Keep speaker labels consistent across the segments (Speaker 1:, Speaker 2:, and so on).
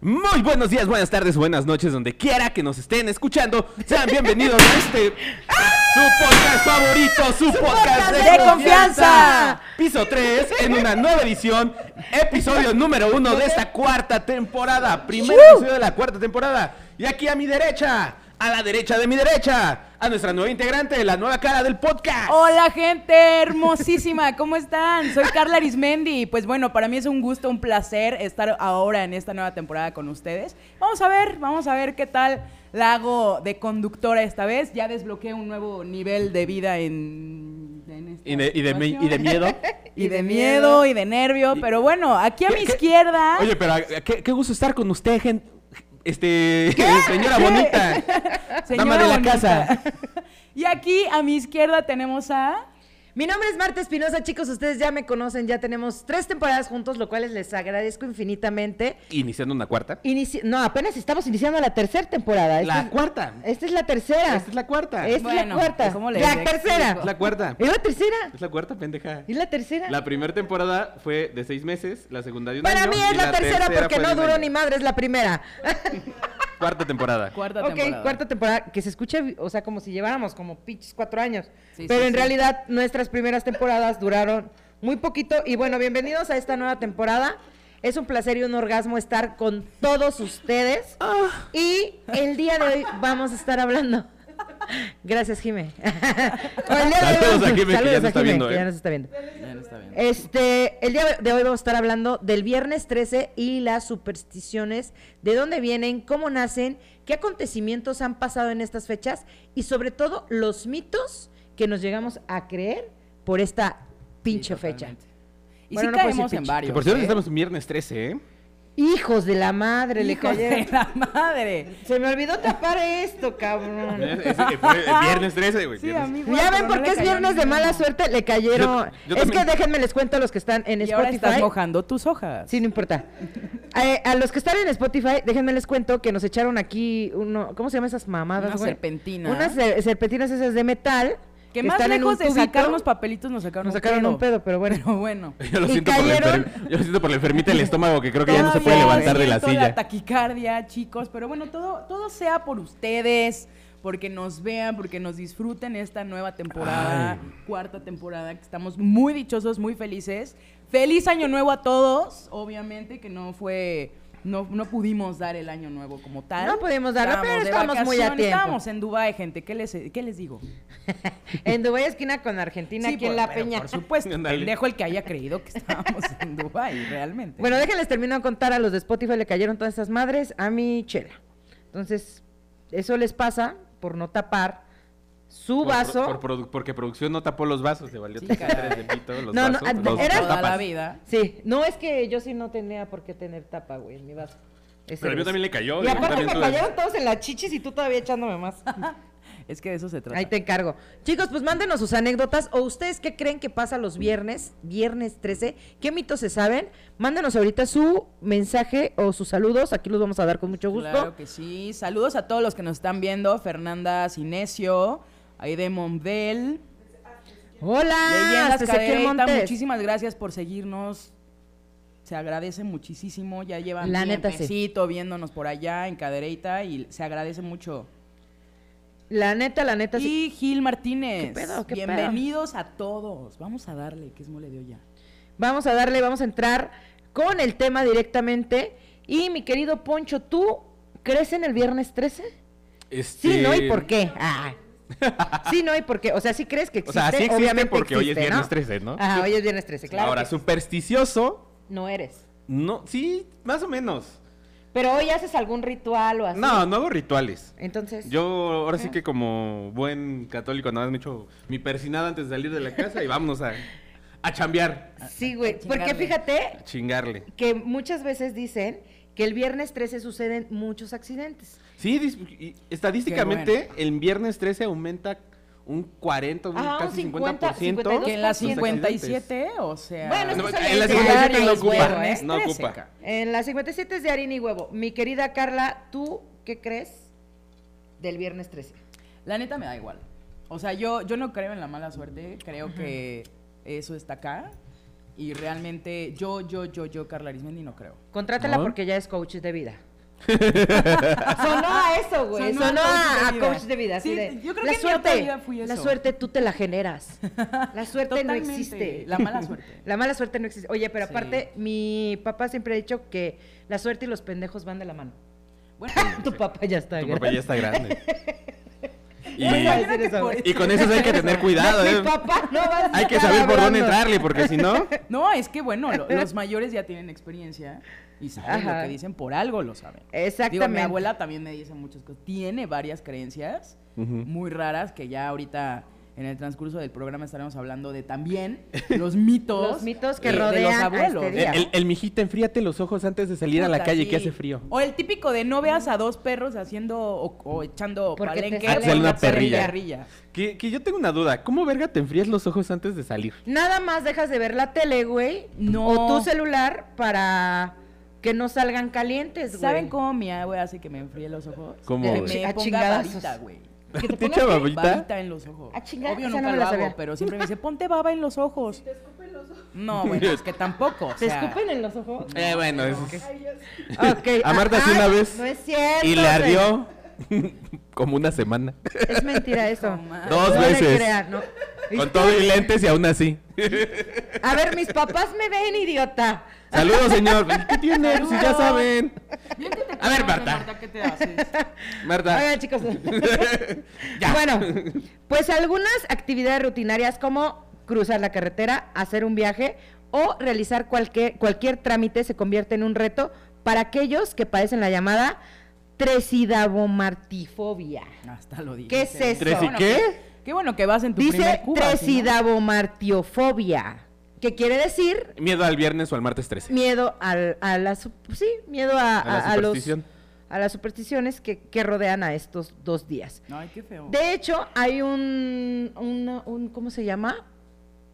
Speaker 1: Muy buenos días, buenas tardes, buenas noches, donde quiera que nos estén escuchando. Sean bienvenidos a este. Su podcast favorito, su, podcast de,
Speaker 2: de
Speaker 1: confianza.
Speaker 2: confianza.
Speaker 1: Piso 3, en una nueva edición, episodio número 1 de esta cuarta temporada. Primer episodio de la cuarta temporada. Y aquí a mi derecha, a la derecha de mi derecha, a nuestra nueva integrante, la nueva cara del podcast.
Speaker 2: Hola gente hermosísima, ¿cómo están? Soy Carla Arismendi. Pues bueno, para mí es un gusto, un placer estar ahora en esta nueva temporada con ustedes. Vamos a ver, vamos a ver qué tal la hago de conductora esta vez. Ya desbloqueé un nuevo nivel de vida en... en esta
Speaker 1: Y de, y de mi- y de
Speaker 2: situación.
Speaker 1: miedo.
Speaker 2: Y de miedo y de nervio, pero bueno, aquí a mi
Speaker 1: ¿Qué- qué-
Speaker 2: izquierda...
Speaker 1: Oye, pero ah,
Speaker 3: eh,
Speaker 1: qué, qué gusto estar con usted, gente. Este, señora bonita. Dama de la
Speaker 2: bonita.
Speaker 1: casa.
Speaker 2: Y aquí a mi izquierda tenemos a...
Speaker 4: mi nombre es Marta Espinosa, chicos, ustedes ya me conocen, ya tenemos tres temporadas juntos, lo cual les agradezco infinitamente.
Speaker 1: Iniciando una cuarta.
Speaker 4: Inici- no, apenas estamos iniciando la tercera temporada. Esta
Speaker 1: La
Speaker 4: es-
Speaker 1: cuarta.
Speaker 4: Esta es la tercera.
Speaker 1: Esta es la cuarta.
Speaker 4: Esta es la
Speaker 2: Bueno,
Speaker 4: cuarta.
Speaker 2: ¿cómo les
Speaker 4: la
Speaker 2: explico?
Speaker 4: tercera.
Speaker 1: Es la cuarta.
Speaker 4: ¿Es la tercera?
Speaker 1: Es la cuarta, pendeja.
Speaker 4: ¿Es la tercera?
Speaker 3: La primera temporada fue de seis meses, la segunda de un
Speaker 4: Para
Speaker 3: año,
Speaker 4: mí
Speaker 3: y
Speaker 4: es la, tercera, porque
Speaker 3: fue de
Speaker 4: no
Speaker 3: un
Speaker 4: duró
Speaker 3: año.
Speaker 4: ni madre, es la primera.
Speaker 3: Cuarta temporada.
Speaker 2: Cuarta
Speaker 4: ok,
Speaker 2: temporada.
Speaker 4: cuarta temporada, que se escucha, o sea, como si lleváramos como pinches cuatro años.
Speaker 2: Sí,
Speaker 4: Pero
Speaker 2: sí,
Speaker 4: en
Speaker 2: sí.
Speaker 4: realidad nuestras primeras temporadas duraron muy poquito. Y bueno, bienvenidos a esta nueva temporada. Es un placer y un orgasmo estar con todos ustedes. Y el día de hoy vamos a estar hablando. Gracias, Jime. El día de hoy
Speaker 3: Saludos
Speaker 4: vamos
Speaker 3: a Jime, que ya
Speaker 4: saludos
Speaker 3: nos
Speaker 4: a
Speaker 3: está
Speaker 4: Jime,
Speaker 3: viendo,
Speaker 4: que
Speaker 3: ¿eh?
Speaker 4: ya nos está viendo.
Speaker 2: Ya no está bien.
Speaker 4: Este, el día de hoy vamos a estar hablando del viernes 13 y las supersticiones, de dónde vienen, cómo nacen, qué acontecimientos han pasado en estas fechas y sobre todo los mitos que nos llegamos a creer por esta pinche fecha.
Speaker 2: totalmente. Y sí
Speaker 4: Bueno, no puedo
Speaker 2: caemos
Speaker 4: decir
Speaker 2: en
Speaker 4: pinche.
Speaker 2: varios.
Speaker 3: Que por cierto,
Speaker 2: ¿eh?
Speaker 3: estamos en viernes 13, ¿eh?
Speaker 4: Hijos de la madre, le
Speaker 2: Hijos de
Speaker 4: cayeron.
Speaker 2: la madre.
Speaker 4: Se me olvidó tapar esto, cabrón.
Speaker 3: Es- es- eh, fue el viernes 13, güey.
Speaker 2: Sí,
Speaker 3: viernes-
Speaker 2: amigo.
Speaker 4: Ya ven por qué es viernes de mala suerte, le cayeron.
Speaker 3: Yo- yo
Speaker 4: es que
Speaker 3: también-
Speaker 4: déjenme les cuento a los que están en
Speaker 2: Y
Speaker 4: Spotify.
Speaker 2: ahora estás mojando tus hojas.
Speaker 4: Sí, no importa. Eh, a los que están en Spotify, déjenme les cuento que nos echaron aquí uno, ¿cómo se llaman esas mamadas?
Speaker 2: Una
Speaker 4: güey?
Speaker 2: serpentina.
Speaker 4: Unas ser- serpentinas esas de metal.
Speaker 2: Que más
Speaker 4: están en un
Speaker 2: lejos de
Speaker 4: tubito.
Speaker 2: sacarnos papelitos nos sacaron,
Speaker 4: Nos sacaron un pedo, pero bueno.
Speaker 2: Pero bueno.
Speaker 3: Yo, lo
Speaker 4: Y
Speaker 3: siento por la
Speaker 4: cayeron-
Speaker 3: enfer- yo lo siento por la enfermita del estómago que creo que ya no se puede
Speaker 2: Todavía
Speaker 3: levantar de la
Speaker 2: siento
Speaker 3: silla.
Speaker 2: taquicardia, chicos, pero bueno, todo, todo sea por ustedes, porque nos vean, porque nos disfruten esta nueva temporada, cuarta temporada, que estamos muy dichosos, muy felices. Feliz año nuevo a todos, obviamente que no fue... No, no pudimos dar el año nuevo como tal.
Speaker 4: No pudimos darlo,
Speaker 2: Estábamos
Speaker 4: pero
Speaker 2: de
Speaker 4: estamos muy a
Speaker 2: vacaciones,
Speaker 4: tiempo.
Speaker 2: Estábamos en Dubai, gente. ¿Qué les, qué les digo?
Speaker 4: En Dubái esquina con Argentina,
Speaker 2: Sí,
Speaker 4: aquí en
Speaker 2: por-
Speaker 4: La
Speaker 2: pero
Speaker 4: Peña.
Speaker 2: Por supuesto.
Speaker 3: Ándale.
Speaker 2: Pendejo el que haya creído que estábamos en Dubai, realmente.
Speaker 4: Bueno, déjenles terminar de contar a los de Spotify, le cayeron todas esas madres a mi chela. Entonces, eso les pasa por no tapar su
Speaker 3: Por-
Speaker 4: vaso.
Speaker 3: por- por produ- porque producción no tapó los vasos, le valió
Speaker 2: Sí,
Speaker 3: tres
Speaker 2: caray.
Speaker 3: de pito, los
Speaker 4: No, no,
Speaker 3: vasos,
Speaker 4: ah,
Speaker 3: los-
Speaker 4: era-
Speaker 3: los
Speaker 2: toda la
Speaker 3: tapas.
Speaker 2: vida.
Speaker 4: Sí, no es que yo sí no tenía por qué tener tapa, güey, en mi vaso. Ese
Speaker 3: Pero a mí
Speaker 4: vaso.
Speaker 3: también le cayó.
Speaker 4: Y
Speaker 3: yo
Speaker 4: aparte
Speaker 3: también
Speaker 4: me
Speaker 3: tuve-
Speaker 4: cayeron todos en las chichis y tú todavía echándome más.
Speaker 2: Es que de eso se trata.
Speaker 4: Ahí te encargo. Chicos, pues mándenos sus anécdotas o ustedes qué creen que pasa los viernes, viernes 13, qué mitos se saben. Mándenos ahorita su mensaje o sus saludos, aquí los vamos a dar con mucho gusto.
Speaker 2: Claro que sí. Saludos a todos los que nos están viendo. Fernanda Sinesio, Aide Mondel,
Speaker 4: Hola,
Speaker 2: Leyendas
Speaker 4: Ezequiel
Speaker 2: Cadereyta,
Speaker 4: Ah, Montes.
Speaker 2: Muchísimas gracias por seguirnos. Se agradece muchísimo. Ya llevan
Speaker 4: La
Speaker 2: un
Speaker 4: neta, sí.
Speaker 2: viéndonos por allá en Cadereita y se agradece mucho.
Speaker 4: La neta, la neta. sí.
Speaker 2: Y Gil Martínez.
Speaker 4: ¿Qué pedo, qué
Speaker 2: Bienvenidos a todos. Vamos a darle, que es mole de olla.
Speaker 4: Vamos a darle, vamos a entrar con el tema directamente. Y mi querido Poncho, ¿tú crees en el viernes 13?
Speaker 3: Este-
Speaker 4: Sí, no, ¿y por qué? Ah. Sí, no, ¿y por qué? O sea, sí crees
Speaker 3: O
Speaker 4: que existe.
Speaker 3: sea, sí existe
Speaker 4: obviamente
Speaker 3: porque hoy es
Speaker 4: existe,
Speaker 3: viernes 13, ¿no?
Speaker 4: Ah, hoy es viernes 13, claro.
Speaker 3: Ahora,
Speaker 4: que
Speaker 3: supersticioso,
Speaker 4: No eres.
Speaker 3: no, sí, más o menos.
Speaker 4: Pero hoy haces algún ritual o así.
Speaker 3: No, no hago rituales.
Speaker 4: Entonces.
Speaker 3: Yo ahora sí que como buen católico nada más me echo mi persinada antes de salir de la casa y vámonos a, a chambear,
Speaker 4: Sí, güey.
Speaker 2: A
Speaker 4: Porque
Speaker 2: chingarle.
Speaker 4: fíjate
Speaker 3: a chingarle.
Speaker 4: que muchas veces dicen que el viernes 13 suceden muchos accidentes.
Speaker 3: Sí, dis- y estadísticamente el viernes 13 aumenta un 40, un
Speaker 4: Ajá, Ah, un
Speaker 3: casi
Speaker 4: 50,
Speaker 3: 50%.
Speaker 2: Que en la
Speaker 3: los
Speaker 2: 57,
Speaker 3: accidentes.
Speaker 2: o sea.
Speaker 4: Bueno, es
Speaker 3: No,
Speaker 4: que
Speaker 3: en
Speaker 4: es
Speaker 3: la
Speaker 4: el
Speaker 3: 57 no
Speaker 4: diario, es huevo,
Speaker 3: ocupa.
Speaker 4: ¿eh?
Speaker 3: No
Speaker 2: Estrés,
Speaker 3: ocupa.
Speaker 2: cabrón.
Speaker 4: En las 57 es de harina y huevo. Mi querida Carla, ¿tú qué crees del viernes 13?
Speaker 2: La neta me da igual. O sea, yo, yo no creo en la mala suerte, creo que eso está acá. Y realmente yo, yo, yo, yo, Carla Arismendi no creo.
Speaker 4: Contrátala
Speaker 3: No.
Speaker 4: porque ya es coach de vida. Sonó a eso, güey. Sonó,
Speaker 2: Sonó a coach
Speaker 4: a, a
Speaker 2: de
Speaker 4: coach
Speaker 2: vida.
Speaker 4: de vida. así
Speaker 2: Sí,
Speaker 4: de,
Speaker 2: yo creo
Speaker 4: la
Speaker 2: que mi
Speaker 4: suerte,
Speaker 2: otra vida fui
Speaker 4: La
Speaker 2: eso".
Speaker 4: suerte tú te la generas. La suerte no existe.
Speaker 2: La mala suerte.
Speaker 4: La mala suerte no existe. Oye, pero
Speaker 2: Sí.
Speaker 4: aparte, mi papá siempre ha dicho que la suerte y los pendejos van de la mano.
Speaker 2: Bueno,
Speaker 4: tu papá ya está.
Speaker 3: Tu
Speaker 4: grande.
Speaker 3: papá ya está grande.
Speaker 4: Ay,
Speaker 3: Y,
Speaker 2: imagínate
Speaker 4: eso.
Speaker 2: por-
Speaker 3: y con eso hay que tener cuidado,
Speaker 4: Mi
Speaker 3: ¿eh?
Speaker 4: papá no va a
Speaker 3: Hay que
Speaker 4: estar
Speaker 3: saber por dónde
Speaker 4: hablando.
Speaker 3: entrarle, porque si no.
Speaker 2: No, es que bueno, lo- los mayores ya tienen experiencia y saben
Speaker 4: Ajá.
Speaker 2: lo que dicen, por algo lo saben.
Speaker 4: Exactamente.
Speaker 2: Digo, mi abuela también me dice muchas cosas. Tiene varias creencias muy raras que ya ahorita en el transcurso del programa estaremos hablando de también los mitos.
Speaker 4: Los mitos que
Speaker 2: de- de los
Speaker 4: rodean a
Speaker 2: abuelos.
Speaker 4: este día.
Speaker 2: ¿no?
Speaker 3: El, el mijita, enfríate los ojos antes de salir a la
Speaker 2: Puta,
Speaker 3: calle,
Speaker 2: sí.
Speaker 3: que hace frío.
Speaker 2: O el típico de no veas a dos perros haciendo o, o echando
Speaker 4: Porque te
Speaker 2: palenque.
Speaker 4: sale
Speaker 2: porque
Speaker 3: una
Speaker 2: te sale
Speaker 3: perrilla.
Speaker 2: parrilla.
Speaker 3: Que, que yo tengo una duda. ¿Cómo verga te enfrías los ojos antes de salir?
Speaker 4: Nada más dejas de ver la tele, güey.
Speaker 2: No.
Speaker 4: O tu celular para que no salgan calientes, güey.
Speaker 2: ¿Saben cómo mi abue hace que me enfríe los ojos?
Speaker 3: ¿Cómo,
Speaker 2: Que
Speaker 3: güey?
Speaker 2: me
Speaker 4: A
Speaker 2: ponga
Speaker 4: chingadazos.
Speaker 2: varita, güey.
Speaker 4: Que te
Speaker 3: ¿Te
Speaker 4: pongas
Speaker 3: echa
Speaker 4: bien-
Speaker 3: babita?
Speaker 2: Varita en los ojos.
Speaker 4: Ah, chingada,
Speaker 2: Obvio
Speaker 4: esa no
Speaker 2: nunca
Speaker 4: me
Speaker 2: lo
Speaker 4: la sabía.
Speaker 2: hago, pero siempre me dice, ponte baba en los ojos. te escupen los ojos. No, bueno, es que tampoco. o
Speaker 4: ¿Te
Speaker 2: sea,
Speaker 4: escupen en los ojos?
Speaker 3: Eh, bueno, es...
Speaker 4: Ok.
Speaker 3: A Marta sí
Speaker 4: Ay,
Speaker 3: una vez.
Speaker 4: No es cierto.
Speaker 3: Y le
Speaker 4: güey.
Speaker 3: ardió como una semana.
Speaker 4: Es mentira eso.
Speaker 2: Hijo, madre.
Speaker 3: Dos
Speaker 4: le
Speaker 3: veces.
Speaker 4: crean, no.
Speaker 3: Con todo y lentes y aún así.
Speaker 4: A ver, mis papás me ven, idiota.
Speaker 3: Saludos, señor. ¿Qué tiene? Si ya saben.
Speaker 2: bien que te
Speaker 3: A ver,
Speaker 2: conoce,
Speaker 3: Marta.
Speaker 2: ¿qué te haces?
Speaker 3: Marta.
Speaker 4: Oigan, chicos.
Speaker 3: Ya.
Speaker 4: Bueno, pues algunas actividades rutinarias como cruzar la carretera, hacer un viaje o realizar cualquier, cualquier trámite se convierte en un reto para aquellos que padecen la llamada tresidabomartifobia.
Speaker 2: Hasta lo dije.
Speaker 4: ¿Qué es eso?
Speaker 3: ¿Tres y
Speaker 2: Bueno,
Speaker 3: qué?
Speaker 2: Qué bueno que vas en tu
Speaker 4: Dice
Speaker 2: primer Cuba. si no-
Speaker 4: tresidabomartiofobia, que quiere decir
Speaker 3: Miedo al viernes o al martes 13.
Speaker 4: miedo al, a la sup- sí, miedo a,
Speaker 3: A la
Speaker 4: a- a los-
Speaker 3: superstición.
Speaker 4: a las supersticiones que, que rodean a estos dos días.
Speaker 2: Ay, qué feo.
Speaker 4: De hecho, hay un, un, un- ¿cómo se llama?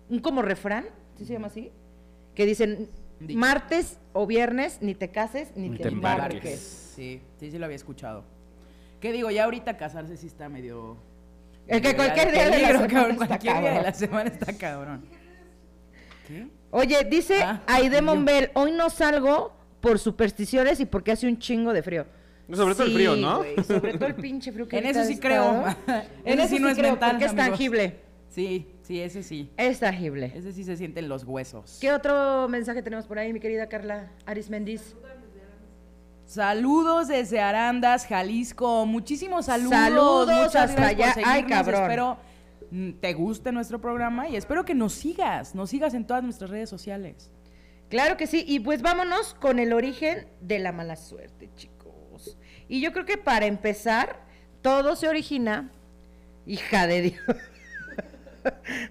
Speaker 4: Un como refrán, ¿sí se llama así? Que dicen,
Speaker 2: Dicho.
Speaker 4: martes o viernes, ni te cases, ni, te, embarques.
Speaker 2: Márquez. Sí, sí, sí lo había escuchado. ¿Qué digo? Ya ahorita casarse sí está medio...
Speaker 4: Es que
Speaker 2: medio
Speaker 4: cualquier
Speaker 2: al
Speaker 4: día de la
Speaker 2: peligro,
Speaker 4: semana
Speaker 2: cabrón,
Speaker 4: está
Speaker 2: Cualquier día de
Speaker 4: cabrón.
Speaker 2: la semana está cabrón. ¿Qué?
Speaker 4: Oye, dice
Speaker 2: Ah,
Speaker 4: Aide
Speaker 2: yo.
Speaker 4: Monbel, hoy no salgo por supersticiones y porque hace un chingo de frío.
Speaker 3: Sobre todo el frío, ¿no?
Speaker 4: güey, sobre todo el pinche frío que
Speaker 2: En
Speaker 4: ahorita
Speaker 2: eso sí
Speaker 4: está,
Speaker 2: creo.
Speaker 4: ¿no? En
Speaker 2: Ese
Speaker 4: eso sí,
Speaker 2: sí no es
Speaker 4: creo,
Speaker 2: mental,
Speaker 4: porque es
Speaker 2: amigos.
Speaker 4: tangible.
Speaker 2: Sí, sí, ese sí.
Speaker 4: Es tangible.
Speaker 2: Ese sí se siente en los huesos.
Speaker 4: ¿Qué otro mensaje tenemos por ahí, mi querida Carla Arismendiz?
Speaker 2: Saludos desde Arandas, Jalisco. Muchísimos saludos.
Speaker 4: Saludos
Speaker 2: Muchas
Speaker 4: hasta
Speaker 2: gracias por
Speaker 4: allá. Ay,
Speaker 2: seguirnos.
Speaker 4: cabrón.
Speaker 2: Espero mm, te guste nuestro programa y espero que nos sigas, nos sigas en todas nuestras redes sociales.
Speaker 4: Claro que sí, y pues vámonos con el origen de la mala suerte, chicos. Y yo creo que para empezar, todo se origina, hija de Dios,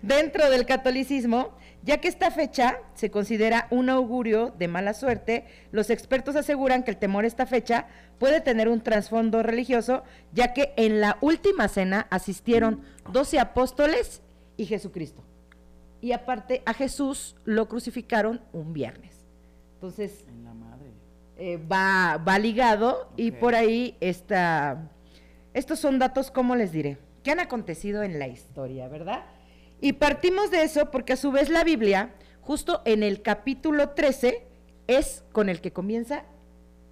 Speaker 4: dentro del catolicismo, ya que esta fecha se considera un augurio de mala suerte, los expertos aseguran que el temor a esta fecha puede tener un trasfondo religioso, ya que en la última cena asistieron 12 apóstoles y Jesucristo. Y aparte a Jesús lo crucificaron un viernes. Entonces
Speaker 2: En la madre.
Speaker 4: eh, va, va ligado y
Speaker 2: Ok.
Speaker 4: por ahí está... Estos son datos, ¿cómo les diré? Que han acontecido en la historia, ¿verdad? Y partimos de eso porque a su vez la Biblia, justo en el capítulo 13, es con el que comienza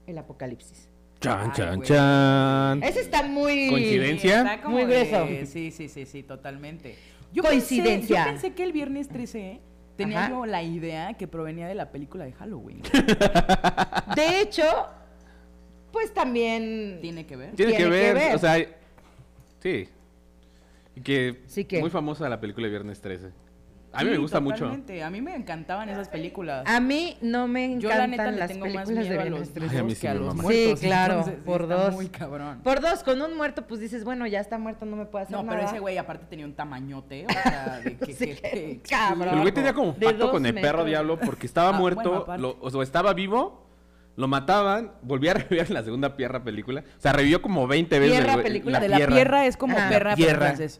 Speaker 4: el Apocalipsis.
Speaker 3: Chan,
Speaker 2: Ay,
Speaker 3: chan,
Speaker 2: güey.
Speaker 3: chan.
Speaker 4: Ese está muy...
Speaker 3: Coincidencia.
Speaker 2: Está como
Speaker 4: Muy
Speaker 2: de-
Speaker 4: grueso.
Speaker 2: Sí, sí, sí, sí, totalmente.
Speaker 4: Coincidencia.
Speaker 2: Pensé, yo pensé que el viernes 13 tenía
Speaker 4: Ajá.
Speaker 2: yo la idea que provenía de la película de Halloween.
Speaker 4: De hecho, pues también...
Speaker 2: ¿Tiene que ver?
Speaker 3: Tiene
Speaker 4: Tiene
Speaker 3: que
Speaker 4: que
Speaker 3: ver,
Speaker 4: ver.
Speaker 3: o sea, sí. Y que,
Speaker 4: Sí que-
Speaker 3: muy famosa la película de Viernes 13. A mí
Speaker 2: Sí,
Speaker 3: me gusta mucho.
Speaker 2: totalmente. A mí me encantaban esas películas.
Speaker 4: A mí no me
Speaker 2: Yo la
Speaker 4: encantan
Speaker 2: neta le
Speaker 4: las
Speaker 2: tengo más
Speaker 4: películas de
Speaker 2: miedo a
Speaker 4: Viernes
Speaker 2: los
Speaker 4: 13.
Speaker 3: Ay, a mí sí
Speaker 2: vivos que a
Speaker 3: me
Speaker 2: los
Speaker 3: mama.
Speaker 2: muertos.
Speaker 4: Sí, claro,
Speaker 2: entonces, sí
Speaker 4: por
Speaker 2: está
Speaker 4: dos.
Speaker 2: muy cabrón.
Speaker 4: Por dos, con un muerto, pues dices, bueno, ya está muerto, no me puede hacer
Speaker 2: No,
Speaker 4: nada.
Speaker 2: pero ese güey aparte tenía un tamañote, o sea, de que,
Speaker 4: Sí,
Speaker 2: que-
Speaker 4: que-
Speaker 2: que-
Speaker 4: cabrón.
Speaker 3: El güey tenía como
Speaker 4: De
Speaker 3: pacto
Speaker 4: dos
Speaker 3: con el perro
Speaker 4: metros.
Speaker 3: diablo porque estaba
Speaker 2: Ah,
Speaker 3: muerto,
Speaker 2: bueno, aparte.
Speaker 3: lo- o sea, estaba vivo Lo mataban, volvía a revivir en la segunda pierra película. O sea, revivió como 20 veces.
Speaker 4: Pierra
Speaker 3: güey,
Speaker 4: película
Speaker 2: La de la pierra, es como
Speaker 4: Ajá.
Speaker 2: perra, pero
Speaker 3: Pierra.
Speaker 2: francés.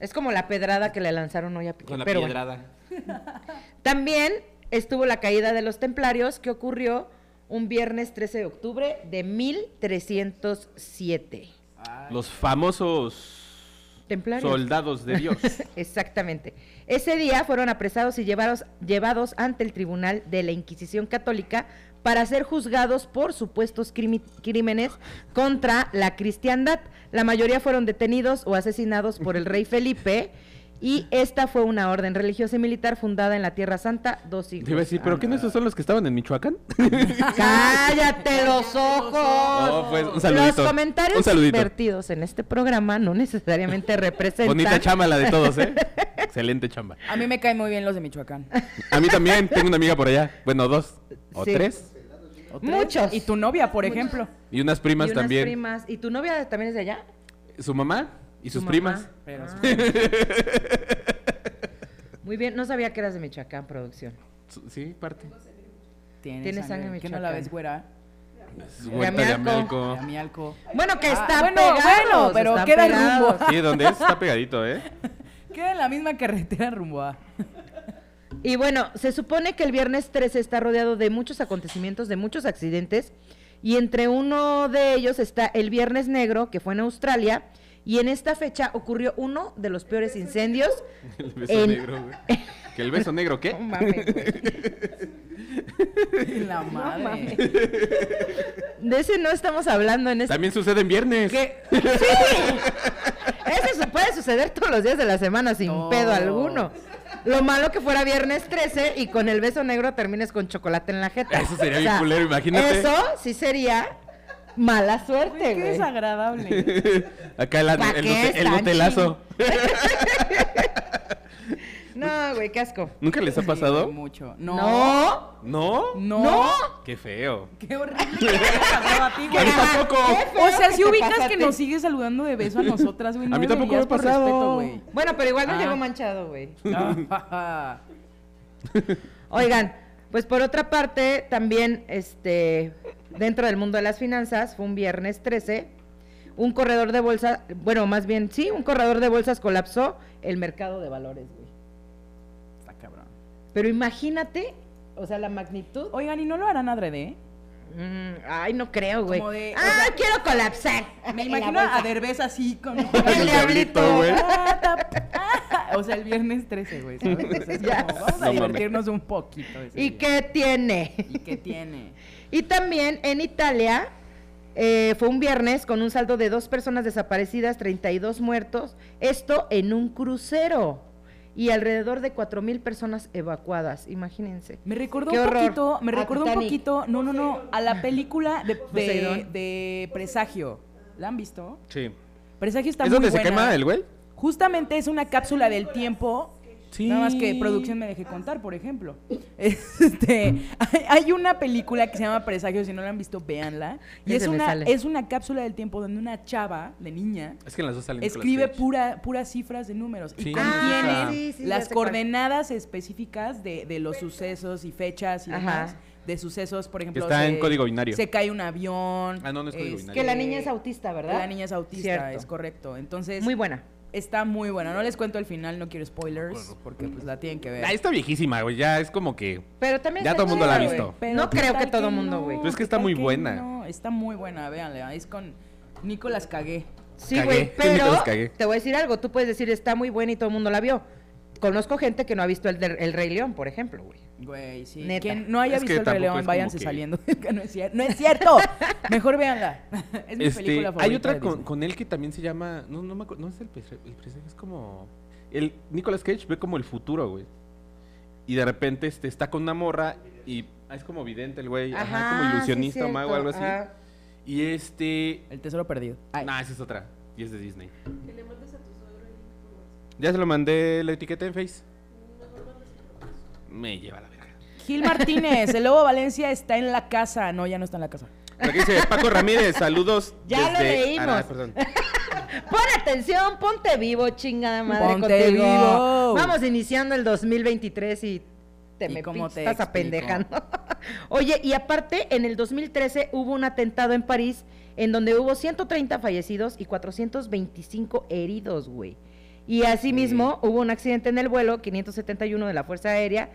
Speaker 4: Es como la pedrada que le lanzaron hoy a Piqué.
Speaker 3: Con la
Speaker 4: pero bueno.
Speaker 3: piedrada.
Speaker 4: También estuvo la caída de los templarios que ocurrió un viernes 13 de octubre de 1307.
Speaker 3: Los famosos
Speaker 4: Templarios.
Speaker 3: soldados de Dios.
Speaker 4: Exactamente. Ese día fueron apresados y llevados, llevados ante el tribunal de la Inquisición Católica para ser juzgados por supuestos crimi- crímenes contra la cristiandad. La mayoría fueron detenidos o asesinados por el rey Felipe y esta fue una orden religiosa y militar fundada en la Tierra Santa dos siglos.
Speaker 3: Te iba a decir, ¿pero
Speaker 4: Ah,
Speaker 3: qué no esos son los que estaban en Michoacán?
Speaker 4: ¡Cállate los ojos!
Speaker 3: Oh, pues, un saludito.
Speaker 4: Los comentarios
Speaker 3: Un saludito.
Speaker 4: vertidos en este programa no necesariamente representan...
Speaker 3: Bonita chamba la de todos, ¿eh? Excelente chamba.
Speaker 2: A mí me caen muy bien los de Michoacán.
Speaker 3: A mí también, tengo una amiga por allá. Bueno, dos o
Speaker 4: Sí.
Speaker 3: tres.
Speaker 2: O tres.
Speaker 4: Muchos.
Speaker 2: Y tu novia, por ejemplo.
Speaker 3: Y unas primas
Speaker 4: y unas
Speaker 3: también.
Speaker 4: primas. ¿Y tu novia también es de allá?
Speaker 3: Su mamá y sus
Speaker 4: mamá.
Speaker 3: primas.
Speaker 2: Pero
Speaker 4: Ah. Muy bien, no sabía que eras de Michoacán, producción.
Speaker 3: Su- Sí, parte.
Speaker 2: tiene,
Speaker 4: Tiene
Speaker 2: sangre.
Speaker 4: sangre
Speaker 2: ¿Qué no la
Speaker 4: michoacana.
Speaker 2: ves, güera?
Speaker 3: Su huerta de
Speaker 4: Amialco.
Speaker 3: Amelco.
Speaker 2: A mi alco.
Speaker 4: Bueno, que
Speaker 2: Ah,
Speaker 4: está
Speaker 2: bueno, bueno, pero queda el rumbo.
Speaker 3: Sí, donde es, está pegadito, ¿eh?
Speaker 2: Queda en la misma carretera rumbo a.
Speaker 4: Y bueno, se supone que el viernes 13 está rodeado de muchos acontecimientos, de muchos accidentes, y entre uno de ellos está el Viernes Negro, que fue en Australia, y en esta fecha ocurrió uno de los peores incendios.
Speaker 3: El beso
Speaker 4: En-
Speaker 3: negro, güey. ¿Que el beso negro qué?
Speaker 4: No mames, güey.
Speaker 2: La madre.
Speaker 4: mames. De ese no estamos hablando en este...
Speaker 3: También sucede en viernes.
Speaker 4: Que- ¡Sí! Eso su- puede suceder todos los días de la semana sin
Speaker 2: Todos.
Speaker 4: pedo alguno. Lo malo que fuera viernes 13 y con el beso negro termines con chocolate en la jeta.
Speaker 3: Eso sería bien culero, imagínate.
Speaker 4: Eso sí sería mala
Speaker 2: Güey, qué
Speaker 4: suerte, güey.
Speaker 2: desagradable.
Speaker 3: Acá la-
Speaker 4: ¿Pa'
Speaker 3: el,
Speaker 4: qué
Speaker 3: bote- el
Speaker 4: están
Speaker 3: botelazo.
Speaker 4: No, güey, qué asco.
Speaker 3: ¿Nunca les ha
Speaker 2: Sí,
Speaker 3: pasado?
Speaker 2: mucho. No.
Speaker 3: ¿No?
Speaker 4: No.
Speaker 2: No.
Speaker 3: Qué feo.
Speaker 2: Qué horrible. Qué desagradable a ti,
Speaker 3: A mí
Speaker 2: güey.
Speaker 3: tampoco.
Speaker 4: Qué
Speaker 2: O
Speaker 4: feo
Speaker 2: sea,
Speaker 4: que
Speaker 2: si
Speaker 4: te
Speaker 2: ubicas
Speaker 4: pasaste.
Speaker 2: que nos sigues saludando de beso a nosotras, güey.
Speaker 3: A mí
Speaker 2: no
Speaker 3: tampoco me
Speaker 2: deberías
Speaker 3: ha
Speaker 2: por
Speaker 3: pasado.
Speaker 2: respeto, güey.
Speaker 4: Bueno, pero igual no
Speaker 2: Ah.
Speaker 4: llegó manchado, güey.
Speaker 2: Ah,
Speaker 4: Oigan, pues por otra parte, también este dentro del mundo de las finanzas, fue un viernes 13, un corredor de bolsa, bueno, más bien sí, un corredor de bolsas colapsó el mercado de valores, güey.
Speaker 2: Está cabrón.
Speaker 4: Pero imagínate, o sea, la magnitud.
Speaker 2: Oigan, ¿y no lo harán adrede?
Speaker 4: Mm, ay, no creo, güey.
Speaker 2: Como de- o
Speaker 4: ah,
Speaker 2: sea,
Speaker 4: quiero colapsar.
Speaker 2: Me
Speaker 4: en la
Speaker 2: imagino a
Speaker 4: bolsa.
Speaker 2: Derbez así con...
Speaker 4: El diablito,
Speaker 3: güey.
Speaker 2: Ah, ta- ah. O sea, el viernes 13, güey, ¿sabes? O sea, es
Speaker 4: Ya
Speaker 2: como, vamos
Speaker 3: sé.
Speaker 2: a
Speaker 3: No mames.
Speaker 2: divertirnos un poquito. ese
Speaker 4: ¿Y
Speaker 2: día.
Speaker 4: qué tiene?
Speaker 2: ¿Y qué tiene?
Speaker 4: Y también en Italia eh, fue un viernes con un saldo de dos personas desaparecidas, 32 muertos, esto en un crucero y alrededor de 4 mil personas evacuadas, imagínense.
Speaker 2: Me recordó
Speaker 4: Qué
Speaker 2: un
Speaker 4: horror.
Speaker 2: poquito, me
Speaker 4: A
Speaker 2: recordó un
Speaker 4: Titanic.
Speaker 2: poquito, no, no, no, a la película de, de,
Speaker 4: Poseidón.
Speaker 2: de Presagio. ¿La han visto?
Speaker 3: Sí.
Speaker 2: Presagio está
Speaker 3: ¿Es
Speaker 2: muy
Speaker 3: donde se
Speaker 2: buena.
Speaker 3: quema el güey?
Speaker 2: Justamente es una cápsula del tiempo.
Speaker 3: Sí.
Speaker 2: Nada más que producción me dejé contar, por ejemplo. Este, hay- hay una película que se llama Presagio, si no la han visto, véanla. Y
Speaker 4: Ya
Speaker 2: es
Speaker 4: se me
Speaker 2: una,
Speaker 4: sale.
Speaker 2: es una cápsula del tiempo donde una chava de niña
Speaker 3: Es que en las dos salen
Speaker 2: escribe
Speaker 3: Nicolas Cage.
Speaker 2: pura, puras cifras de números
Speaker 3: Sí,
Speaker 2: y
Speaker 3: Ah,
Speaker 2: contiene
Speaker 4: sí, sí, ya
Speaker 2: las
Speaker 4: sé cuál.
Speaker 2: coordenadas específicas de, de los sucesos y fechas y
Speaker 4: Ajá.
Speaker 2: demás. De sucesos, por ejemplo.
Speaker 3: Está en código binario.
Speaker 2: Se cae un avión. este,
Speaker 3: Ah, no, no es código binario.
Speaker 4: Que la niña es autista, ¿verdad?
Speaker 2: La niña es autista,
Speaker 4: Cierto.
Speaker 2: es correcto. Entonces,
Speaker 4: Muy buena.
Speaker 2: está muy buena. No les cuento el final, no quiero spoilers, porque pues la tienen que ver.
Speaker 3: Ah, está viejísima, güey. Ya es como que.
Speaker 4: Pero también
Speaker 3: Ya
Speaker 4: está
Speaker 3: todo el mundo la ha
Speaker 4: chida,
Speaker 3: visto.
Speaker 4: güey.
Speaker 2: Pero
Speaker 4: no
Speaker 2: ¿qué
Speaker 4: creo
Speaker 2: tal
Speaker 4: que todo el mundo, güey.
Speaker 3: Pues es que
Speaker 2: ¿Qué
Speaker 3: está
Speaker 2: tal
Speaker 3: muy buena.
Speaker 2: No, está muy buena, véanla. Es con Nicolás Cagué.
Speaker 4: Sí,
Speaker 3: Cagué.
Speaker 4: güey,
Speaker 3: Sí, me los
Speaker 4: pero
Speaker 3: cagué.
Speaker 4: te voy a decir algo, tú puedes decir está muy buena y todo el mundo la vio. Conozco gente que no ha visto el, de- el Rey León, por ejemplo, güey.
Speaker 2: Güey, sí.
Speaker 4: Neta.
Speaker 2: Quien no haya
Speaker 3: Es que
Speaker 2: visto el Rey
Speaker 3: tampoco es
Speaker 2: León,
Speaker 3: como
Speaker 2: váyanse
Speaker 3: que-
Speaker 2: saliendo. no, es cier- no es cierto. Mejor véanla. Es mi
Speaker 3: Este,
Speaker 2: película favorita.
Speaker 3: hay otra
Speaker 2: de
Speaker 3: con,
Speaker 2: Disney.
Speaker 3: con él que también se llama. No, no me acuerdo. No es el presagio. El presagio es como. El Nicolas Cage ve como el futuro, güey. Y de repente este, está con una morra y ah, es como vidente el güey. Ajá, como
Speaker 4: Ah, sí,
Speaker 3: ilusionista o mago,
Speaker 4: cierto,
Speaker 3: algo así.
Speaker 4: ajá.
Speaker 3: Y este.
Speaker 2: El tesoro perdido. Ay,
Speaker 3: Nah, esa es otra. Y es de Disney. Ya se lo mandé la etiqueta en Face. Me lleva la verga.
Speaker 2: Gil Martínez, el Lobo Valencia está en la casa. No, ya no está en la casa.
Speaker 3: Aquí dice Paco Ramírez, saludos.
Speaker 4: Ya lo
Speaker 3: desde-
Speaker 4: leímos.
Speaker 3: Ah, no, perdón.
Speaker 4: Pon atención, ponte vivo, chingada madre
Speaker 2: Ponte
Speaker 4: contigo.
Speaker 2: vivo.
Speaker 4: Vamos iniciando el 2023 y te
Speaker 2: ¿Y
Speaker 4: me
Speaker 2: cómo
Speaker 4: pinches,
Speaker 2: te
Speaker 4: estás
Speaker 2: explico?
Speaker 4: apendejando. Oye, y aparte, en el 2013 hubo un atentado en París en donde hubo 130 fallecidos y 425 heridos, güey. Y asimismo hubo un accidente en el vuelo 571 de la Fuerza Aérea.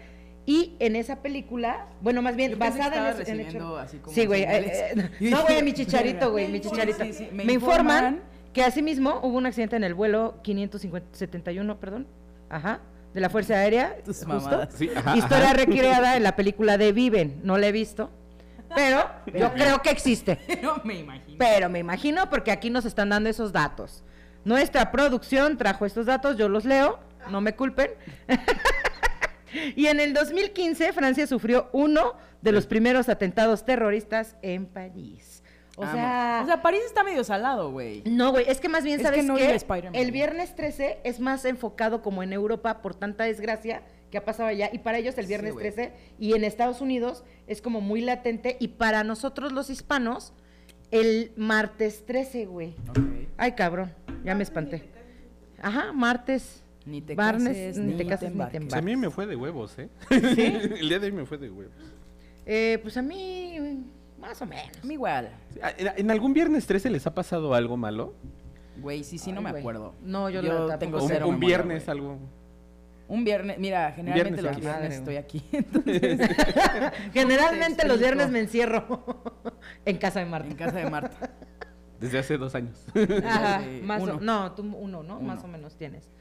Speaker 4: Y en esa película, bueno, más bien
Speaker 2: Yo pensé que
Speaker 4: basada en,
Speaker 2: estaba
Speaker 4: ese- en el
Speaker 2: recibiendo
Speaker 4: hecho-
Speaker 2: así como
Speaker 4: Sí, güey.
Speaker 2: señales.
Speaker 4: eh, eh,
Speaker 2: Yo
Speaker 4: no,
Speaker 2: dije,
Speaker 4: güey, mi chicharito,
Speaker 2: "Verga".
Speaker 4: güey, mi
Speaker 2: Sí,
Speaker 4: chicharito.
Speaker 2: sí, sí,
Speaker 4: me,
Speaker 2: me
Speaker 4: informan,
Speaker 2: informan.
Speaker 4: que asimismo hubo un accidente en el vuelo 571, perdón, ajá, de la Fuerza Aérea.
Speaker 2: Tus
Speaker 4: justo.
Speaker 2: mamadas.
Speaker 3: Sí, ajá,
Speaker 4: Historia
Speaker 3: ajá.
Speaker 4: recreada en la película de Viven. No la he visto, pero yo creo que existe.
Speaker 2: No me imagino.
Speaker 4: Pero me imagino porque aquí nos están dando esos datos. Nuestra producción trajo estos datos, yo los leo, no me culpen. y en el 2015 Francia sufrió uno de los primeros atentados terroristas en París. O
Speaker 2: Amo.
Speaker 4: sea,
Speaker 2: o sea, París está medio salado, güey.
Speaker 4: no, güey, es que más bien
Speaker 2: Es que
Speaker 4: sabes
Speaker 2: no
Speaker 4: qué?
Speaker 2: iba Spider-Man.
Speaker 4: el viernes 13 es más enfocado como en Europa por tanta desgracia que ha pasado allá y para ellos el
Speaker 2: Sí,
Speaker 4: viernes
Speaker 2: güey.
Speaker 4: 13 y en Estados Unidos es como muy latente y para nosotros los hispanos el martes 13, güey. Ay, cabrón, ya me espanté. Ajá, martes.
Speaker 2: Ni te
Speaker 4: Barnes,
Speaker 2: cases,
Speaker 4: ni te cases, ni te
Speaker 2: embarques.
Speaker 3: O sea, a mí me fue de huevos, ¿eh? el día de hoy me fue de huevos.
Speaker 4: Eh, pues a mí más o menos.
Speaker 2: A mí igual.
Speaker 3: Sí, ah, ¿En, en algún viernes 13 les ha pasado algo malo?
Speaker 2: Güey, sí, sí,
Speaker 4: Ay,
Speaker 2: no me
Speaker 4: güey.
Speaker 2: acuerdo.
Speaker 4: No, yo la verdad
Speaker 2: tengo
Speaker 3: O un,
Speaker 2: cero
Speaker 3: un
Speaker 2: memoria,
Speaker 3: viernes
Speaker 2: güey.
Speaker 3: algo.
Speaker 2: Un viernes, mira, generalmente
Speaker 3: viernes
Speaker 2: los
Speaker 3: aquí.
Speaker 2: viernes
Speaker 4: Madre,
Speaker 2: estoy
Speaker 4: güey.
Speaker 2: aquí. entonces,
Speaker 4: Generalmente
Speaker 2: te
Speaker 4: los
Speaker 2: explico?
Speaker 4: viernes me encierro en casa de Marta.
Speaker 2: en casa de Marta.
Speaker 3: Desde hace dos años.
Speaker 4: Ajá,
Speaker 2: Eh,
Speaker 4: más o,
Speaker 2: uno.
Speaker 4: no, tú uno, ¿no? Más o
Speaker 2: Uno.
Speaker 4: menos tienes.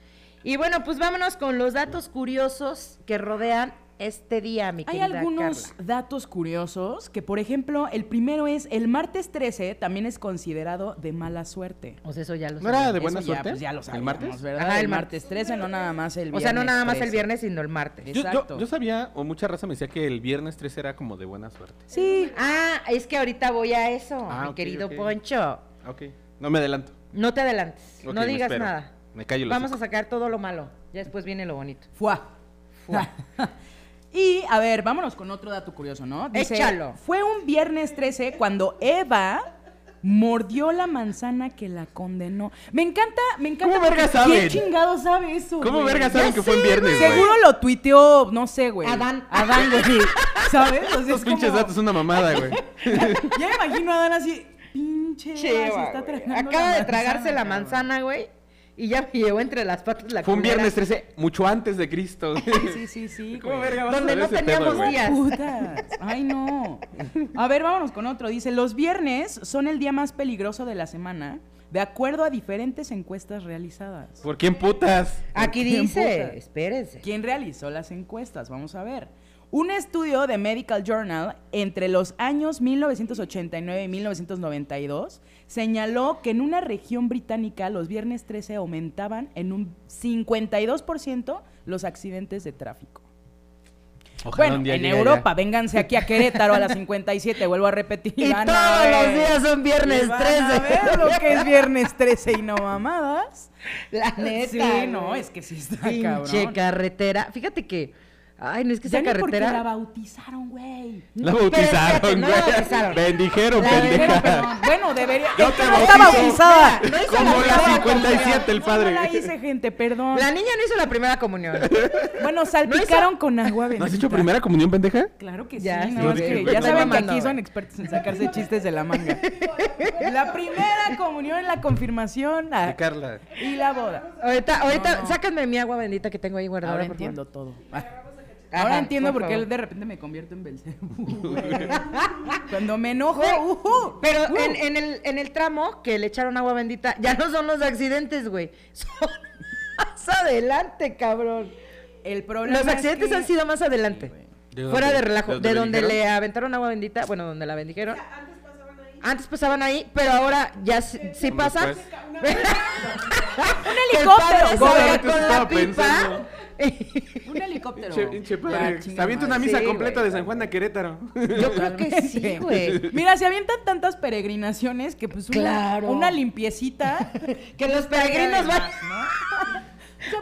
Speaker 4: Y bueno, pues vámonos con los datos curiosos que rodean este día, mi
Speaker 2: Hay
Speaker 4: querida
Speaker 2: algunos
Speaker 4: Carla.
Speaker 2: datos curiosos que, por ejemplo, el primero es el martes 13 también es considerado de mala suerte.
Speaker 4: O sea, eso ya lo
Speaker 3: ¿No era
Speaker 4: sabía.
Speaker 3: de buena
Speaker 2: Eso ya,
Speaker 3: suerte?
Speaker 2: pues, ya lo
Speaker 3: ¿El
Speaker 2: sabíamos,
Speaker 3: martes?
Speaker 2: ¿verdad?
Speaker 4: Ajá, el
Speaker 2: el martes 13, no nada más el
Speaker 4: O
Speaker 2: viernes.
Speaker 4: sea, no nada más el
Speaker 2: 13.
Speaker 4: viernes, sino el martes.
Speaker 3: Yo, yo,
Speaker 2: Exacto.
Speaker 3: yo sabía, o mucha raza me decía que el viernes 13 era como de buena suerte.
Speaker 2: Sí.
Speaker 4: Ah, es que ahorita voy a eso,
Speaker 3: Ah,
Speaker 4: mi
Speaker 3: ok,
Speaker 4: querido
Speaker 3: ok.
Speaker 4: Poncho.
Speaker 3: Ah, Ok, no me adelanto.
Speaker 4: No te adelantes,
Speaker 3: Ok,
Speaker 4: no
Speaker 3: me
Speaker 4: digas
Speaker 3: espero.
Speaker 4: nada.
Speaker 3: Me callo los
Speaker 4: Vamos a sacar todo lo malo, ya después viene lo bonito.
Speaker 2: Fua.
Speaker 4: Fua.
Speaker 2: y a ver, vámonos con otro dato curioso, ¿no?
Speaker 4: Échalo.
Speaker 2: Fue un viernes 13 cuando Eva mordió la manzana que la condenó. Me encanta, me encanta.
Speaker 3: ¿Cómo verga
Speaker 2: porque
Speaker 3: saben?
Speaker 2: ¿Quién chingado sabe eso?
Speaker 3: ¿Cómo
Speaker 2: güey?
Speaker 3: verga saben
Speaker 4: Ya
Speaker 3: que fue en viernes, güey?
Speaker 2: Seguro lo tuiteó, no sé, güey.
Speaker 4: Adán.
Speaker 2: Adán, güey. ¿Sabes? O sea,
Speaker 3: Estos
Speaker 2: es
Speaker 3: pinches
Speaker 2: como-
Speaker 3: datos son una mamada, güey.
Speaker 2: Ya me imagino a Adán así, pinche.
Speaker 4: Cheva,
Speaker 2: Eva, se está
Speaker 4: güey.
Speaker 2: tragando
Speaker 4: Acaba
Speaker 2: la
Speaker 4: de tragarse la
Speaker 2: cabrón.
Speaker 4: manzana, güey, y ya me llevó entre las patas la
Speaker 3: Fue un
Speaker 4: culera.
Speaker 3: viernes 13, mucho antes de Cristo.
Speaker 2: Sí, sí, sí.
Speaker 3: ¿Cómo
Speaker 2: güey.
Speaker 3: verga vas a
Speaker 4: Donde
Speaker 3: saber
Speaker 4: no
Speaker 3: ese pedo,
Speaker 4: teníamos
Speaker 3: güey?
Speaker 4: días.
Speaker 2: Putas. Ay, no. A ver, vámonos con otro. Dice, los viernes son el día más peligroso de la semana, de acuerdo a diferentes encuestas realizadas.
Speaker 3: ¿Por quién putas?
Speaker 4: Aquí
Speaker 2: ¿Quién
Speaker 4: dice,
Speaker 2: puta?
Speaker 4: espérense.
Speaker 2: ¿Quién realizó las encuestas? Vamos a ver. Un estudio de Medical Journal entre los años 1989 y 1992 señaló que en una región británica los viernes 13 aumentaban en un 52% los accidentes de tráfico.
Speaker 3: Ojalá
Speaker 2: bueno,
Speaker 3: un día
Speaker 2: en
Speaker 3: llegue allá.
Speaker 2: Europa, vénganse aquí a Querétaro a las 57, vuelvo a repetir.
Speaker 4: Y
Speaker 2: van a
Speaker 4: todos los
Speaker 2: ver.
Speaker 4: días son viernes
Speaker 2: Y van
Speaker 4: 13.
Speaker 2: A ver lo que es viernes 13 y no mamadas.
Speaker 4: La neta.
Speaker 2: sí, no,
Speaker 4: güey.
Speaker 2: es que sí está
Speaker 4: Pinche
Speaker 2: cabrón.
Speaker 4: carretera. Fíjate que. Ay, no es que
Speaker 2: Ya
Speaker 4: esa
Speaker 2: ni porque
Speaker 4: carretera.
Speaker 2: la bautizaron, güey.
Speaker 3: La
Speaker 4: Pero espérate,
Speaker 3: bautizaron,
Speaker 4: no
Speaker 3: güey.
Speaker 4: la bautizaron.
Speaker 3: Bendijeron,
Speaker 4: La
Speaker 2: Pero,
Speaker 3: pendeja.
Speaker 2: perdón, bueno, debería.
Speaker 3: Yo
Speaker 2: es que
Speaker 3: te
Speaker 2: no está
Speaker 3: bautizo.
Speaker 2: bautizada.
Speaker 4: No hizo
Speaker 3: Como la
Speaker 4: primera
Speaker 3: 57 el
Speaker 2: No,
Speaker 3: padre.
Speaker 2: no la hice, gente, perdón.
Speaker 4: comunión. La niña no hizo la primera comunión.
Speaker 2: Bueno, salpicaron con agua bendita.
Speaker 3: ¿No has hecho primera comunión, pendeja?
Speaker 2: Claro que
Speaker 4: Ya,
Speaker 2: sí,
Speaker 4: sí,
Speaker 2: nada más
Speaker 3: sí,
Speaker 2: que
Speaker 3: güey.
Speaker 2: ya saben que
Speaker 4: Mamando,
Speaker 2: aquí son
Speaker 4: güey.
Speaker 2: expertos en sacarse chistes de la manga. La primera comunión, la confirmación ah,
Speaker 3: De Carla.
Speaker 2: y la boda.
Speaker 4: Ahorita, ahorita,
Speaker 2: No, no.
Speaker 4: sácame mi agua bendita que tengo ahí guardada.
Speaker 2: Ahora
Speaker 4: por favor.
Speaker 2: entiendo todo.
Speaker 4: Ajá,
Speaker 2: Ahora entiendo por qué
Speaker 4: favor.
Speaker 2: de repente me convierto en Belcebú. güey. Cuando me enojo, ujú.
Speaker 4: Pero
Speaker 2: Uh.
Speaker 4: en, en el, en el tramo que le echaron agua bendita, ya no son los accidentes, güey. Son más adelante, cabrón.
Speaker 2: el problema
Speaker 4: Los
Speaker 2: es
Speaker 4: accidentes
Speaker 2: que-
Speaker 4: han sido más adelante.
Speaker 2: Sí, güey.
Speaker 3: ¿De
Speaker 4: Fuera
Speaker 3: dónde?
Speaker 4: de relajo.
Speaker 3: ¿De
Speaker 4: De,
Speaker 3: dónde
Speaker 4: donde le
Speaker 3: bendijeron?
Speaker 4: aventaron agua bendita, bueno, donde la bendijeron. antes pasaban ahí. pero ahora ya sí, sí
Speaker 3: Como
Speaker 4: pasan.
Speaker 3: después.
Speaker 4: Un helicóptero.
Speaker 2: helicóptero,
Speaker 4: corre
Speaker 3: Solamente
Speaker 4: con la
Speaker 3: estaba
Speaker 4: pipa.
Speaker 3: pensando.
Speaker 2: Un helicóptero.
Speaker 3: Che- che, padre,
Speaker 2: Ya,
Speaker 3: Se
Speaker 2: chinga
Speaker 3: avienta una
Speaker 2: madre.
Speaker 3: misa
Speaker 4: Sí,
Speaker 3: completa
Speaker 4: güey.
Speaker 3: de San Juan de Querétaro.
Speaker 4: Yo creo que sí, güey.
Speaker 2: Mira, se avientan tantas peregrinaciones que pues una,
Speaker 4: Claro.
Speaker 2: una limpiecita.
Speaker 4: Que los peregrinos van.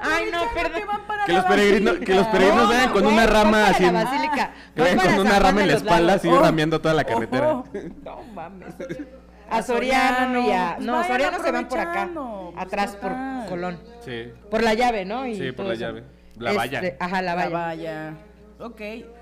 Speaker 4: Ay, no, perdón.
Speaker 2: Que, van para
Speaker 3: Que
Speaker 2: la
Speaker 3: los peregrinos-
Speaker 2: basílica.
Speaker 3: que los peregrinos
Speaker 2: No,
Speaker 3: vayan
Speaker 2: no,
Speaker 3: con
Speaker 4: güey,
Speaker 3: una
Speaker 4: van
Speaker 3: rama
Speaker 4: para
Speaker 3: así
Speaker 4: La
Speaker 3: en-
Speaker 4: basílica.
Speaker 3: Que
Speaker 4: van
Speaker 3: vayan
Speaker 4: para
Speaker 3: con una
Speaker 4: San Juan
Speaker 3: rama en
Speaker 4: de
Speaker 3: la
Speaker 4: los
Speaker 3: espalda,
Speaker 4: Lagos.
Speaker 3: así
Speaker 2: Oh.
Speaker 3: lamiendo toda la carretera.
Speaker 2: Ojo.
Speaker 4: No mames. A Soriano y a. No, a Soriano se van por acá.
Speaker 2: aprovechando, pues,
Speaker 4: Atrás por
Speaker 2: total.
Speaker 4: Colón.
Speaker 3: Sí.
Speaker 4: Por la llave, ¿no? Y
Speaker 3: Sí, por
Speaker 4: todo
Speaker 3: la
Speaker 4: eso. Este,
Speaker 3: llave. La valla.
Speaker 4: Ajá,
Speaker 2: La
Speaker 4: la valla.
Speaker 2: valla. Ok.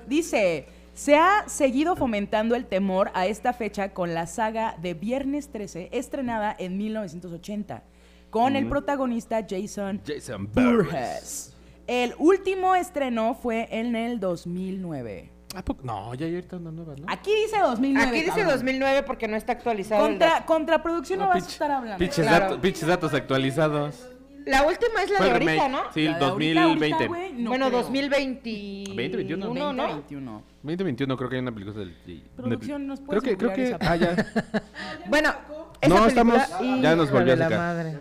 Speaker 2: Dice, Se ha seguido fomentando el temor a esta fecha con la saga de Viernes 13, estrenada en 1980, con el protagonista Jason
Speaker 3: Jason Burris.
Speaker 2: Burgess. El último estreno fue en el 2009.
Speaker 3: ¿A poco? No, ya hay ahorita una nueva, ¿no?
Speaker 2: Aquí dice 2009.
Speaker 4: Aquí dice
Speaker 2: cabrón.
Speaker 4: 2009 porque no está actualizado. el
Speaker 2: Contra,
Speaker 4: dato.
Speaker 2: contraproducción no, vas a
Speaker 3: pinche-
Speaker 2: estar hablando.
Speaker 3: Pinches,
Speaker 4: Claro.
Speaker 3: datos, pinches datos actualizados.
Speaker 4: La última es la
Speaker 3: Fue
Speaker 4: de
Speaker 3: el
Speaker 4: ahorita,
Speaker 3: remake.
Speaker 4: ¿no?
Speaker 3: Sí,
Speaker 2: La de ahorita,
Speaker 3: 2020.
Speaker 2: ahorita, güey, no
Speaker 4: bueno,
Speaker 2: creo.
Speaker 4: 2020.
Speaker 3: 2021.
Speaker 4: Uno, ¿no?
Speaker 2: 2021.
Speaker 3: 2021 creo que hay una película del... de-
Speaker 2: Producción, ¿nos
Speaker 3: Creo
Speaker 2: puedes
Speaker 3: que, creo
Speaker 2: googlear
Speaker 3: que...
Speaker 2: esa
Speaker 3: Ah, ya.
Speaker 4: Bueno,
Speaker 3: No,
Speaker 4: esa
Speaker 3: estamos-
Speaker 4: película-
Speaker 3: ya nos volvió a
Speaker 4: Híjole, la
Speaker 3: sacar.
Speaker 4: madre.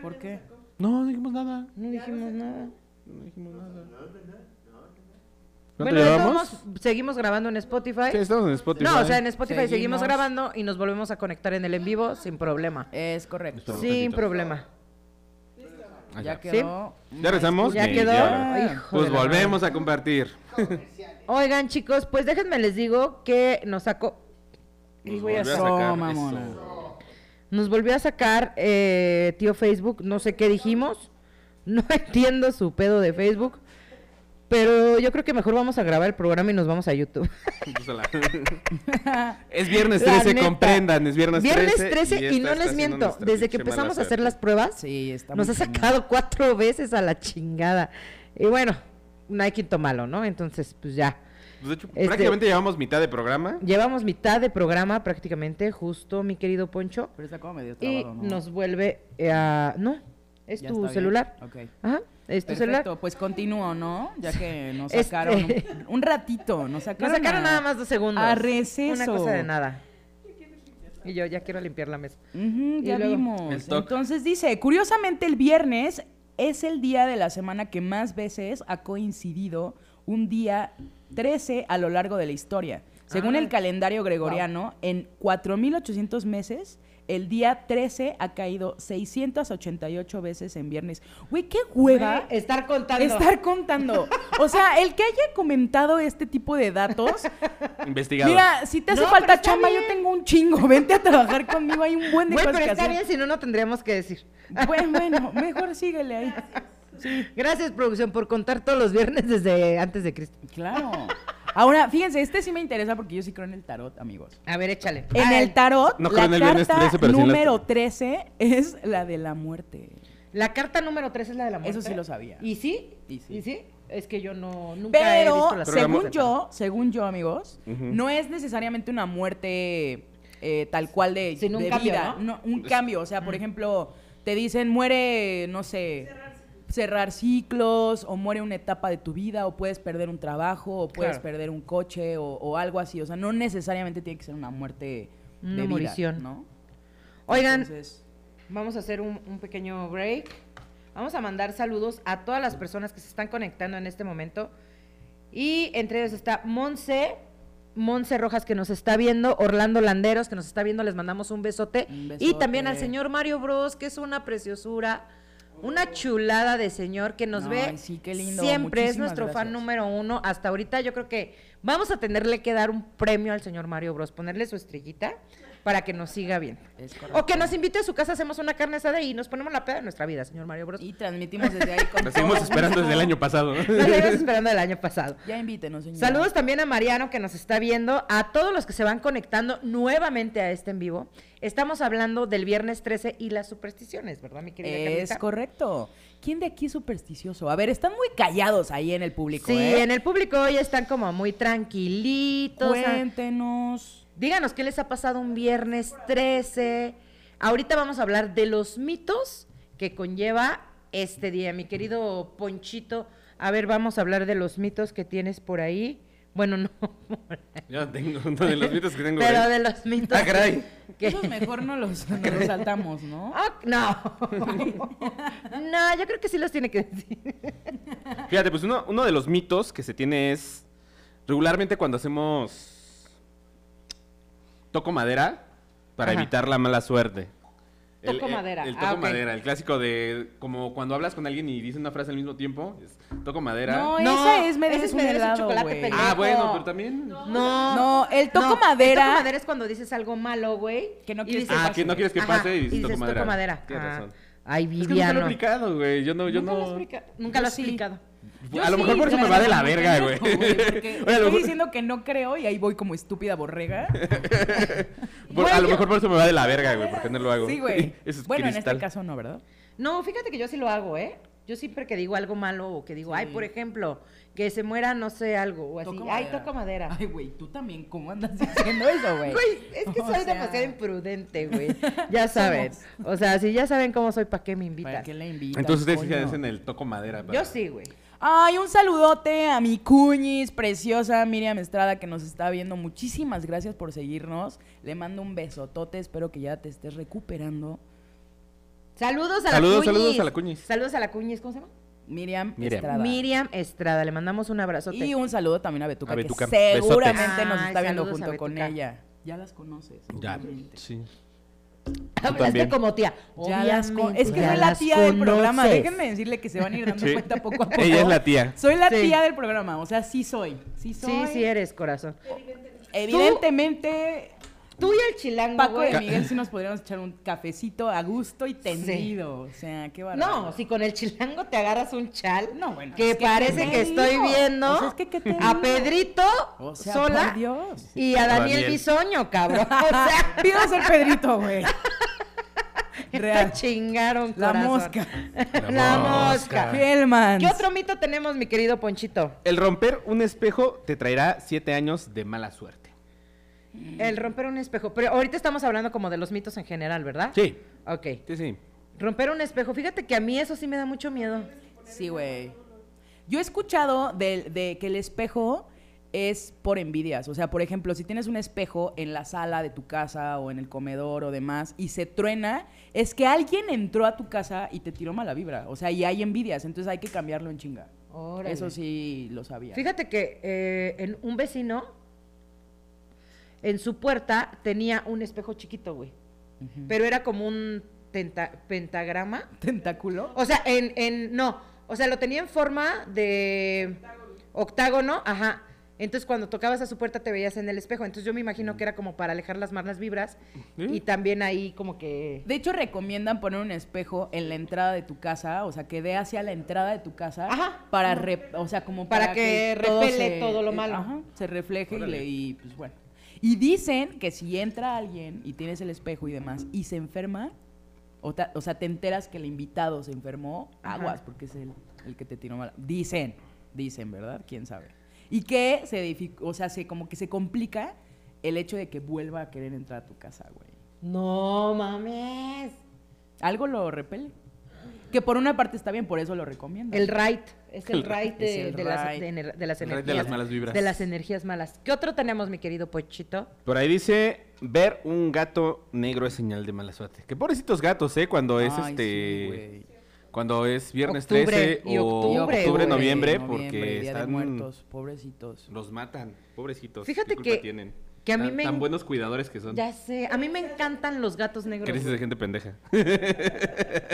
Speaker 2: ¿Por qué?
Speaker 3: No, no dijimos nada.
Speaker 4: No dijimos nada.
Speaker 3: No dijimos nada. ¿Cuánto
Speaker 4: Bueno, de todos
Speaker 3: llevamos?
Speaker 4: modos, seguimos grabando en Spotify.
Speaker 3: Sí, estamos en Spotify.
Speaker 4: no, o sea, en Spotify seguimos.
Speaker 2: Seguimos.
Speaker 4: grabando y nos volvemos a conectar en el en vivo sin problema.
Speaker 2: Es correcto.
Speaker 3: Pero
Speaker 4: Sin
Speaker 3: tantito.
Speaker 4: problema.
Speaker 3: Ah,
Speaker 2: Ya
Speaker 3: ya.
Speaker 2: quedó.
Speaker 3: ¿Ya regresamos?
Speaker 4: Ya
Speaker 3: Sí,
Speaker 4: quedó.
Speaker 3: ya.
Speaker 4: Hijo de
Speaker 3: Pues
Speaker 4: la
Speaker 3: volvemos a compartir.
Speaker 4: Oigan, chicos, pues déjenme les digo que nos sacó.
Speaker 3: Nos
Speaker 2: voy a
Speaker 3: volvió
Speaker 2: hacer-
Speaker 3: sacar,
Speaker 2: Oh, mamona.
Speaker 3: eso.
Speaker 4: Nos volvió a sacar eh, tío Facebook, no sé qué dijimos. No entiendo su pedo de Facebook. Pero yo creo que mejor vamos a grabar el programa y nos vamos a YouTube.
Speaker 3: Pues, a la- es viernes
Speaker 4: La
Speaker 3: 13,
Speaker 4: neta.
Speaker 3: comprendan, es viernes 13.
Speaker 4: Viernes 13 y,
Speaker 3: esta
Speaker 4: no
Speaker 3: está
Speaker 4: les
Speaker 3: siendo
Speaker 4: miento,
Speaker 3: nuestra
Speaker 4: desde que
Speaker 3: pinche mala
Speaker 4: empezamos a hacer
Speaker 3: suerte.
Speaker 4: las pruebas,
Speaker 2: Sí, está
Speaker 4: nos
Speaker 2: muy
Speaker 4: ha
Speaker 2: cañón.
Speaker 4: sacado cuatro veces a la chingada. Y bueno, no hay quinto malo, ¿no? Entonces, pues ya.
Speaker 3: Pues, de hecho,
Speaker 4: Este-
Speaker 3: prácticamente llevamos mitad de programa.
Speaker 4: Llevamos mitad de programa prácticamente, justo, mi querido Poncho.
Speaker 2: Pero está como medio
Speaker 4: Y
Speaker 2: trabado, ¿no?
Speaker 4: nos vuelve eh, a... No, es
Speaker 2: Ya
Speaker 4: tu
Speaker 2: está bien.
Speaker 4: celular.
Speaker 2: Ok.
Speaker 4: Ajá, es tu
Speaker 2: Perfecto,
Speaker 4: celular.
Speaker 2: pues continúo, ¿no? Ya que nos
Speaker 4: Este-
Speaker 2: sacaron un, un ratito, nos
Speaker 4: Nos
Speaker 2: sacaron,
Speaker 4: sacaron
Speaker 2: a-
Speaker 4: nada más dos segundos.
Speaker 2: a receso.
Speaker 4: Una cosa de nada. Y yo ya quiero limpiar la mesa.
Speaker 2: Ujú,
Speaker 4: Y
Speaker 2: ya
Speaker 4: luego,
Speaker 3: el
Speaker 2: vimos.
Speaker 3: toc.
Speaker 2: Entonces dice, curiosamente el viernes es el día de la semana que más veces ha coincidido un día 13 a lo largo de la historia. Según
Speaker 4: Ah.
Speaker 2: el calendario gregoriano, en 4.800 meses, el día 13 ha caído 688 veces en viernes. Güey, qué hueva.
Speaker 4: Güey, Estar contando.
Speaker 2: Estar contando. O sea, el que haya comentado este tipo de datos,
Speaker 3: Investigado.
Speaker 2: mira, si te hace
Speaker 4: No, pero
Speaker 2: falta
Speaker 4: está
Speaker 2: chamba, yo
Speaker 4: bien.
Speaker 2: tengo un chingo. Vente a trabajar conmigo, hay un buen de
Speaker 4: Güey,
Speaker 2: cosas
Speaker 4: pero
Speaker 2: que
Speaker 4: está
Speaker 2: hacer.
Speaker 4: bien, si no, no tendríamos que decir.
Speaker 2: Pues bueno, mejor síguele ahí.
Speaker 4: Gracias, producción, por contar todos los viernes desde antes de Cristo.
Speaker 2: Claro. Ahora, fíjense, este sí me interesa porque yo sí creo en el tarot, amigos.
Speaker 4: A ver, échale. Ah,
Speaker 2: En
Speaker 4: Ay,
Speaker 2: el tarot,
Speaker 3: No creo
Speaker 2: la
Speaker 3: en el viernes
Speaker 2: carta
Speaker 3: 13, pero sí en la-
Speaker 2: número 13 es la de la muerte.
Speaker 4: La carta número 3 es la de la muerte.
Speaker 2: Eso sí lo sabía.
Speaker 4: ¿Y sí?
Speaker 2: Y sí.
Speaker 4: Es que yo no, nunca he visto
Speaker 2: Pero,
Speaker 4: las
Speaker 2: según
Speaker 4: cartas.
Speaker 2: yo, según yo, amigos,
Speaker 3: Ujú.
Speaker 2: no es necesariamente una muerte eh, tal cual de,
Speaker 4: Sino un
Speaker 2: de
Speaker 4: cambio,
Speaker 2: vida.
Speaker 4: ¿no?
Speaker 2: un cambio. O sea, por ejemplo, te dicen muere, no sé, cerrar ciclos, o muere una etapa de tu vida, o puedes perder un trabajo, o puedes
Speaker 4: Claro.
Speaker 2: perder un coche, o, o algo así. O sea, no necesariamente tiene que ser una muerte de
Speaker 4: Una
Speaker 2: vida,
Speaker 4: morición.
Speaker 2: ¿no?
Speaker 4: Oigan,
Speaker 2: Entonces,
Speaker 4: vamos a hacer un, un pequeño break. Vamos a mandar saludos a todas las personas que se están conectando en este momento. Y entre ellos está Monse, Monse Rojas que nos está viendo, Orlando Landeros que nos está viendo, les mandamos un besote.
Speaker 2: Un besote.
Speaker 4: y también al señor Mario Bros, que es una preciosura, una chulada de señor que nos
Speaker 2: Ay,
Speaker 4: ve
Speaker 2: sí, qué lindo,
Speaker 4: siempre, es
Speaker 2: muchísimas
Speaker 4: nuestro fan
Speaker 2: gracias.
Speaker 4: número uno. Hasta ahorita yo creo que vamos a tenerle que dar un premio al señor Mario Bros, ponerle su estrellita para que nos siga bien.
Speaker 2: es
Speaker 4: O
Speaker 2: correcto.
Speaker 4: que nos invite a su casa, hacemos una carne asada y nos ponemos la peda de nuestra vida, señor Mario Bros.
Speaker 2: Y transmitimos desde ahí con
Speaker 3: La seguimos
Speaker 2: todo
Speaker 3: esperando
Speaker 2: gusto.
Speaker 3: desde el año pasado. ¿no?
Speaker 4: Nos llevamos esperando el año pasado.
Speaker 2: Ya invítenos, señor.
Speaker 4: Saludos también a Mariano que nos está viendo, a todos los que se van conectando nuevamente a este en vivo. Estamos hablando del viernes 13 y las supersticiones, ¿verdad, mi querida
Speaker 2: Es
Speaker 4: Carlita?
Speaker 2: correcto. ¿Quién de aquí es supersticioso? A ver, están muy callados ahí en el público.
Speaker 4: Sí,
Speaker 2: ¿eh?
Speaker 4: en el público hoy están como muy tranquilitos. ah,
Speaker 2: Cuéntenos.
Speaker 4: Díganos qué les ha pasado un viernes 13. Ahorita vamos a hablar de los mitos que conlleva este día. Mi querido Ponchito, a ver, vamos a hablar de los mitos que tienes por ahí. Bueno, no. por ahí,
Speaker 3: Yo tengo uno de los mitos que tengo.
Speaker 4: Pero
Speaker 3: güey.
Speaker 4: de los mitos.
Speaker 3: Ah, caray.
Speaker 4: que-
Speaker 2: Esos mejor no los, no los saltamos, ¿no?
Speaker 4: Ah, no. no, yo creo que sí los tiene que decir.
Speaker 3: Fíjate, pues uno, uno de los mitos que se tiene es. Regularmente cuando hacemos. Toco madera para
Speaker 4: Ajá.
Speaker 3: evitar la mala suerte.
Speaker 4: Toco madera.
Speaker 3: El, toco
Speaker 4: Ah, ok.
Speaker 3: madera, el clásico de. Como cuando hablas con alguien y dices una frase al mismo tiempo. es, toco madera.
Speaker 2: No,
Speaker 4: No,
Speaker 2: esa es me
Speaker 4: ese
Speaker 2: des
Speaker 4: es
Speaker 2: un
Speaker 4: me des un
Speaker 2: helado,
Speaker 4: chocolate,
Speaker 2: güey.
Speaker 4: pendejo.
Speaker 3: ah, bueno,
Speaker 4: no.
Speaker 3: pero también.
Speaker 4: No.
Speaker 2: No, el toco
Speaker 4: No,
Speaker 2: madera.
Speaker 4: El toco madera es cuando dices algo malo, güey.
Speaker 2: Que no
Speaker 4: y
Speaker 2: quieres
Speaker 4: dices-
Speaker 2: que
Speaker 3: Ah, que no quieres que
Speaker 4: Ajá,
Speaker 3: pase y dices, toco madera.
Speaker 4: toco madera.
Speaker 3: Tienes
Speaker 4: Ah.
Speaker 3: razón.
Speaker 4: Ay,
Speaker 3: Es que nunca lo he
Speaker 4: Viviano.
Speaker 3: explicado, güey. Yo no, yo
Speaker 4: Nunca lo he
Speaker 3: no.
Speaker 4: explica- Nunca lo
Speaker 2: Yo
Speaker 4: has
Speaker 2: sí.
Speaker 4: explicado.
Speaker 2: Yo
Speaker 3: a lo
Speaker 2: sí,
Speaker 3: mejor por eso me
Speaker 2: la
Speaker 3: va de
Speaker 2: verdad,
Speaker 3: la
Speaker 2: no
Speaker 3: verga, güey.
Speaker 2: conozco, porque
Speaker 3: Oye, a lo
Speaker 2: Estoy
Speaker 3: mejor-
Speaker 2: diciendo que no creo y ahí voy como estúpida borrega.
Speaker 3: Por- a
Speaker 4: Güey,
Speaker 3: lo
Speaker 4: yo-
Speaker 3: mejor por eso me va de la verga, güey, porque no lo hago.
Speaker 2: Sí, güey.
Speaker 3: Eso es
Speaker 2: bueno, en
Speaker 3: cristal.
Speaker 2: este caso no, ¿verdad?
Speaker 4: No, fíjate que yo sí lo hago, ¿eh? Yo siempre que digo algo malo o que digo, ay, por ejemplo, que se muera, no sé, algo, o así,
Speaker 2: Toco
Speaker 4: ay,
Speaker 2: madera.
Speaker 4: toca madera.
Speaker 2: Pues Ay, güey, tú también, ¿cómo andas diciendo eso, güey?
Speaker 4: Güey, es que
Speaker 2: O
Speaker 4: soy
Speaker 2: sea,
Speaker 4: demasiado imprudente, güey. Ya saben. O sea, si ya saben cómo soy, ¿para qué me invitan?
Speaker 2: ¿Para qué la invitas?
Speaker 3: Entonces ustedes sí se
Speaker 2: coño?
Speaker 3: hacen el toco madera.
Speaker 4: Yo
Speaker 3: para-
Speaker 4: sí, güey.
Speaker 2: Ay, un saludote a mi cuñis preciosa Miriam Estrada que nos está viendo. Muchísimas gracias por seguirnos. Le mando un besotote. Espero que ya te estés recuperando.
Speaker 4: Saludos a la
Speaker 3: Saludos,
Speaker 4: Cuñis.
Speaker 3: saludos a la Cuñis.
Speaker 4: Saludos a la Cuñis, ¿cómo se llama?
Speaker 2: Miriam,
Speaker 3: Miriam.
Speaker 2: Estrada.
Speaker 4: Miriam Estrada, le mandamos un abrazote.
Speaker 2: Y un saludo también a Betuca,
Speaker 3: A Betuca.
Speaker 2: que seguramente
Speaker 4: Besotes.
Speaker 2: nos está
Speaker 4: Ay,
Speaker 2: viendo
Speaker 4: saludos a
Speaker 2: junto con
Speaker 4: Betuca.
Speaker 2: ella. Ya las conoces.
Speaker 3: Ya,
Speaker 2: obviamente.
Speaker 3: sí.
Speaker 4: Hablaste
Speaker 3: también.
Speaker 4: como tía.
Speaker 2: Ya las con-
Speaker 4: Obviamente,
Speaker 2: Es que
Speaker 4: ya
Speaker 2: soy la
Speaker 4: las
Speaker 2: tía del programa.
Speaker 4: conoces.
Speaker 2: Déjenme decirle que se van a ir dando
Speaker 3: Sí.
Speaker 2: cuenta poco a poco.
Speaker 3: Ella es la tía.
Speaker 2: Soy la
Speaker 4: Sí.
Speaker 2: tía del programa, o sea, sí soy. Sí soy.
Speaker 4: Sí, sí eres, corazón.
Speaker 2: Evidentemente,
Speaker 4: Tú y el chilango,
Speaker 2: Paco
Speaker 4: güey.
Speaker 2: y Miguel sí nos podríamos echar un cafecito a gusto y tendido. O sea, qué barato.
Speaker 4: No, si con el chilango te agarras un chal,
Speaker 2: No, bueno,
Speaker 4: que
Speaker 2: es que
Speaker 4: parece
Speaker 2: te
Speaker 4: que
Speaker 2: digo.
Speaker 4: estoy viendo
Speaker 2: O sea, es que, ¿qué te
Speaker 4: a
Speaker 2: digo?
Speaker 4: Pedrito
Speaker 2: O sea,
Speaker 4: sola
Speaker 2: por Dios. Ah,
Speaker 4: y a
Speaker 3: A
Speaker 4: Daniel,
Speaker 3: Daniel.
Speaker 4: Bisoño, cabrón. O sea,
Speaker 2: Pido ser Pedrito, güey. Real.
Speaker 4: te chingaron,
Speaker 2: La
Speaker 4: corazón.
Speaker 2: mosca.
Speaker 4: La,
Speaker 3: La
Speaker 4: mosca.
Speaker 3: mosca.
Speaker 2: Fielman.
Speaker 4: ¿Qué otro mito tenemos, mi querido Ponchito?
Speaker 3: El romper un espejo te traerá siete años de mala suerte.
Speaker 4: El romper un espejo. Pero ahorita estamos hablando como de los mitos en general, ¿verdad?
Speaker 3: Sí.
Speaker 4: Ok.
Speaker 3: Sí, sí.
Speaker 4: Romper un espejo. Fíjate que a mí eso sí me da mucho miedo.
Speaker 2: Sí, güey. Yo he escuchado de, de que el espejo es por envidias. O sea, por ejemplo, si tienes un espejo en la sala de tu casa o en el comedor o demás y se truena, es que alguien entró a tu casa y te tiró mala vibra. O sea, y hay envidias, entonces hay que cambiarlo en chinga.
Speaker 4: Órale.
Speaker 2: Eso sí lo sabía.
Speaker 4: Fíjate que eh, en un vecino, en su puerta, tenía un espejo chiquito, güey. Pero era como un tenta- pentagrama.
Speaker 2: Tentáculo.
Speaker 4: O sea, en, en. No. O sea, lo tenía en forma de. Octágono, ajá. Entonces, cuando tocabas a su puerta, te veías en el espejo. Entonces, yo me imagino que era como para alejar las malas vibras. Y también ahí, como que.
Speaker 2: De hecho, recomiendan poner un espejo en la entrada de tu casa, o sea, que dé hacia la entrada de tu casa
Speaker 4: Ajá.
Speaker 2: para, re- o sea, como
Speaker 4: Para que repele todo lo
Speaker 2: eh,
Speaker 4: malo.
Speaker 2: ajá, se refleje y,
Speaker 3: Órale.
Speaker 2: le- y, pues bueno. Y dicen que si entra alguien y tienes el espejo y demás y se enferma, o, ta- o sea, te enteras que el invitado se enfermó,
Speaker 4: Ajá.
Speaker 2: aguas, porque es el, el que te tiró mal. Dicen, dicen, ¿verdad? ¿Quién sabe? Y que se dific- o sea, se como que se complica el hecho de que vuelva a querer entrar a tu casa, güey.
Speaker 4: No mames.
Speaker 2: Algo lo repele. Que por una parte está bien, por eso lo recomiendo.
Speaker 4: El right. Es el
Speaker 3: El
Speaker 4: right
Speaker 2: Es
Speaker 4: de,
Speaker 2: el
Speaker 4: de las,
Speaker 2: right.
Speaker 4: de ener- de las
Speaker 3: El
Speaker 4: energías.
Speaker 3: right de las malas vibras.
Speaker 4: De las energías malas. ¿Qué otro tenemos, mi querido Pochito?
Speaker 3: Por ahí dice, ver un gato negro es señal de mala suerte. Que pobrecitos gatos, ¿eh? Cuando es
Speaker 2: Ay, sí,
Speaker 3: este...
Speaker 2: güey.
Speaker 3: cuando es viernes
Speaker 4: Octubre
Speaker 3: 13
Speaker 4: y
Speaker 3: o
Speaker 2: Y
Speaker 4: octubre,
Speaker 3: octubre,
Speaker 4: güey.
Speaker 3: noviembre,
Speaker 2: Día
Speaker 3: porque
Speaker 2: de
Speaker 3: están...
Speaker 2: muertos, pobrecitos.
Speaker 3: Los matan, pobrecitos.
Speaker 4: Fíjate
Speaker 3: ¿Qué culpa
Speaker 4: que-
Speaker 3: tienen?
Speaker 4: que a mí
Speaker 3: tan,
Speaker 4: me-
Speaker 3: Tan buenos cuidadores que son.
Speaker 4: Ya sé. A mí me encantan los gatos negros.
Speaker 3: ¿Qué dices
Speaker 4: güey.
Speaker 3: de gente pendeja?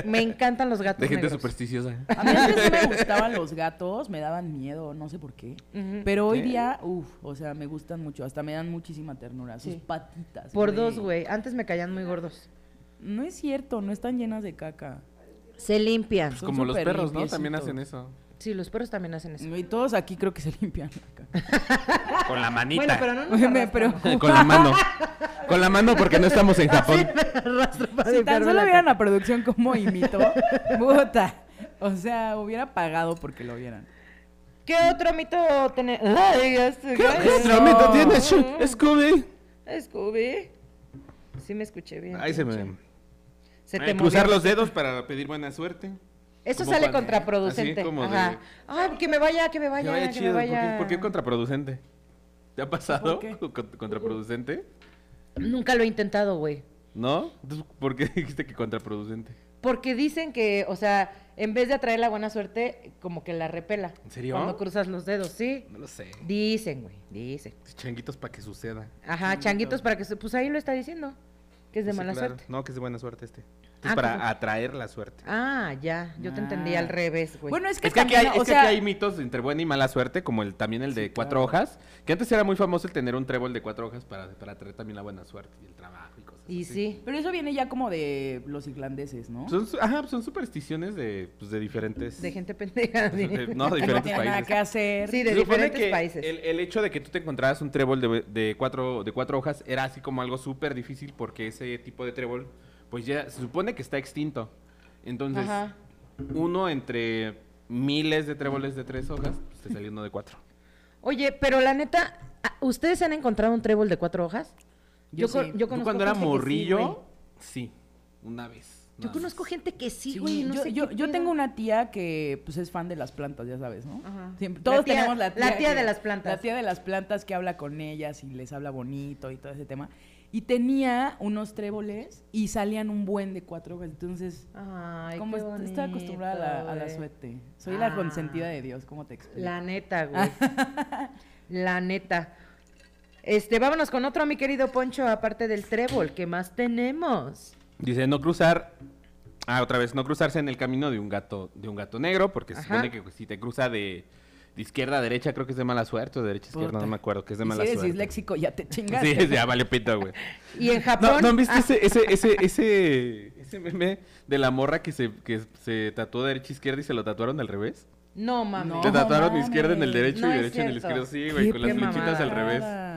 Speaker 4: Me encantan los gatos
Speaker 3: De gente
Speaker 4: negros.
Speaker 3: supersticiosa.
Speaker 2: A mí antes sí me gustaban los gatos, me daban miedo, no sé por qué.
Speaker 4: Ujú.
Speaker 2: Pero hoy
Speaker 3: ¿Qué?
Speaker 2: día, uff, o sea, me gustan mucho, hasta me dan muchísima ternura. Sus
Speaker 4: Sí.
Speaker 2: patitas.
Speaker 4: Por dos, güey. Antes me caían muy gordos.
Speaker 2: No es cierto, no están llenas de caca.
Speaker 4: Se limpian.
Speaker 2: Son
Speaker 3: Pues Como los
Speaker 2: súper
Speaker 3: perros, ¿no? También
Speaker 2: limpiecitos.
Speaker 3: hacen eso.
Speaker 4: Sí, los perros también hacen eso.
Speaker 2: Y todos aquí creo que se limpian la caca.
Speaker 3: Con la manita.
Speaker 4: Bueno, pero no Ah, nos
Speaker 2: Me
Speaker 4: arrastramos.
Speaker 2: preocupa.
Speaker 3: Con la mano. Con la mano porque no estamos en Japón.
Speaker 4: Arrastro
Speaker 2: Si
Speaker 4: para
Speaker 2: tan
Speaker 4: limpiarme
Speaker 2: solo
Speaker 4: la
Speaker 2: vieran
Speaker 4: cara.
Speaker 2: la producción como imito, puta. O sea, hubiera pagado porque lo vieran.
Speaker 4: ¿Qué otro mito tenemos? Ay, ya sé,
Speaker 3: ¿Qué
Speaker 4: gracias.
Speaker 3: otro mito tienes, Scooby?
Speaker 4: Scooby. Sí me escuché bien.
Speaker 3: Ahí se
Speaker 4: pinche.
Speaker 3: me...
Speaker 4: Se
Speaker 3: Eh,
Speaker 4: te
Speaker 3: cruzar
Speaker 4: movió.
Speaker 3: los dedos para pedir buena suerte.
Speaker 4: Eso
Speaker 3: como
Speaker 4: sale
Speaker 3: cuando-
Speaker 4: contraproducente.
Speaker 3: así como de-
Speaker 4: Ajá. Ay, que me vaya, que me vaya,
Speaker 3: que vaya
Speaker 4: que
Speaker 3: chido.
Speaker 4: me
Speaker 3: ¿por qué-
Speaker 4: vaya.
Speaker 3: ¿Por, qué, contraproducente? ¿Te ha pasado
Speaker 2: ¿Por qué?
Speaker 3: con- contraproducente?
Speaker 4: Nunca lo he intentado, güey.
Speaker 3: ¿No? Entonces, ¿Por qué dijiste que contraproducente?
Speaker 4: Porque dicen que, o sea, en vez de atraer la buena suerte, como que la repela.
Speaker 3: ¿En serio?
Speaker 4: Cuando cruzas los dedos, sí.
Speaker 3: No lo sé.
Speaker 4: Dicen, güey, dicen.
Speaker 3: Changuitos para que suceda.
Speaker 4: Ajá, changuitos para que se... Pues ahí lo está diciendo, que es de
Speaker 3: Sí,
Speaker 4: mala
Speaker 3: claro.
Speaker 4: suerte.
Speaker 3: No, que es de buena suerte este.
Speaker 4: Ah,
Speaker 3: Es para
Speaker 4: que-
Speaker 3: atraer la suerte.
Speaker 4: Ah, ya, yo te entendí al
Speaker 2: Ah.
Speaker 4: revés, güey.
Speaker 2: Bueno, es que,
Speaker 3: Es que, aquí hay,
Speaker 2: también, o
Speaker 3: es que
Speaker 2: sea,
Speaker 3: aquí hay mitos entre buena y mala suerte, como el, también el de cuatro hojas, que antes era muy famoso el tener un trébol de cuatro hojas para, para traer también la buena suerte y el trabajo y cosas
Speaker 4: Y sí.
Speaker 2: Pero eso viene ya como de los irlandeses, ¿no?
Speaker 3: Son, su- ajá, pues son supersticiones de, pues, de diferentes...
Speaker 4: De gente pendeja.
Speaker 3: de-
Speaker 4: sí.
Speaker 3: no, de
Speaker 2: Que no
Speaker 3: diferentes
Speaker 2: tienen nada que
Speaker 3: países.
Speaker 2: hacer.
Speaker 4: Sí, de
Speaker 3: Se supone
Speaker 4: diferentes
Speaker 3: que
Speaker 4: países.
Speaker 3: El, el hecho de que tú te encontraras un trébol de, de cuatro, de cuatro hojas era así como algo súper difícil porque ese tipo de trébol, pues ya se supone que está extinto. Entonces,
Speaker 4: Ajá.
Speaker 3: uno entre miles de tréboles de tres hojas, pues, te salió uno de cuatro.
Speaker 4: Oye, pero la neta, ¿a- ¿ustedes se han encontrado un trébol de cuatro hojas?
Speaker 2: Yo
Speaker 4: con-
Speaker 2: sí.
Speaker 3: Yo
Speaker 4: conozco
Speaker 3: cuando era
Speaker 4: gente que sí, güey.
Speaker 3: morrillo, sí, una vez.
Speaker 4: yo
Speaker 3: nada
Speaker 4: conozco
Speaker 3: más.
Speaker 4: gente que sí,
Speaker 2: Sí,
Speaker 4: güey. no
Speaker 2: yo,
Speaker 4: sé
Speaker 2: yo-
Speaker 4: qué
Speaker 2: yo
Speaker 4: pedo.
Speaker 2: tengo una tía que pues es fan de las plantas, ya sabes, ¿no?
Speaker 4: Ajá.
Speaker 2: Siempre-
Speaker 4: La
Speaker 2: todos
Speaker 4: tía-
Speaker 2: tenemos la tía.
Speaker 4: la tía
Speaker 2: que-
Speaker 4: de las plantas.
Speaker 2: La tía de las plantas que habla con ellas y les habla bonito y todo ese tema. Y tenía unos tréboles y salían un buen de cuatro hojas. Entonces,
Speaker 4: Ay,
Speaker 2: como
Speaker 4: qué
Speaker 2: est- estoy acostumbrada a la, a la
Speaker 4: bonito, eh. güey.
Speaker 2: suerte. Soy la
Speaker 4: Ah.
Speaker 2: consentida de Dios, ¿cómo te explico?
Speaker 4: La neta, güey.
Speaker 2: Ah.
Speaker 4: la neta. Este, vámonos con otro, mi querido Poncho, aparte del trébol, ¿qué más tenemos?
Speaker 3: Dice no cruzar. Ah, otra vez, no cruzarse en el camino de un gato, de un gato negro, porque se
Speaker 4: Ajá.
Speaker 3: supone que pues, si te cruza de, de izquierda a derecha, creo que es de mala suerte, o de derecha a izquierda,
Speaker 2: Puta.
Speaker 3: no me acuerdo, que es de
Speaker 2: Y
Speaker 3: mala
Speaker 2: si eres
Speaker 3: suerte.
Speaker 2: disléxico, ya te
Speaker 3: Sí, ah,
Speaker 2: chingaste.
Speaker 3: ya vale pito, güey.
Speaker 4: Y en Japón.
Speaker 3: ¿No, ¿no han visto
Speaker 4: Ah,
Speaker 3: ese, ese, ese, ese, ese meme de la morra que se, que se tatuó derecha izquierda y se lo tatuaron al revés?
Speaker 4: No, mami.
Speaker 2: No.
Speaker 3: Le tatuaron
Speaker 2: mames.
Speaker 3: izquierda en el derecho
Speaker 4: No
Speaker 3: y
Speaker 4: es
Speaker 3: derecha en el
Speaker 4: cierto.
Speaker 3: izquierdo, sí, güey,
Speaker 2: Qué
Speaker 3: con las
Speaker 4: qué
Speaker 3: flechitas al
Speaker 4: mamada.
Speaker 3: revés.
Speaker 2: Mamada.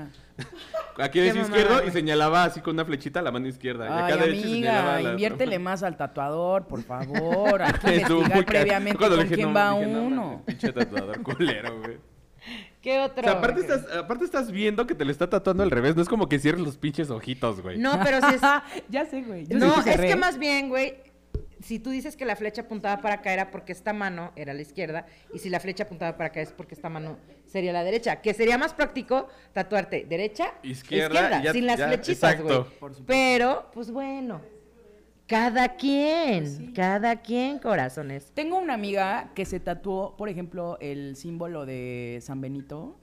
Speaker 3: Aquí
Speaker 4: Qué
Speaker 3: decía
Speaker 4: mamada,
Speaker 3: izquierdo y
Speaker 4: güey.
Speaker 3: señalaba así con una flechita la mano izquierda. y
Speaker 2: Ay,
Speaker 3: acá derecha y señalaba
Speaker 2: amiga,
Speaker 3: la-
Speaker 2: inviértele más al tatuador, por favor. Hay que
Speaker 3: Estuvo muy
Speaker 2: investigar
Speaker 3: caro.
Speaker 2: previamente
Speaker 3: Cuando
Speaker 2: con
Speaker 3: le dije, no,
Speaker 2: quién va
Speaker 3: dije, no,
Speaker 2: uno.
Speaker 3: mames, pinche tatuador culero, güey.
Speaker 4: ¿Qué
Speaker 3: O
Speaker 4: otro?
Speaker 3: sea, aparte
Speaker 4: güey?
Speaker 3: estás, aparte estás viendo que te lo está tatuando al revés. No es como que cierres los pinches ojitos, güey.
Speaker 4: No, pero si es.
Speaker 2: Ah, ya sé, güey. Yo sí
Speaker 4: No,
Speaker 2: te
Speaker 4: es
Speaker 2: cerré.
Speaker 4: que más bien, güey, si tú dices que la flecha apuntaba para acá era porque esta mano era la izquierda, y si la flecha apuntaba para acá es porque esta mano sería la derecha, que sería más práctico tatuarte derecha, e
Speaker 3: Izquierda, y ya-
Speaker 4: sin las
Speaker 3: ya,
Speaker 4: flechitas,
Speaker 3: exacto.
Speaker 4: güey.
Speaker 2: Por supuesto.
Speaker 4: Pero, pues bueno, cada quien,
Speaker 2: Pues
Speaker 4: cada quien, corazones.
Speaker 2: Tengo una amiga que se tatuó, por ejemplo, el símbolo de San Benito,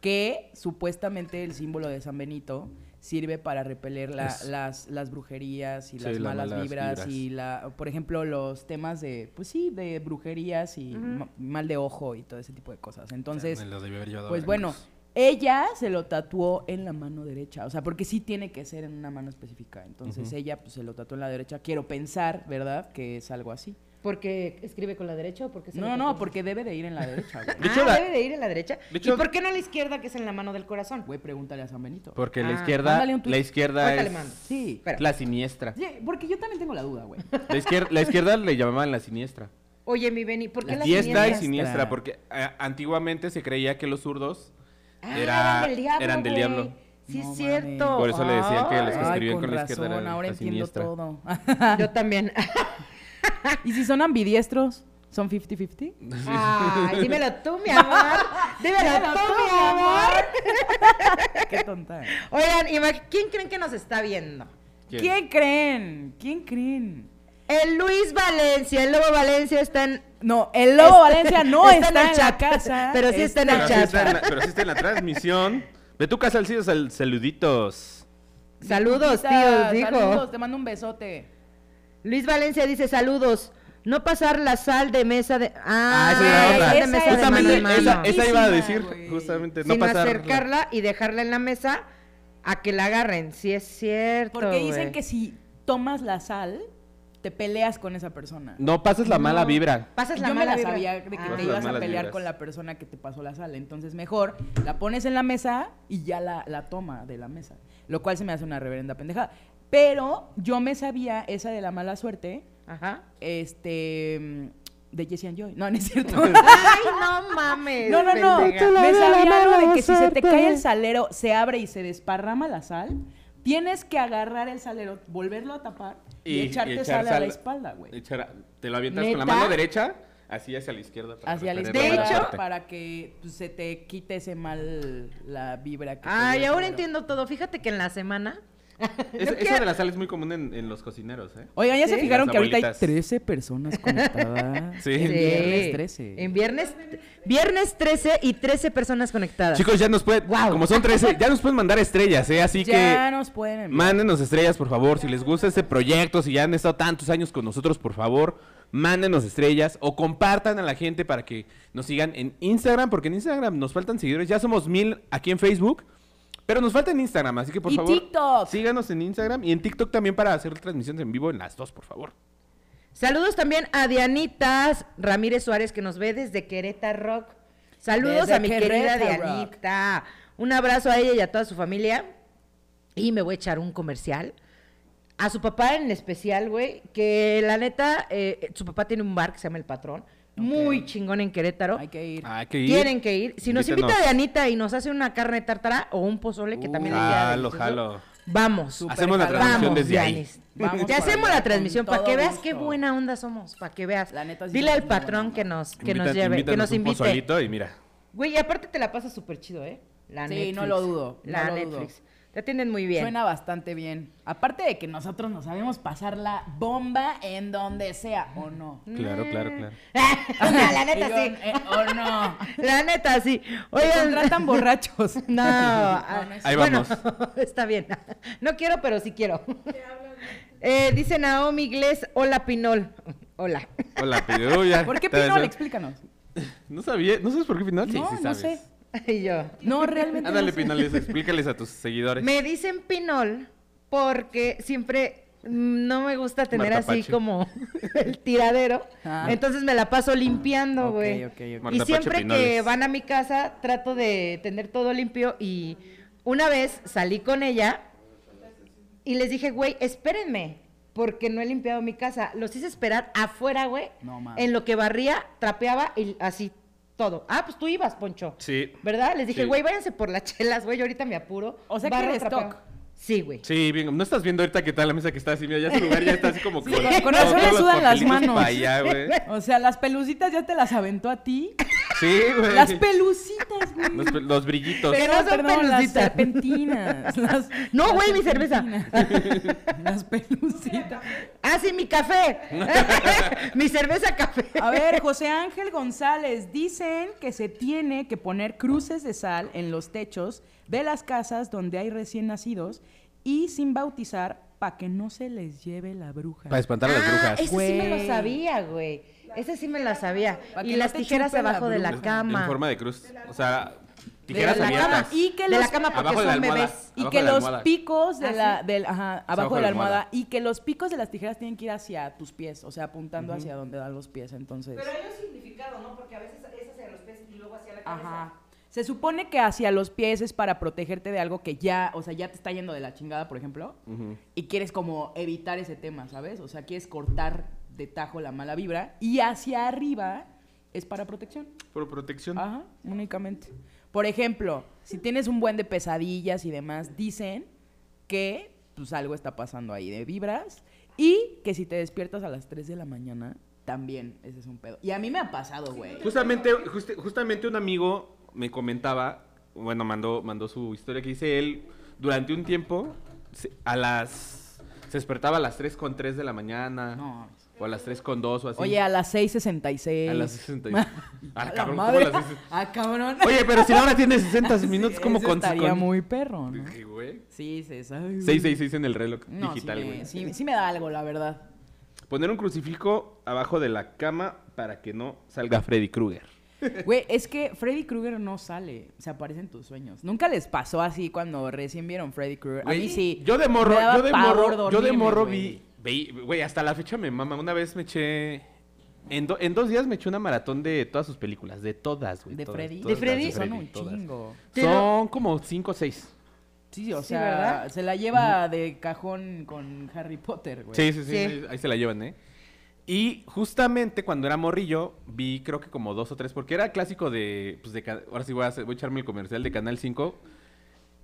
Speaker 2: que supuestamente el símbolo de San Benito sirve para repeler la-
Speaker 3: Es-
Speaker 2: las, las brujerías y
Speaker 3: Sí,
Speaker 2: las
Speaker 3: las
Speaker 2: malas,
Speaker 3: malas
Speaker 2: vibras, y
Speaker 3: vibras.
Speaker 2: la, por ejemplo, los temas de, pues sí, de brujerías y ma- mal de ojo y todo ese tipo de cosas. Entonces,
Speaker 3: Me lo debí haber llevado a
Speaker 2: Pues bueno,
Speaker 3: Veracruz.
Speaker 2: ella se lo tatuó en la mano derecha, o sea, porque sí tiene que ser en una mano específica. Entonces ella pues se lo tatuó en la derecha. Quiero pensar, ¿verdad? Que es algo así.
Speaker 4: ¿Porque escribe con la derecha o porque se
Speaker 2: No,
Speaker 4: lo
Speaker 2: no,
Speaker 4: tatúa?
Speaker 2: porque debe de ir en la derecha, güey.
Speaker 3: De hecho,
Speaker 4: ah,
Speaker 3: la-
Speaker 4: debe de ir en la derecha.
Speaker 3: de hecho-
Speaker 4: ¿Y por qué no en la izquierda, que es en la mano del corazón?
Speaker 2: Güey, pregúntale a San Benito.
Speaker 3: Porque la
Speaker 4: Ah,
Speaker 3: izquierda,
Speaker 2: mándale un tuit.
Speaker 3: la izquierda
Speaker 4: Cuéntale,
Speaker 3: es
Speaker 4: mano.
Speaker 2: Sí.
Speaker 4: Espera.
Speaker 3: la siniestra.
Speaker 2: Sí, porque yo también tengo la duda, güey.
Speaker 3: La izquierda, la izquierda le llamaban la siniestra.
Speaker 4: Oye, mi Beni, ¿por qué la,
Speaker 3: Diestra y
Speaker 4: siniestra?
Speaker 3: siniestra, porque eh, antiguamente se creía que los zurdos
Speaker 4: Ah,
Speaker 3: era-
Speaker 4: eran del diablo.
Speaker 3: eran del
Speaker 4: güey.
Speaker 3: diablo.
Speaker 4: Sí,
Speaker 2: No
Speaker 4: es cierto.
Speaker 2: mames.
Speaker 3: Por eso le decían que los que
Speaker 2: Ay,
Speaker 3: escribían con la izquierda
Speaker 2: razón,
Speaker 3: eran
Speaker 2: ahora
Speaker 3: la
Speaker 2: entiendo
Speaker 3: siniestra.
Speaker 2: todo.
Speaker 4: Yo también.
Speaker 2: ¿Y si son ambidiestros? ¿Son 50-50?
Speaker 4: Ay, dímelo tú, mi amor. Dímelo tú, mi amor.
Speaker 2: Qué tonta.
Speaker 4: Oigan, imag- ¿quién creen que nos está viendo?
Speaker 3: ¿Quién?
Speaker 2: ¿Quién creen? ¿Quién creen?
Speaker 4: El Luis Valencia, el Lobo Valencia está en...
Speaker 2: No, el Lobo Valencia no está, en,
Speaker 4: el
Speaker 2: la
Speaker 4: chat,
Speaker 2: casa.
Speaker 4: pero sí está en el
Speaker 3: Pero sí,
Speaker 4: chat.
Speaker 3: está en la, pero sí está en la transmisión. De tu casa al cielo, sal- saluditos.
Speaker 4: Saludos,
Speaker 2: Lupita,
Speaker 4: tíos, dijo.
Speaker 2: Saludos, te mando un besote.
Speaker 4: Luis Valencia dice saludos. No pasar la sal de mesa de... Ah,
Speaker 3: Ah, esa era
Speaker 4: la
Speaker 3: otra.
Speaker 4: sal de
Speaker 2: esa
Speaker 4: mesa de
Speaker 2: es
Speaker 4: mano en
Speaker 3: Justamente,
Speaker 2: mala
Speaker 3: esa,
Speaker 4: mano.
Speaker 3: esa iba a
Speaker 2: malísima,
Speaker 3: decir,
Speaker 2: güey.
Speaker 3: justamente, este, no
Speaker 4: Sin
Speaker 3: pasar.
Speaker 4: acercarla y dejarla en la mesa a que la agarren. Sí es cierto,
Speaker 2: Porque dicen
Speaker 4: güey.
Speaker 2: que si tomas la sal, te peleas con esa persona.
Speaker 3: No pases la mala
Speaker 4: No.
Speaker 3: vibra.
Speaker 4: Pasas la
Speaker 2: Yo me
Speaker 4: mala
Speaker 2: la
Speaker 4: vibra.
Speaker 2: sabía de que
Speaker 4: Ah.
Speaker 2: te
Speaker 3: Las
Speaker 2: ibas a
Speaker 3: malas
Speaker 2: pelear
Speaker 3: vibras.
Speaker 2: con la persona que te pasó la sal. Entonces, mejor la pones en la mesa y ya la, la toma de la mesa. Lo cual se me hace una reverenda pendejada. Pero yo me sabía esa de la mala suerte,
Speaker 4: Ajá.
Speaker 2: este. De Jesse and Joy. No, no es cierto.
Speaker 4: Ay, no mames.
Speaker 2: No, no, no.
Speaker 4: pendeja.
Speaker 2: Me sabía algo de que si se te cae el salero, se abre y se desparrama la sal. Tienes que agarrar el salero, volverlo a tapar y, echarte
Speaker 3: echar
Speaker 2: sal, a
Speaker 3: sal-
Speaker 2: la espalda, güey.
Speaker 3: echar a- te lo avientas con la
Speaker 4: ¿Neta?
Speaker 3: mano derecha, así hacia la izquierda. para
Speaker 2: Hacia la
Speaker 3: repeler
Speaker 4: De
Speaker 2: izquierda
Speaker 3: mala
Speaker 4: hecho-
Speaker 3: suerte.
Speaker 2: para que pues, se te quite ese mal, la vibra que te dio
Speaker 4: Ay,
Speaker 2: el
Speaker 4: ahora
Speaker 2: salero.
Speaker 4: entiendo todo. Fíjate que en la semana.
Speaker 3: Es-
Speaker 4: Yo
Speaker 3: eso
Speaker 4: quiero-
Speaker 3: de la sal es muy común en, en los cocineros, ¿eh?
Speaker 2: Oigan, ¿ya se
Speaker 3: Sí.
Speaker 2: fijaron
Speaker 3: Las
Speaker 2: que ahorita hay
Speaker 3: abuelitas.
Speaker 2: 13 personas conectadas?
Speaker 3: Sí.
Speaker 2: En
Speaker 3: Sí.
Speaker 2: viernes 13.
Speaker 4: En viernes, viernes 13 y 13 personas conectadas.
Speaker 3: Chicos, ya nos pueden,
Speaker 4: Guau.
Speaker 3: como son 13, ya nos pueden mandar estrellas, ¿eh? Así
Speaker 2: ya
Speaker 3: que
Speaker 2: nos pueden enviar.
Speaker 3: mándenos estrellas, por favor. Si les gusta este proyecto, si ya han estado tantos años con nosotros, por favor, mándenos estrellas o compartan a la gente para que nos sigan en Instagram, porque en Instagram nos faltan seguidores. Ya somos mil aquí en Facebook, Pero nos falta en Instagram, así que por
Speaker 2: Y
Speaker 3: favor.
Speaker 2: TikTok.
Speaker 3: Síganos en Instagram y en TikTok también para hacer transmisiones en vivo en las dos, por favor.
Speaker 4: Saludos también a Dianitas Ramírez Suárez que nos ve desde Querétaro. Rock. Saludos
Speaker 2: Desde
Speaker 4: a mi querida
Speaker 2: Querétaro.
Speaker 4: Dianita. Un abrazo a ella y a toda su familia. Y me voy a echar un comercial. A su papá en especial, güey, que la neta, eh, su papá tiene un bar que se llama El Patrón. Muy chingón en Querétaro.
Speaker 2: Hay que ir.
Speaker 3: Ah, que
Speaker 4: Tienen que ir. Si nos invita
Speaker 3: Invítenos.
Speaker 4: Dianita y nos hace una carne tártara o un pozole que
Speaker 3: Uh,
Speaker 4: también le queda
Speaker 3: jalo,
Speaker 4: delicioso,
Speaker 3: jalo.
Speaker 4: Vamos.
Speaker 2: Súper
Speaker 3: Hacemos la
Speaker 2: jalado.
Speaker 3: transmisión
Speaker 4: Vamos,
Speaker 3: desde ahí.
Speaker 4: Yanis.
Speaker 2: Vamos
Speaker 4: Te
Speaker 2: para
Speaker 4: hacemos
Speaker 2: allá
Speaker 4: la
Speaker 2: con
Speaker 4: transmisión para
Speaker 2: todo
Speaker 4: que veas
Speaker 2: gusto.
Speaker 4: qué buena onda somos, para que veas.
Speaker 2: La neta, sí
Speaker 4: Dile al
Speaker 2: somos muy
Speaker 4: patrón
Speaker 2: buena
Speaker 4: que
Speaker 2: onda.
Speaker 4: nos, que nos
Speaker 3: Invitan-
Speaker 4: lleve, que
Speaker 3: invítanos
Speaker 4: nos
Speaker 3: un
Speaker 4: invite.
Speaker 3: pozolito y mira.
Speaker 4: Güey, y aparte te la pasas súper chido, ¿eh? La
Speaker 2: Sí,
Speaker 4: Netflix.
Speaker 2: no lo dudo, no
Speaker 4: La
Speaker 2: lo dudo.
Speaker 4: Netflix. Te atienden muy bien.
Speaker 2: Suena bastante bien. Aparte de que nosotros nos sabemos pasar la bomba en donde sea, ¿o no?
Speaker 3: Claro, claro,
Speaker 4: Mm.
Speaker 3: claro.
Speaker 4: O sea, la neta
Speaker 2: Digo,
Speaker 4: sí.
Speaker 2: eh, ¿O no?
Speaker 4: La neta sí.
Speaker 2: Se
Speaker 4: Oigan,
Speaker 2: contratan borrachos.
Speaker 4: No, ah,
Speaker 2: no es
Speaker 3: Ahí
Speaker 4: bueno,
Speaker 3: vamos.
Speaker 4: está bien. No quiero, pero sí quiero. Eh, dice Naomi Iglesias, hola Pinol. Hola.
Speaker 3: Hola, pero uy,
Speaker 4: ah,
Speaker 3: ya.
Speaker 2: ¿Por qué
Speaker 3: Te
Speaker 2: Pinol?
Speaker 3: deseo-
Speaker 2: Explícanos.
Speaker 3: No sabía, ¿no sabes por qué Pinol? Sí,
Speaker 2: no,
Speaker 3: sí
Speaker 2: no
Speaker 3: sabes.
Speaker 2: sé.
Speaker 4: Y yo.
Speaker 2: No, realmente.
Speaker 3: Ándale,
Speaker 2: no sé.
Speaker 3: Pinol, eso, explícales a tus seguidores.
Speaker 4: Me dicen Pinol porque siempre mm, no me gusta tener
Speaker 3: Marta
Speaker 4: así
Speaker 3: Pache.
Speaker 4: como el tiradero.
Speaker 2: Ah.
Speaker 4: Entonces me la paso limpiando,
Speaker 2: Ok,
Speaker 4: güey.
Speaker 2: ok, ok.
Speaker 4: Y
Speaker 3: Marta Pache
Speaker 4: siempre que
Speaker 3: Pinoles.
Speaker 4: van a mi casa trato de tener todo limpio y una vez salí con ella y les dije, güey, espérenme. Porque no he limpiado mi casa. Los hice esperar afuera, güey.
Speaker 2: No mames.
Speaker 4: en lo que barría, trapeaba y así todo. Ah, pues tú ibas, Poncho.
Speaker 3: Sí.
Speaker 4: ¿Verdad? Les dije,
Speaker 3: Sí.
Speaker 4: güey, váyanse por las chelas, güey, yo ahorita me apuro.
Speaker 2: O sea que
Speaker 4: Barro,
Speaker 2: eres
Speaker 4: trapeo.
Speaker 2: toc.
Speaker 4: Sí, güey.
Speaker 3: Sí, bien, no estás viendo ahorita qué tal la mesa que está así, mira, ya su lugar ya está así como
Speaker 2: Sí, con razón
Speaker 3: todos
Speaker 2: le
Speaker 3: los
Speaker 2: sudan las
Speaker 3: papelitos
Speaker 2: manos.
Speaker 3: pa' allá, güey.
Speaker 2: O sea, las pelucitas ya te las aventó a ti.
Speaker 3: Sí, güey.
Speaker 2: Las pelucitas, güey.
Speaker 3: Los, pe- los brillitos.
Speaker 4: Pero- no son
Speaker 2: Las
Speaker 4: pelucitas.
Speaker 2: serpentinas. las-
Speaker 4: No,
Speaker 2: las
Speaker 4: güey, mi cerveza.
Speaker 2: serpentinas. las pelucitas.
Speaker 4: Ah, sí, mi café. mi cerveza café.
Speaker 2: A ver, José Ángel González, dicen que se tiene que poner cruces de sal en los techos de las casas donde hay recién nacidos y sin bautizar para que no se les lleve la bruja.
Speaker 3: Para espantar a las
Speaker 4: ah,
Speaker 3: brujas.
Speaker 4: Esa sí me
Speaker 2: Güey.
Speaker 4: lo sabía, güey. Esa sí me la sabía.
Speaker 2: Pa' que
Speaker 4: Y
Speaker 2: no
Speaker 4: las
Speaker 2: te
Speaker 4: tijeras
Speaker 2: chupe la
Speaker 4: abajo de la
Speaker 2: bruja.
Speaker 3: En
Speaker 4: cama.
Speaker 3: forma de cruz. O sea,
Speaker 4: De
Speaker 3: tijeras
Speaker 4: la
Speaker 3: abiertas.
Speaker 4: cama.
Speaker 2: Y que
Speaker 4: de
Speaker 2: los-
Speaker 4: la cama porque
Speaker 3: Abajo de la
Speaker 4: son
Speaker 3: almohada.
Speaker 4: bebés.
Speaker 2: Y
Speaker 3: Abajo
Speaker 2: que
Speaker 3: de la
Speaker 2: los
Speaker 3: almohada.
Speaker 2: picos de
Speaker 4: ¿Ah,
Speaker 2: la,
Speaker 4: sí?
Speaker 2: del, ajá, abajo
Speaker 3: abajo
Speaker 2: de
Speaker 3: de
Speaker 2: la
Speaker 3: la
Speaker 2: almohada
Speaker 3: almohada.
Speaker 2: y que los picos de las tijeras tienen que ir hacia tus pies, o sea, apuntando hacia donde dan los pies, entonces.
Speaker 5: Pero hay un significado, ¿no? Porque a veces es hacia los pies y luego hacia la cabeza.
Speaker 2: Ajá. Se supone que hacia los pies es para protegerte de algo que ya, o sea, ya te está yendo de la chingada, por ejemplo, y quieres como evitar ese tema, ¿sabes? O sea, quieres cortar de tajo la mala vibra y hacia arriba es para protección.
Speaker 3: Por protección.
Speaker 2: Ajá, únicamente. Por ejemplo, si tienes un buen de pesadillas y demás, dicen que pues algo está pasando ahí de vibras y que si te despiertas a las 3 de la mañana, también ese es un pedo. Y a mí me ha pasado, güey.
Speaker 3: Justamente, juste- justamente un amigo me comentaba, bueno, mandó, mandó su historia que dice él, durante un tiempo, se- a las... Se despertaba a las 3 con 3 de la mañana.
Speaker 2: No.
Speaker 3: O a las 3 con 2 o así.
Speaker 2: Oye, a las 6.66.
Speaker 3: A las 60. y-
Speaker 2: A
Speaker 3: Ah,
Speaker 2: la
Speaker 3: cabrón, ¿cómo a
Speaker 2: madre.
Speaker 3: las 60?
Speaker 2: Ah, cabrón.
Speaker 3: Oye, pero si la hora tiene 60 minutos, como
Speaker 2: Eso
Speaker 3: con...
Speaker 2: estaría
Speaker 3: con-
Speaker 2: muy perro, ¿no?
Speaker 3: Dije, güey.
Speaker 2: Sí, César. ay, güey.
Speaker 3: 666 en el reloj
Speaker 2: No, sí
Speaker 3: digital,
Speaker 2: me-
Speaker 3: güey.
Speaker 2: Sí, sí me da algo, la verdad.
Speaker 3: Poner un crucifijo abajo de la cama para que no salga Freddy Krueger.
Speaker 2: Güey, es que Freddy Krueger no sale, se aparece en tus sueños. Nunca les pasó así cuando recién vieron Freddy Krueger. A mí
Speaker 3: Güey,
Speaker 2: sí.
Speaker 3: Yo de morro,
Speaker 2: me daba
Speaker 3: yo de
Speaker 2: pavor
Speaker 3: morro, yo de
Speaker 2: dormirme,
Speaker 3: morro
Speaker 2: güey.
Speaker 3: vi, vi- güey, hasta la fecha me mama. Una vez me eché, en, do- en dos días me eché una maratón de todas sus películas, de todas, güey.
Speaker 2: ¿De
Speaker 3: todas,
Speaker 2: Freddy?
Speaker 3: todas
Speaker 4: ¿De
Speaker 3: las
Speaker 4: Freddy?
Speaker 2: Son un
Speaker 3: todas.
Speaker 2: chingo.
Speaker 3: Son como cinco o seis.
Speaker 2: Sí, o
Speaker 4: Sí,
Speaker 2: sea,
Speaker 4: ¿verdad?
Speaker 2: se la lleva de cajón con Harry Potter, güey.
Speaker 3: Sí, sí, sí,
Speaker 4: Sí.
Speaker 3: Ahí, ahí se la llevan, ¿eh? Y justamente cuando era morrillo, vi creo que como dos o tres, porque era clásico de, pues de, ca- ahora sí voy a, hacer- voy a echarme el comercial de Canal 5,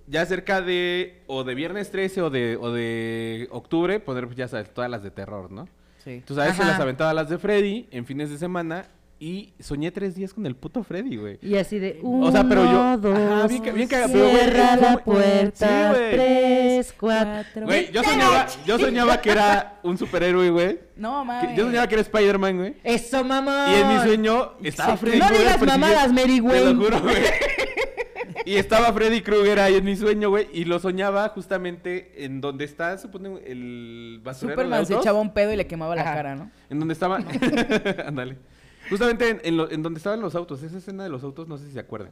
Speaker 3: ya cerca de, o de Viernes 13 o de, o de octubre, poner, pues, ya sabes, todas las de terror, ¿no?
Speaker 2: Sí.
Speaker 3: Entonces a veces
Speaker 4: Ajá.
Speaker 3: las aventaba las de Freddy en fines de semana y soñé tres días con el puto Freddy, güey.
Speaker 4: Y así de uno,
Speaker 3: O sea, pero yo- Ajá, bien ca-
Speaker 4: dos,
Speaker 3: bien cagado, pero, güey,
Speaker 4: cierra
Speaker 3: fue
Speaker 4: la
Speaker 3: muy-
Speaker 4: puerta,
Speaker 3: Sí, güey.
Speaker 4: tres, cuatro.
Speaker 2: Cuatro.
Speaker 3: Güey, yo soñaba, yo soñaba que era un superhéroe, güey.
Speaker 2: No,
Speaker 3: Que-
Speaker 2: mames.
Speaker 3: Yo soñaba que era Spider-Man, güey.
Speaker 4: Eso, mamá.
Speaker 3: Y en mi sueño estaba Freddy
Speaker 4: No
Speaker 3: Krueger.
Speaker 4: digas
Speaker 3: persiguiendo-
Speaker 4: mamadas, Mary
Speaker 3: Te
Speaker 4: Wayne.
Speaker 3: lo juro, güey. Y estaba Freddy Krueger ahí en mi sueño, güey. Y lo soñaba justamente en donde está, supongo, el basurero de
Speaker 2: Superman se
Speaker 3: autos.
Speaker 2: echaba un pedo y le quemaba la
Speaker 4: Ajá.
Speaker 2: cara, ¿no?
Speaker 3: En donde estaba... Ándale. Justamente en, en lo- en donde estaban los autos. Esa escena de los autos, no sé si se acuerdan.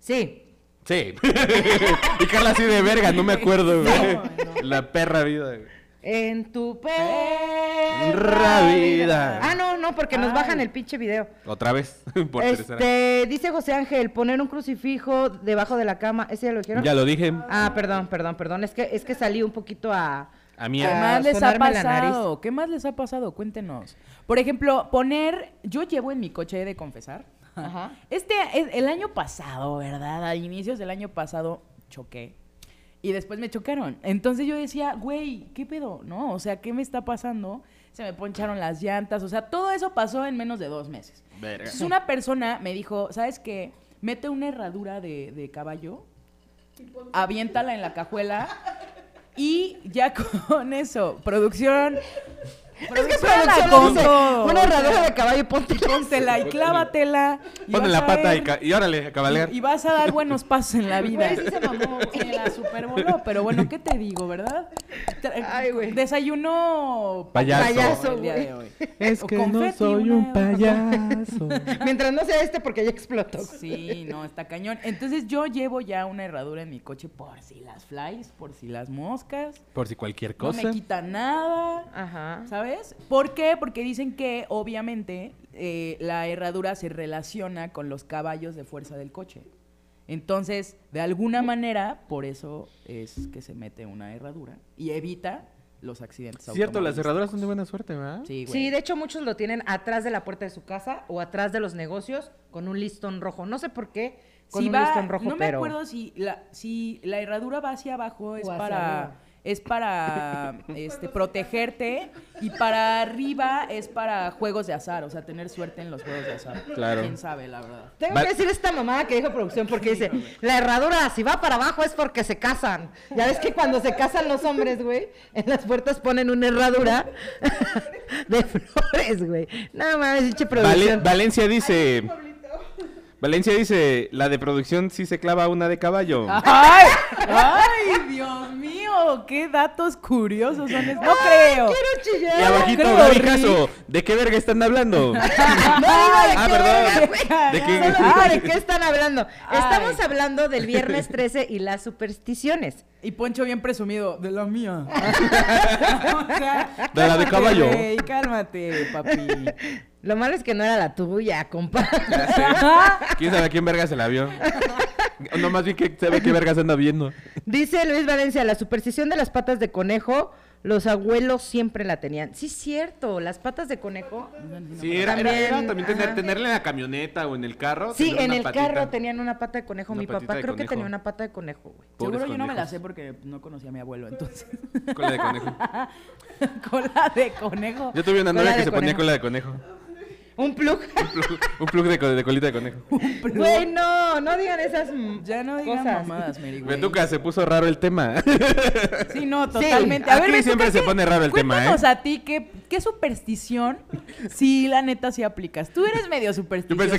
Speaker 4: Sí.
Speaker 3: Sí. y Carla así de verga, no me acuerdo, güey.
Speaker 2: No,
Speaker 3: La perra vida, güey.
Speaker 4: En tu
Speaker 3: Ra
Speaker 4: perra
Speaker 3: vida.
Speaker 4: Ah, no, no, porque nos
Speaker 2: Ay.
Speaker 4: bajan el pinche video.
Speaker 3: Otra vez, por tercera.
Speaker 4: Este, dice José Ángel, poner un crucifijo debajo de la cama. ¿Ese ya lo dijeron?
Speaker 3: Ya lo dije.
Speaker 4: Ah, perdón, perdón, perdón. Es que, es que salí un poquito a.
Speaker 3: A mí eh,
Speaker 2: ¿Qué
Speaker 4: Ah,
Speaker 2: más les ha
Speaker 4: sonarme la nariz.
Speaker 2: pasado? ¿Qué más les ha pasado? Cuéntenos. Por ejemplo, poner. Yo llevo en mi coche, he de confesar.
Speaker 4: Ajá.
Speaker 2: Este, el- el año pasado, ¿verdad? A inicios del año pasado choqué. Y después me chocaron. Entonces yo decía, güey, ¿qué pedo? ¿No? O sea, ¿qué me está pasando? Se me poncharon las llantas. O sea, todo eso pasó en menos de dos meses. Entonces una persona me dijo, ¿sabes qué? Mete una herradura de, de caballo, aviéntala en la cajuela y ya con eso, producción...
Speaker 4: Es que
Speaker 2: producción la
Speaker 4: producción
Speaker 2: con
Speaker 4: dice,
Speaker 2: todo,
Speaker 4: una
Speaker 2: o
Speaker 4: herradura
Speaker 2: sea,
Speaker 4: de caballo y ponte.
Speaker 2: Póntela y clávatela. y
Speaker 3: Ponle
Speaker 2: vas
Speaker 3: la
Speaker 2: a
Speaker 3: pata
Speaker 2: ver.
Speaker 3: y, ca- y órale, a cabalgar.
Speaker 2: Y, y vas a dar buenos pasos en la vida.
Speaker 4: Güey, sí se mamó, güey.
Speaker 2: Se la supervoló, pero bueno, ¿qué te digo, verdad? Tra-
Speaker 4: Ay, güey.
Speaker 2: Desayuno
Speaker 3: Payaso.
Speaker 4: Payaso,
Speaker 2: el día
Speaker 4: güey.
Speaker 2: de hoy.
Speaker 3: Es
Speaker 2: O que no confeti, soy un una-
Speaker 3: payaso.
Speaker 4: Mientras no sea este, porque ya explotó.
Speaker 2: Sí, no, está cañón. Entonces yo llevo ya una herradura en mi coche por si las flies, por si las moscas.
Speaker 3: Por si cualquier
Speaker 2: No
Speaker 3: cosa.
Speaker 2: me quita nada.
Speaker 4: Ajá.
Speaker 2: ¿Sabes? ¿Por qué? Porque dicen que obviamente eh, la herradura se relaciona con los caballos de fuerza del coche. Entonces, de alguna manera, por eso es que se mete una herradura y evita los accidentes.
Speaker 3: Cierto, las
Speaker 2: automovilísticos.
Speaker 3: cerraduras son de buena suerte, ¿verdad?
Speaker 2: Sí, güey.
Speaker 4: Sí, de hecho muchos lo tienen atrás de la puerta de su casa o atrás de los negocios con un listón rojo. No sé por qué con
Speaker 2: Si
Speaker 4: un
Speaker 2: va-
Speaker 4: listón rojo,
Speaker 2: no me
Speaker 4: pero
Speaker 2: acuerdo si la, si la herradura va hacia abajo, es
Speaker 4: hacia arriba.
Speaker 2: para, es para este, protegerte y para arriba es para juegos de azar, o sea, tener suerte en los juegos de azar.
Speaker 3: Claro.
Speaker 2: ¿Quién sabe, la verdad?
Speaker 4: tengo
Speaker 3: Va-
Speaker 4: que decir esta mamada que dijo producción porque dice, la herradura si va para abajo es porque se casan. Ya ves que cuando se casan los hombres, güey, en las puertas ponen una herradura de flores, güey. No mames, pinche
Speaker 3: Vale-
Speaker 4: producción.
Speaker 3: Valencia dice. Valencia dice, la de producción sí se clava una de caballo.
Speaker 2: Ah, ¡Ay! ¡Ay, Dios mío! ¡Qué datos curiosos son estos! ¡No creo!
Speaker 4: Quiero chillar.
Speaker 3: y abajito,
Speaker 2: creo,
Speaker 3: Gaby
Speaker 2: Rick.
Speaker 3: Caso, ¿de qué verga están hablando?
Speaker 4: No digo de
Speaker 3: Ah,
Speaker 4: qué
Speaker 3: perdón.
Speaker 4: verga, güey.
Speaker 3: ¿De qué?
Speaker 4: Solo digo de qué están hablando.
Speaker 2: Ay.
Speaker 4: Estamos hablando del viernes 13 y las supersticiones.
Speaker 2: Y Poncho bien presumido, de la mía. O sea,
Speaker 3: De la de
Speaker 2: cálmate,
Speaker 3: caballo.
Speaker 2: güey, cálmate, papi.
Speaker 4: Lo malo es que no era la tuya, compa.
Speaker 3: Ya sé. ¿Quién sabe a quién verga se la vio? No, más bien que sabe qué verga se anda viendo.
Speaker 4: Dice Luis Valencia, la superstición de las patas de conejo, los abuelos siempre la tenían. Sí, cierto, las patas de conejo.
Speaker 3: Sí, era, era- era
Speaker 4: También,
Speaker 3: también
Speaker 4: ajá.
Speaker 3: tener, tenerla en la camioneta o en el carro.
Speaker 4: Sí,
Speaker 3: tener
Speaker 4: en
Speaker 3: una
Speaker 4: el
Speaker 3: patita.
Speaker 4: carro tenían una pata de conejo.
Speaker 3: Una
Speaker 4: Mi
Speaker 3: patita
Speaker 4: papá
Speaker 3: de
Speaker 4: creo que
Speaker 3: conejo.
Speaker 4: tenía una pata de conejo, güey.
Speaker 3: Pobres
Speaker 2: Seguro yo no me la
Speaker 3: conejos.
Speaker 2: sé porque no conocía a mi abuelo, entonces.
Speaker 3: Cola de conejo.
Speaker 2: Cola de conejo.
Speaker 3: Yo tuve una
Speaker 4: Cola
Speaker 3: novia que
Speaker 4: de
Speaker 3: se ponía
Speaker 4: conejo.
Speaker 3: cola de conejo.
Speaker 4: Un plug.
Speaker 3: Un plug, un plug de, co- de colita de conejo.
Speaker 4: Güey, no, no digan esas mm,
Speaker 2: Ya no digan
Speaker 4: cosas.
Speaker 2: mamadas, Mary, güey.
Speaker 3: Betuca, se puso raro el tema.
Speaker 2: Sí, no, totalmente.
Speaker 3: aquí
Speaker 2: Betuca,
Speaker 3: siempre se
Speaker 2: ¿qué-
Speaker 3: pone raro el tema,
Speaker 2: cuéntanos
Speaker 3: ¿eh?
Speaker 2: a ti qué, qué superstición, si la neta sí aplicas. Tú eres medio
Speaker 3: Yo
Speaker 2: supersticiosa,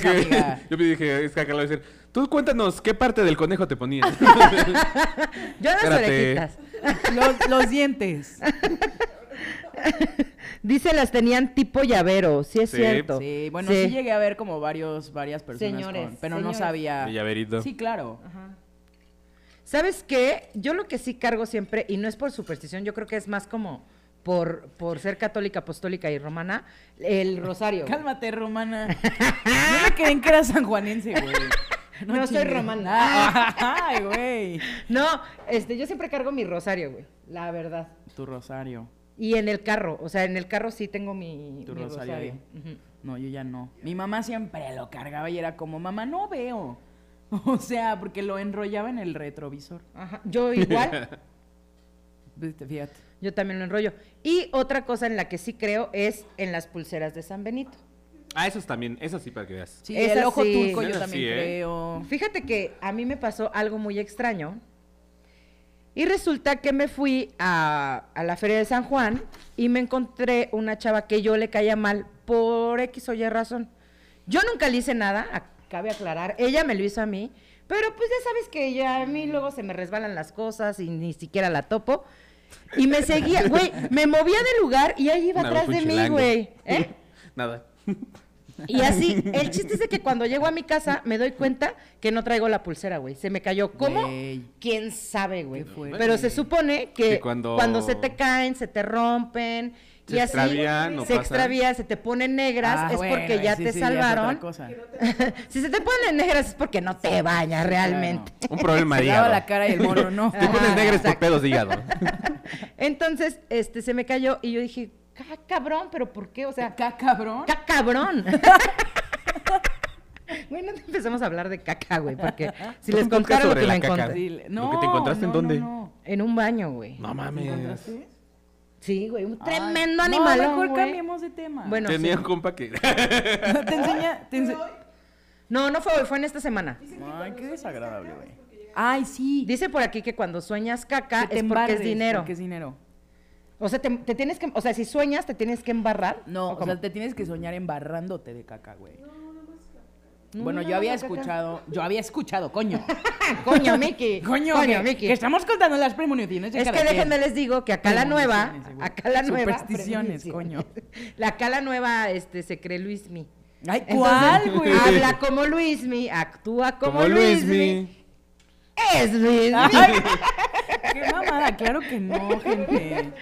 Speaker 3: pensé que.
Speaker 2: amiga.
Speaker 3: Yo dije, es que acá lo voy a decir. Tú cuéntanos, ¿qué parte del conejo te ponías?
Speaker 4: Yo las
Speaker 3: Espérate.
Speaker 4: orejitas.
Speaker 2: Los, los dientes.
Speaker 4: Dice, las tenían tipo llavero, sí es
Speaker 3: Sí.
Speaker 4: cierto.
Speaker 2: Sí, bueno, sí. llegué a ver como varios, varias personas
Speaker 4: Señores,
Speaker 2: con- pero
Speaker 4: señores.
Speaker 2: no sabía.
Speaker 3: De llaverito.
Speaker 2: Sí, claro.
Speaker 4: ¿Sabes qué? Yo lo que sí cargo siempre, y no es por superstición, yo creo que es más como por, por ser católica, apostólica y romana, el rosario. güey.
Speaker 2: Cálmate, romana. No me creen que era sanjuanense, güey.
Speaker 4: No soy
Speaker 2: chingues.
Speaker 4: romana.
Speaker 2: Ah, Ay, güey.
Speaker 4: No, este, yo siempre cargo mi rosario, güey, la verdad.
Speaker 2: Tu rosario.
Speaker 4: Y en el carro, o sea, en el carro sí tengo mi,
Speaker 2: Tu
Speaker 4: mi
Speaker 2: rosario ahí.
Speaker 4: Ujú.
Speaker 2: No, yo ya no. Mi mamá siempre lo cargaba y era como, mamá, no veo. O sea, porque lo enrollaba en el retrovisor.
Speaker 4: Ajá, Yo igual,
Speaker 2: Viste, Fíjate.
Speaker 4: yo también lo enrollo. Y otra cosa en la que sí creo es en las pulseras de San Benito.
Speaker 3: ah, esos también, esos sí para que veas.
Speaker 2: Sí,
Speaker 4: Esa
Speaker 2: el ojo
Speaker 4: sí.
Speaker 2: turco
Speaker 3: Esa
Speaker 2: yo también
Speaker 3: sí, ¿eh?
Speaker 2: creo.
Speaker 4: Fíjate que a mí me pasó algo muy extraño. Y resulta que me fui a, a la Feria de San Juan y me encontré una chava que yo le caía mal por X o Y razón. Yo nunca le hice nada, a- cabe aclarar. Ella me lo hizo a mí. Pero pues ya sabes que ya a mí luego se me resbalan las cosas y ni siquiera la topo. Y me seguía, güey, me movía de ¿eh? lugar y ahí iba
Speaker 3: Una vez
Speaker 4: atrás
Speaker 3: fue
Speaker 4: de
Speaker 3: un
Speaker 4: mí,
Speaker 3: chilango.
Speaker 4: güey. ¿Eh?
Speaker 3: Nada.
Speaker 4: Y así, el chiste es de que cuando llego a mi casa me doy cuenta que no traigo la pulsera, güey. Se me cayó. ¿Cómo?
Speaker 2: Güey.
Speaker 4: ¿Quién sabe, güey?
Speaker 2: Qué fuerte.
Speaker 4: Pero se supone que,
Speaker 3: Que
Speaker 4: cuando...
Speaker 3: cuando-
Speaker 4: se te caen, se te rompen.
Speaker 3: Se
Speaker 4: y así
Speaker 3: extravían o
Speaker 4: se
Speaker 3: pasan.
Speaker 4: extravían, se te ponen negras,
Speaker 2: Ah,
Speaker 4: es
Speaker 2: bueno,
Speaker 4: porque ya
Speaker 2: sí,
Speaker 4: te
Speaker 2: sí, es otra
Speaker 4: salvaron.
Speaker 2: cosa.
Speaker 4: si se te ponen negras es porque no te bañas realmente.
Speaker 3: Un problema de
Speaker 2: Se lava
Speaker 3: hígado.
Speaker 2: la cara y el mono, ¿no?
Speaker 3: Te pones
Speaker 4: Ajá,
Speaker 3: negras por
Speaker 4: exacto.
Speaker 3: pedos de hígado.
Speaker 4: Entonces, este, se me cayó y yo dije, "Ca- cabrón, pero ¿por qué? O sea,
Speaker 2: Acá, cabrón.
Speaker 4: ¡Caca, cabrón! Güey, no te empecemos a hablar de caca, güey, porque si les
Speaker 3: Un podcast
Speaker 4: contara lo
Speaker 3: sobre
Speaker 4: que me
Speaker 3: la caca.
Speaker 4: encontré.
Speaker 2: Sí, le-
Speaker 3: ¿Lo que te encontraste en
Speaker 2: no, no,
Speaker 3: dónde?
Speaker 2: no.
Speaker 4: En un baño, güey.
Speaker 3: No mames.
Speaker 2: ¿Sí?
Speaker 4: Sí, güey, un
Speaker 2: Ay,
Speaker 4: ¿Ah, tremendo
Speaker 2: no,
Speaker 4: animal.
Speaker 2: mejor cambiemos de tema.
Speaker 4: Bueno,
Speaker 3: Tenía
Speaker 4: sí.
Speaker 3: un compa que.
Speaker 2: te enseña. Te ense-
Speaker 4: No, no fue hoy, fue en esta semana.
Speaker 2: Ay, qué desagradable, güey. Ay, sí.
Speaker 4: Dice por aquí que cuando sueñas caca
Speaker 2: que te
Speaker 4: es porque
Speaker 2: embarres,
Speaker 4: es dinero.
Speaker 2: Porque es dinero.
Speaker 4: O sea, te, te tienes que, o sea, si sueñas te tienes que embarrar.
Speaker 2: No, o
Speaker 4: cómo?
Speaker 2: sea, te tienes que soñar embarrándote de caca, güey.
Speaker 4: No,
Speaker 2: Bueno,
Speaker 4: no,
Speaker 2: yo había
Speaker 4: no, caca.
Speaker 2: escuchado, yo había escuchado, coño.
Speaker 4: coño, Miki.
Speaker 2: Coño, que,
Speaker 4: Miki.
Speaker 2: que estamos contando las premoniciones. de
Speaker 4: Es
Speaker 2: cada
Speaker 4: que
Speaker 2: quien.
Speaker 4: déjenme les digo que acá la nueva,
Speaker 2: Premoniciones, güey.
Speaker 4: acá la nueva.
Speaker 2: Supersticiones,
Speaker 4: premoniciones. La acá la nueva este, se cree Luismi.
Speaker 2: Ay,
Speaker 4: Entonces,
Speaker 2: ¿cuál, güey?
Speaker 4: Habla como Luismi, actúa como,
Speaker 3: Como
Speaker 4: Luismi.
Speaker 3: Luismi.
Speaker 4: Es Luismi.
Speaker 2: Qué mamada, claro que no, gente.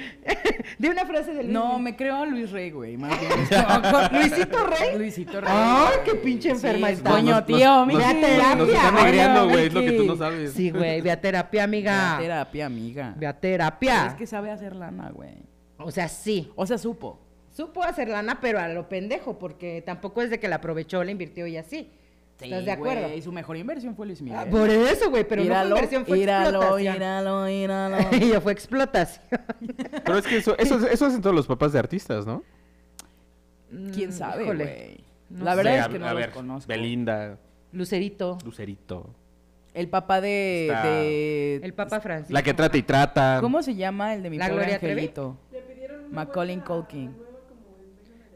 Speaker 4: De una frase de Luismi.
Speaker 2: No, me creo Luis Rey, güey. más bien. No, con-
Speaker 4: ¿Luisito Rey?
Speaker 2: Luisito Rey.
Speaker 4: Ay, qué pinche enferma
Speaker 2: sí, pues,
Speaker 4: está.
Speaker 2: coño,
Speaker 3: Nos- nos-
Speaker 2: tío,
Speaker 3: nos-
Speaker 2: mira,
Speaker 4: Ve a terapia.
Speaker 3: Nos están
Speaker 4: Coño,
Speaker 3: negreando, güey, es lo que tú
Speaker 4: Miki.
Speaker 3: no sabes.
Speaker 4: Sí, güey, ve a terapia, amiga.
Speaker 2: Ve a terapia, amiga.
Speaker 4: Ve a
Speaker 2: Pero
Speaker 4: terapia.
Speaker 2: Es que sabe hacer lana, güey.
Speaker 4: O sea, sí.
Speaker 2: O sea, supo.
Speaker 4: Supo hacer lana, pero a lo pendejo, porque tampoco es de que la aprovechó, la invirtió y así. ¿Estás de
Speaker 2: güey,
Speaker 4: acuerdo?
Speaker 2: Y su mejor inversión fue Luis Miguel.
Speaker 4: Ah, por eso, güey, pero
Speaker 2: Íralo,
Speaker 4: no fue inversión, fue
Speaker 2: íralo,
Speaker 4: explotación.
Speaker 2: íralo, íralo.
Speaker 4: Ella fue explotación.
Speaker 3: Pero es que eso, eso, eso hacen todos los papás de artistas, ¿no?
Speaker 2: ¿Quién sabe,
Speaker 4: Mm, Híjole.
Speaker 2: güey?
Speaker 4: No
Speaker 2: La verdad
Speaker 3: Sí,
Speaker 2: es
Speaker 3: a-
Speaker 2: que no
Speaker 3: a
Speaker 2: los
Speaker 3: ver,
Speaker 2: conozco.
Speaker 3: Belinda,
Speaker 4: Lucerito,
Speaker 3: Lucerito.
Speaker 2: El papá de,
Speaker 3: Está-
Speaker 2: de-
Speaker 4: el Papa Francisco.
Speaker 3: La que trata y trata.
Speaker 2: ¿Cómo se llama el de mi
Speaker 4: ¿La
Speaker 2: pobre
Speaker 4: Gloria Trevi?
Speaker 2: angelito? Macaulay Culkin.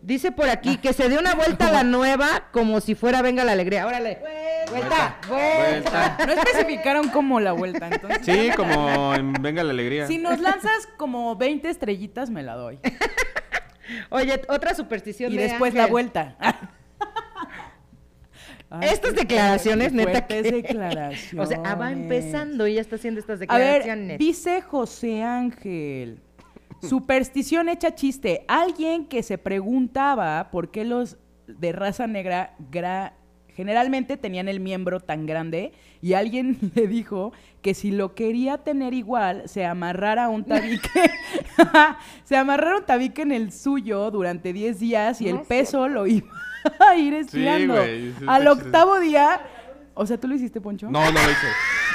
Speaker 4: Dice por aquí que se dé una vuelta a la nueva como si fuera Venga la Alegría. Órale. Vuelta, vuelta.
Speaker 3: Vuelta.
Speaker 2: No especificaron cómo la vuelta, entonces.
Speaker 3: Sí, como en Venga la Alegría.
Speaker 2: Si nos lanzas como 20 estrellitas, me la doy.
Speaker 4: Oye, otra superstición
Speaker 2: Y
Speaker 4: de
Speaker 2: después
Speaker 4: Ángel.
Speaker 2: la vuelta. Ah. Ay,
Speaker 4: Estas
Speaker 2: qué
Speaker 4: declaraciones,
Speaker 2: fuertes
Speaker 4: neta que...
Speaker 2: declaraciones.
Speaker 4: O sea, ah, va empezando y ya está haciendo estas
Speaker 2: A
Speaker 4: declaraciones.
Speaker 2: ver, dice José Ángel. Superstición hecha chiste. Alguien que se preguntaba por qué los de raza negra gra- generalmente tenían el miembro tan grande y alguien le dijo que si lo quería tener igual, se amarrara un tabique. se amarrara un tabique en el suyo durante 10 días y el peso lo iba a ir estirando.
Speaker 3: güey, sí, está
Speaker 2: Al
Speaker 3: chido.
Speaker 2: octavo día... O sea, ¿tú lo hiciste, Poncho?
Speaker 3: No, no lo hice.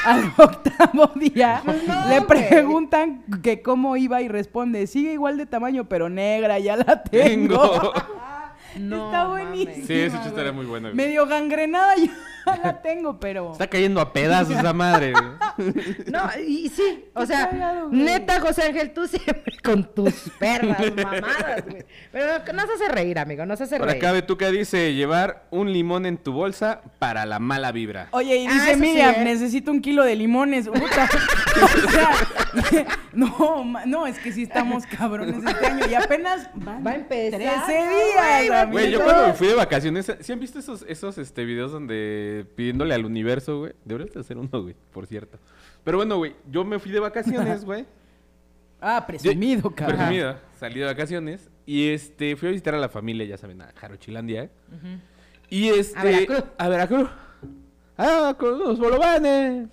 Speaker 2: Al octavo día
Speaker 3: Pues
Speaker 4: no,
Speaker 2: le
Speaker 4: güey.
Speaker 2: preguntan que cómo iba y responde, sigue igual de tamaño, pero negra, ya la tengo.
Speaker 4: No
Speaker 2: Está
Speaker 4: mames.
Speaker 2: buenísimo.
Speaker 3: Sí, ese chiste era muy bueno. güey.
Speaker 2: Medio gangrenada ya la tengo, pero...
Speaker 3: Está cayendo a pedazos esa madre. güey.
Speaker 4: No, y y sí, o
Speaker 2: Qué
Speaker 4: sea,
Speaker 2: cagado, güey.
Speaker 4: neta, José Ángel, tú siempre con tus perras mamadas, güey. Pero no- nos hace reír, amigo, nos hace
Speaker 3: Por
Speaker 4: reír.
Speaker 3: acá Betuca dice llevar un limón en tu bolsa para la mala vibra.
Speaker 2: Oye, y
Speaker 4: Ah,
Speaker 2: dice
Speaker 4: eso sí,
Speaker 2: Miriam,
Speaker 4: ¿eh?
Speaker 2: necesito un kilo de limones. puta". o sea, no, ma- no, es que sí estamos cabrones este año. Y apenas van
Speaker 4: Va a empezar,
Speaker 2: 13
Speaker 4: güey, va a
Speaker 2: días,
Speaker 3: Güey, yo
Speaker 2: amigos.
Speaker 3: cuando me fui de vacaciones, ¿sí han visto esos, esos este, videos donde pidiéndole al universo, güey? Deberías de hacer uno, güey, por cierto. Pero bueno, güey, yo me fui de vacaciones, güey.
Speaker 2: Ah,
Speaker 3: Yo-
Speaker 2: presumido, cabrón.
Speaker 3: Presumido. Salí de vacaciones y este fui a visitar a la familia, ya saben, a Jarochilandia. Y este
Speaker 4: A Veracruz.
Speaker 3: a Veracruz. Ah, con los bolovanes.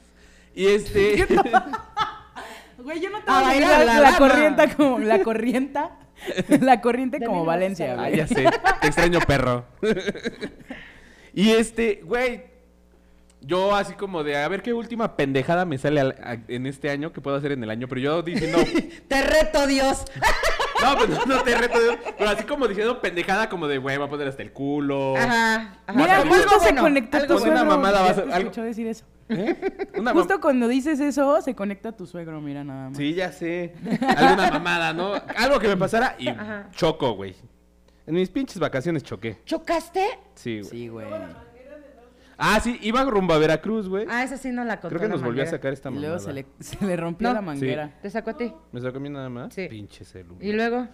Speaker 3: Y este
Speaker 2: Güey, yo no te
Speaker 4: A
Speaker 2: voy a olvidar
Speaker 4: bailar Ah, la
Speaker 2: Ah, la,
Speaker 4: dama.
Speaker 2: corriente como la corriente, la corriente
Speaker 4: De
Speaker 2: como
Speaker 4: 1900.
Speaker 2: Valencia,
Speaker 3: Ah,
Speaker 2: güey.
Speaker 3: ya sé. Te extraño, perro. y este, güey. Yo así como de, a ver qué última pendejada me sale al- a- en este año que puedo hacer en el año. Pero yo diciendo,
Speaker 4: Te reto, Dios.
Speaker 3: no, pues no, no te reto. Dios", Pero así como diciendo pendejada como de, güey, va a poner hasta el culo.
Speaker 4: Ajá. ajá.
Speaker 2: Mira,
Speaker 3: Algo
Speaker 2: justo se
Speaker 4: bueno,
Speaker 2: conectó
Speaker 4: algo
Speaker 2: tu
Speaker 3: bueno.
Speaker 2: suegro.
Speaker 3: Una mamada
Speaker 2: ya
Speaker 3: va a ser-
Speaker 2: te
Speaker 3: algo-
Speaker 2: escuchó decir eso.
Speaker 3: ¿Eh? Una mam-
Speaker 2: Justo cuando dices eso, se conecta tu suegro, mira nada más.
Speaker 3: Sí, ya sé. Alguna mamada, ¿no? Algo que me pasara y
Speaker 4: Ajá.
Speaker 3: choco, güey. En mis pinches vacaciones choqué.
Speaker 4: ¿Chocaste?
Speaker 3: Sí, güey.
Speaker 2: Sí, güey.
Speaker 3: Ah, sí, iba rumbo a Veracruz, güey.
Speaker 4: Ah, esa sí no la contó.
Speaker 3: Creo que
Speaker 4: la
Speaker 3: nos volvió a
Speaker 4: manguera.
Speaker 3: sacar esta
Speaker 2: Y
Speaker 3: mamada.
Speaker 2: luego se le, se le rompió
Speaker 4: No.
Speaker 2: la manguera.
Speaker 4: ¿Te sacó a ti?
Speaker 3: ¿Me sacó a mí nada más?
Speaker 4: Sí.
Speaker 3: Pinche celular.
Speaker 4: Y luego.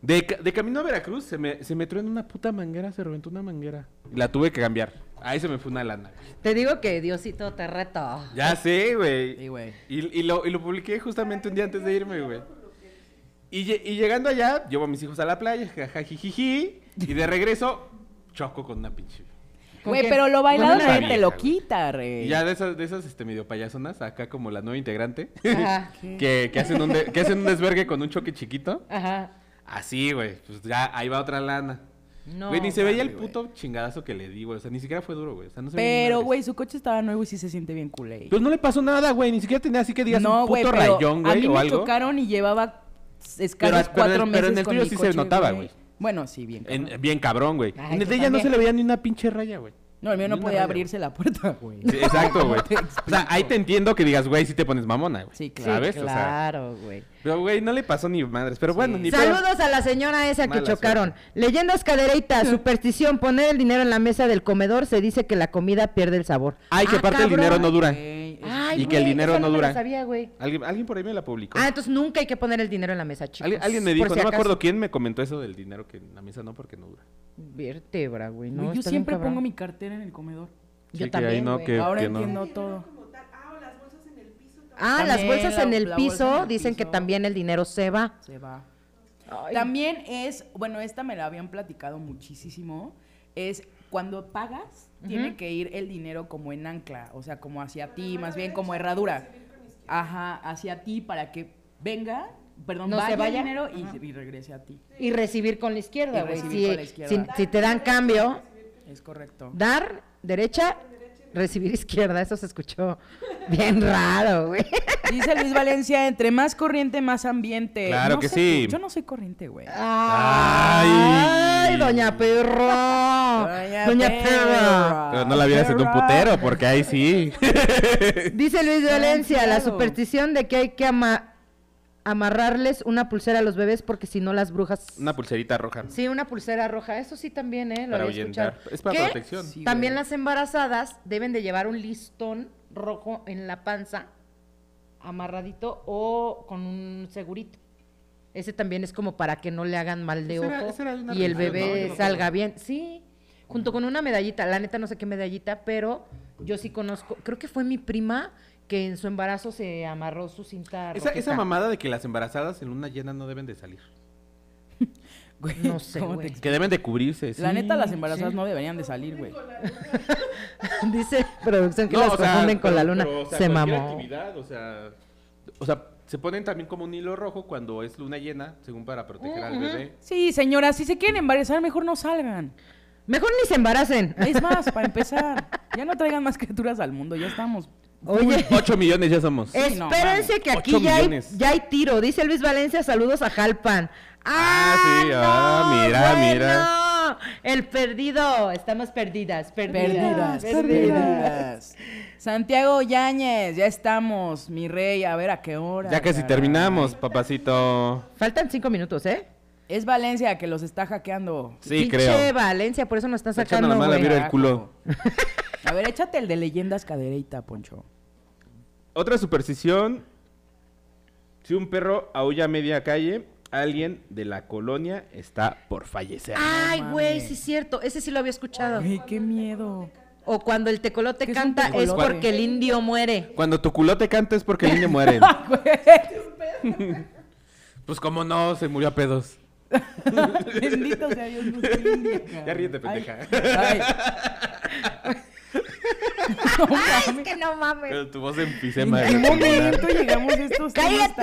Speaker 3: De, ca- de camino a Veracruz se me, se me truena una puta manguera, se reventó una manguera. Y La tuve que cambiar. Ahí se me fue una lana.
Speaker 4: Te digo que Diosito te reto.
Speaker 3: Ya sé, güey.
Speaker 2: Sí, güey.
Speaker 3: Y, y lo, y lo publiqué justamente un día antes de irme, güey. Y, lle- y llegando allá, llevo a mis hijos a la playa, jajajijiji. Y de regreso, choco con una pinche.
Speaker 4: ¿Con
Speaker 2: Güey,
Speaker 4: quién?
Speaker 2: pero lo bailado
Speaker 3: Con una
Speaker 2: nadie te lo
Speaker 3: vieja, güey.
Speaker 2: quita, rey.
Speaker 3: Y ya de esas, de esas este, medio payasonas, acá como la nueva integrante,
Speaker 4: Ajá.
Speaker 3: que, que hacen un de- que hacen un desvergue con un choque chiquito.
Speaker 4: Ajá.
Speaker 3: Así, güey. Pues ya, ahí va otra lana.
Speaker 4: No,
Speaker 3: güey, ni se veía el
Speaker 4: mames,
Speaker 3: puto chingadazo que le di, güey. O sea, ni siquiera fue duro, güey. O sea, no se veía ni
Speaker 2: Pero,
Speaker 3: madres.
Speaker 2: güey, su coche estaba nuevo y sí se siente bien culé.
Speaker 3: Pues no le pasó nada, güey. Ni siquiera tenía así que digas un puto
Speaker 2: pero
Speaker 3: rayón,
Speaker 2: A
Speaker 3: güey,
Speaker 2: mí
Speaker 3: o
Speaker 2: me
Speaker 3: algo.
Speaker 2: chocaron y llevaba
Speaker 3: Pero-
Speaker 2: escasos
Speaker 3: pero-
Speaker 2: cuatro
Speaker 3: pero en
Speaker 2: meses
Speaker 3: el
Speaker 2: con
Speaker 3: tuyo
Speaker 2: mi
Speaker 3: sí se
Speaker 2: coche,
Speaker 3: notaba, güey.
Speaker 2: Bueno, sí, bien.
Speaker 3: En-
Speaker 2: cabrón.
Speaker 3: bien cabrón, güey.
Speaker 4: Ay,
Speaker 3: en el
Speaker 4: tú
Speaker 3: de ella no
Speaker 4: también.
Speaker 3: se le veía ni una pinche raya, güey.
Speaker 2: No, el mío no
Speaker 3: Ni una
Speaker 2: podía
Speaker 3: raya,
Speaker 2: abrirse la puerta, güey.
Speaker 3: güey. Sí, eh, exacto, güey.
Speaker 2: te
Speaker 3: o sea, ahí te entiendo que digas, güey, si te pones mamona, güey.
Speaker 2: Sí, claro.
Speaker 3: ¿Sabes?
Speaker 4: Sí,
Speaker 3: O sea,
Speaker 4: claro, güey.
Speaker 3: pero, güey, no le pasó ni madres. Pero bueno, ni pedo.
Speaker 4: Saludos a la señora esa que
Speaker 3: Mala
Speaker 4: chocaron. Leyendas cadereitas, superstición, poner el dinero en la mesa del comedor se dice que la comida pierde el sabor.
Speaker 3: Ay, que
Speaker 4: Ah,
Speaker 3: aparte el
Speaker 4: cabrón.
Speaker 3: dinero no dura.
Speaker 2: Güey, es-
Speaker 4: Ay,
Speaker 3: Y que el
Speaker 4: güey,
Speaker 3: dinero
Speaker 4: esa
Speaker 3: no
Speaker 4: me la
Speaker 3: dura.
Speaker 4: sabía, güey.
Speaker 3: Alguien, alguien por ahí me la publicó.
Speaker 4: Ah, entonces nunca hay que poner el dinero en la mesa, chicos.
Speaker 3: alguien, alguien me
Speaker 4: por
Speaker 3: dijo,
Speaker 4: si
Speaker 3: no me
Speaker 4: acaso.
Speaker 3: acuerdo quién me comentó eso del dinero que en la mesa no, porque no dura.
Speaker 4: Vértebra, güey.
Speaker 2: güey,
Speaker 4: No,
Speaker 2: yo
Speaker 4: está bien
Speaker 2: siempre
Speaker 4: cabrón.
Speaker 2: pongo mi cartera en el comedor.
Speaker 4: Yo
Speaker 3: Sí, que ahí
Speaker 4: también,
Speaker 3: no,
Speaker 4: güey.
Speaker 3: que-
Speaker 2: Ahora
Speaker 3: no.
Speaker 2: entiendo todo.
Speaker 5: Como tal, ah, o las bolsas en el piso. también.
Speaker 4: Ah, las
Speaker 2: También
Speaker 4: bolsas
Speaker 2: la-
Speaker 4: en el
Speaker 2: la bolsa en
Speaker 4: piso
Speaker 2: el
Speaker 4: dicen que
Speaker 2: piso.
Speaker 4: también el dinero se va.
Speaker 2: Se va. También es, bueno, esta me la habían platicado muchísimo, es cuando pagas, tiene que ir el dinero como en ancla, o sea, como hacia ti, más bien como herradura. Ajá, hacia ti para que venga, perdón,
Speaker 4: No
Speaker 2: vaya,
Speaker 4: se vaya.
Speaker 2: el dinero y, y regrese a ti.
Speaker 4: Y recibir con la izquierda,
Speaker 2: Y
Speaker 4: güey.
Speaker 2: recibir
Speaker 4: Si,
Speaker 2: con la izquierda.
Speaker 4: si- si te dan cambio,
Speaker 2: Es correcto.
Speaker 4: dar derecha, recibir izquierda. Eso se escuchó bien raro, güey.
Speaker 2: Dice Luis Valencia, entre más corriente, más ambiente.
Speaker 3: Claro
Speaker 2: No
Speaker 3: que
Speaker 2: sé
Speaker 3: sí.
Speaker 2: tú, Yo no soy corriente, güey.
Speaker 4: Ay, doña perro. Doña, perro.
Speaker 3: Pero no la vieras en un
Speaker 2: perra.
Speaker 3: putero, porque ahí sí.
Speaker 4: Dice Luis Violencia, la
Speaker 2: claro.
Speaker 4: superstición de que hay que ama- amarrarles una pulsera a los bebés porque si no las brujas...
Speaker 3: Una pulserita roja.
Speaker 4: Sí, una pulsera roja, eso sí también, ¿eh? Lo
Speaker 3: Para
Speaker 4: había
Speaker 3: ahuyentar.
Speaker 4: escuchado.
Speaker 3: Es para
Speaker 4: Que
Speaker 3: protección.
Speaker 2: Sí,
Speaker 4: también
Speaker 2: güey.
Speaker 4: las embarazadas deben de llevar un listón rojo en la panza, amarradito o con un segurito. Ese también es como para que no le hagan mal de
Speaker 3: Esa era-
Speaker 4: ojo
Speaker 3: esa era de una
Speaker 4: y el
Speaker 3: religión, ¿no? Yo
Speaker 4: bebé
Speaker 3: no me
Speaker 4: salga
Speaker 3: acuerdo.
Speaker 4: bien. Sí, junto con una medallita, la neta no sé qué medallita, pero yo sí conozco, creo que fue mi prima que en su embarazo se amarró su cinta
Speaker 3: Esa, esa
Speaker 4: rojita.
Speaker 3: mamada de que las embarazadas en luna llena no deben de salir.
Speaker 2: Güey,
Speaker 4: No sé,
Speaker 2: ¿cómo te
Speaker 4: güey.
Speaker 2: explico?
Speaker 3: Que deben de cubrirse.
Speaker 2: La
Speaker 3: sí,
Speaker 2: neta, las embarazadas
Speaker 3: sí.
Speaker 2: no deberían de salir, güey.
Speaker 4: Dice producción que las
Speaker 3: o sea,
Speaker 4: confunden con la
Speaker 3: pero-
Speaker 4: luna.
Speaker 3: pero, o sea,
Speaker 4: se
Speaker 3: cualquier
Speaker 4: mamó.
Speaker 3: actividad, o sea, o sea, se ponen también como un hilo rojo cuando es luna llena, según para proteger al bebé.
Speaker 2: Sí, señora, si se quieren embarazar, mejor no salgan.
Speaker 4: Mejor ni se embaracen.
Speaker 2: Es más, para empezar, ya no traigan más criaturas al mundo, ya estamos.
Speaker 4: Oye,
Speaker 3: 8 millones ya somos.
Speaker 2: Eh, Sí, no,
Speaker 4: espérense
Speaker 2: mames.
Speaker 4: que aquí
Speaker 3: Ocho
Speaker 4: ya hay,
Speaker 3: millones.
Speaker 4: ya hay tiro. Dice Luis Valencia, saludos a Jalpan. Ah,
Speaker 3: sí, ah,
Speaker 4: no,
Speaker 3: mira,
Speaker 4: güey,
Speaker 3: mira.
Speaker 4: no. El perdido. Estamos perdidas, perdidas.
Speaker 2: Perdidas, perdidas. Santiago Yáñez, ya estamos, mi rey, a ver a qué hora.
Speaker 3: ya casi
Speaker 2: caray.
Speaker 3: terminamos, papacito.
Speaker 4: Faltan cinco minutos, ¿eh?
Speaker 2: Es Valencia que los está hackeando.
Speaker 3: Sí,
Speaker 4: Pinche
Speaker 3: creo.
Speaker 4: Valencia, por eso nos están
Speaker 3: Está echando
Speaker 4: sacando,
Speaker 3: la mala
Speaker 4: güey.
Speaker 3: mira el culo.
Speaker 2: A ver, échate el de leyendas cadereita, Poncho.
Speaker 3: Otra superstición. Si un perro aulla a media calle, alguien de la colonia está por fallecer.
Speaker 4: Ay,
Speaker 2: No
Speaker 4: güey,
Speaker 2: mames.
Speaker 4: sí es cierto. Ese sí lo había escuchado.
Speaker 2: Ay, qué miedo.
Speaker 4: O cuando el tecolote
Speaker 2: ¿Qué es un
Speaker 4: canta es
Speaker 2: tecolote?
Speaker 4: porque el indio muere.
Speaker 3: Cuando tu culote canta es porque el niño muere.
Speaker 2: Güey,
Speaker 3: pues como no, se murió a pedos.
Speaker 2: Bendito sea Dios. no soy india, cabrón.
Speaker 3: Ya ríete,
Speaker 2: Ay,
Speaker 3: pendeja.
Speaker 2: ay. No
Speaker 4: Ay,
Speaker 2: mames.
Speaker 4: es que no mames.
Speaker 3: Pero tu voz de
Speaker 2: ¿En
Speaker 3: enfisema.
Speaker 2: qué
Speaker 3: de pulmonar.
Speaker 2: momento llegamos a estos
Speaker 4: Cállate,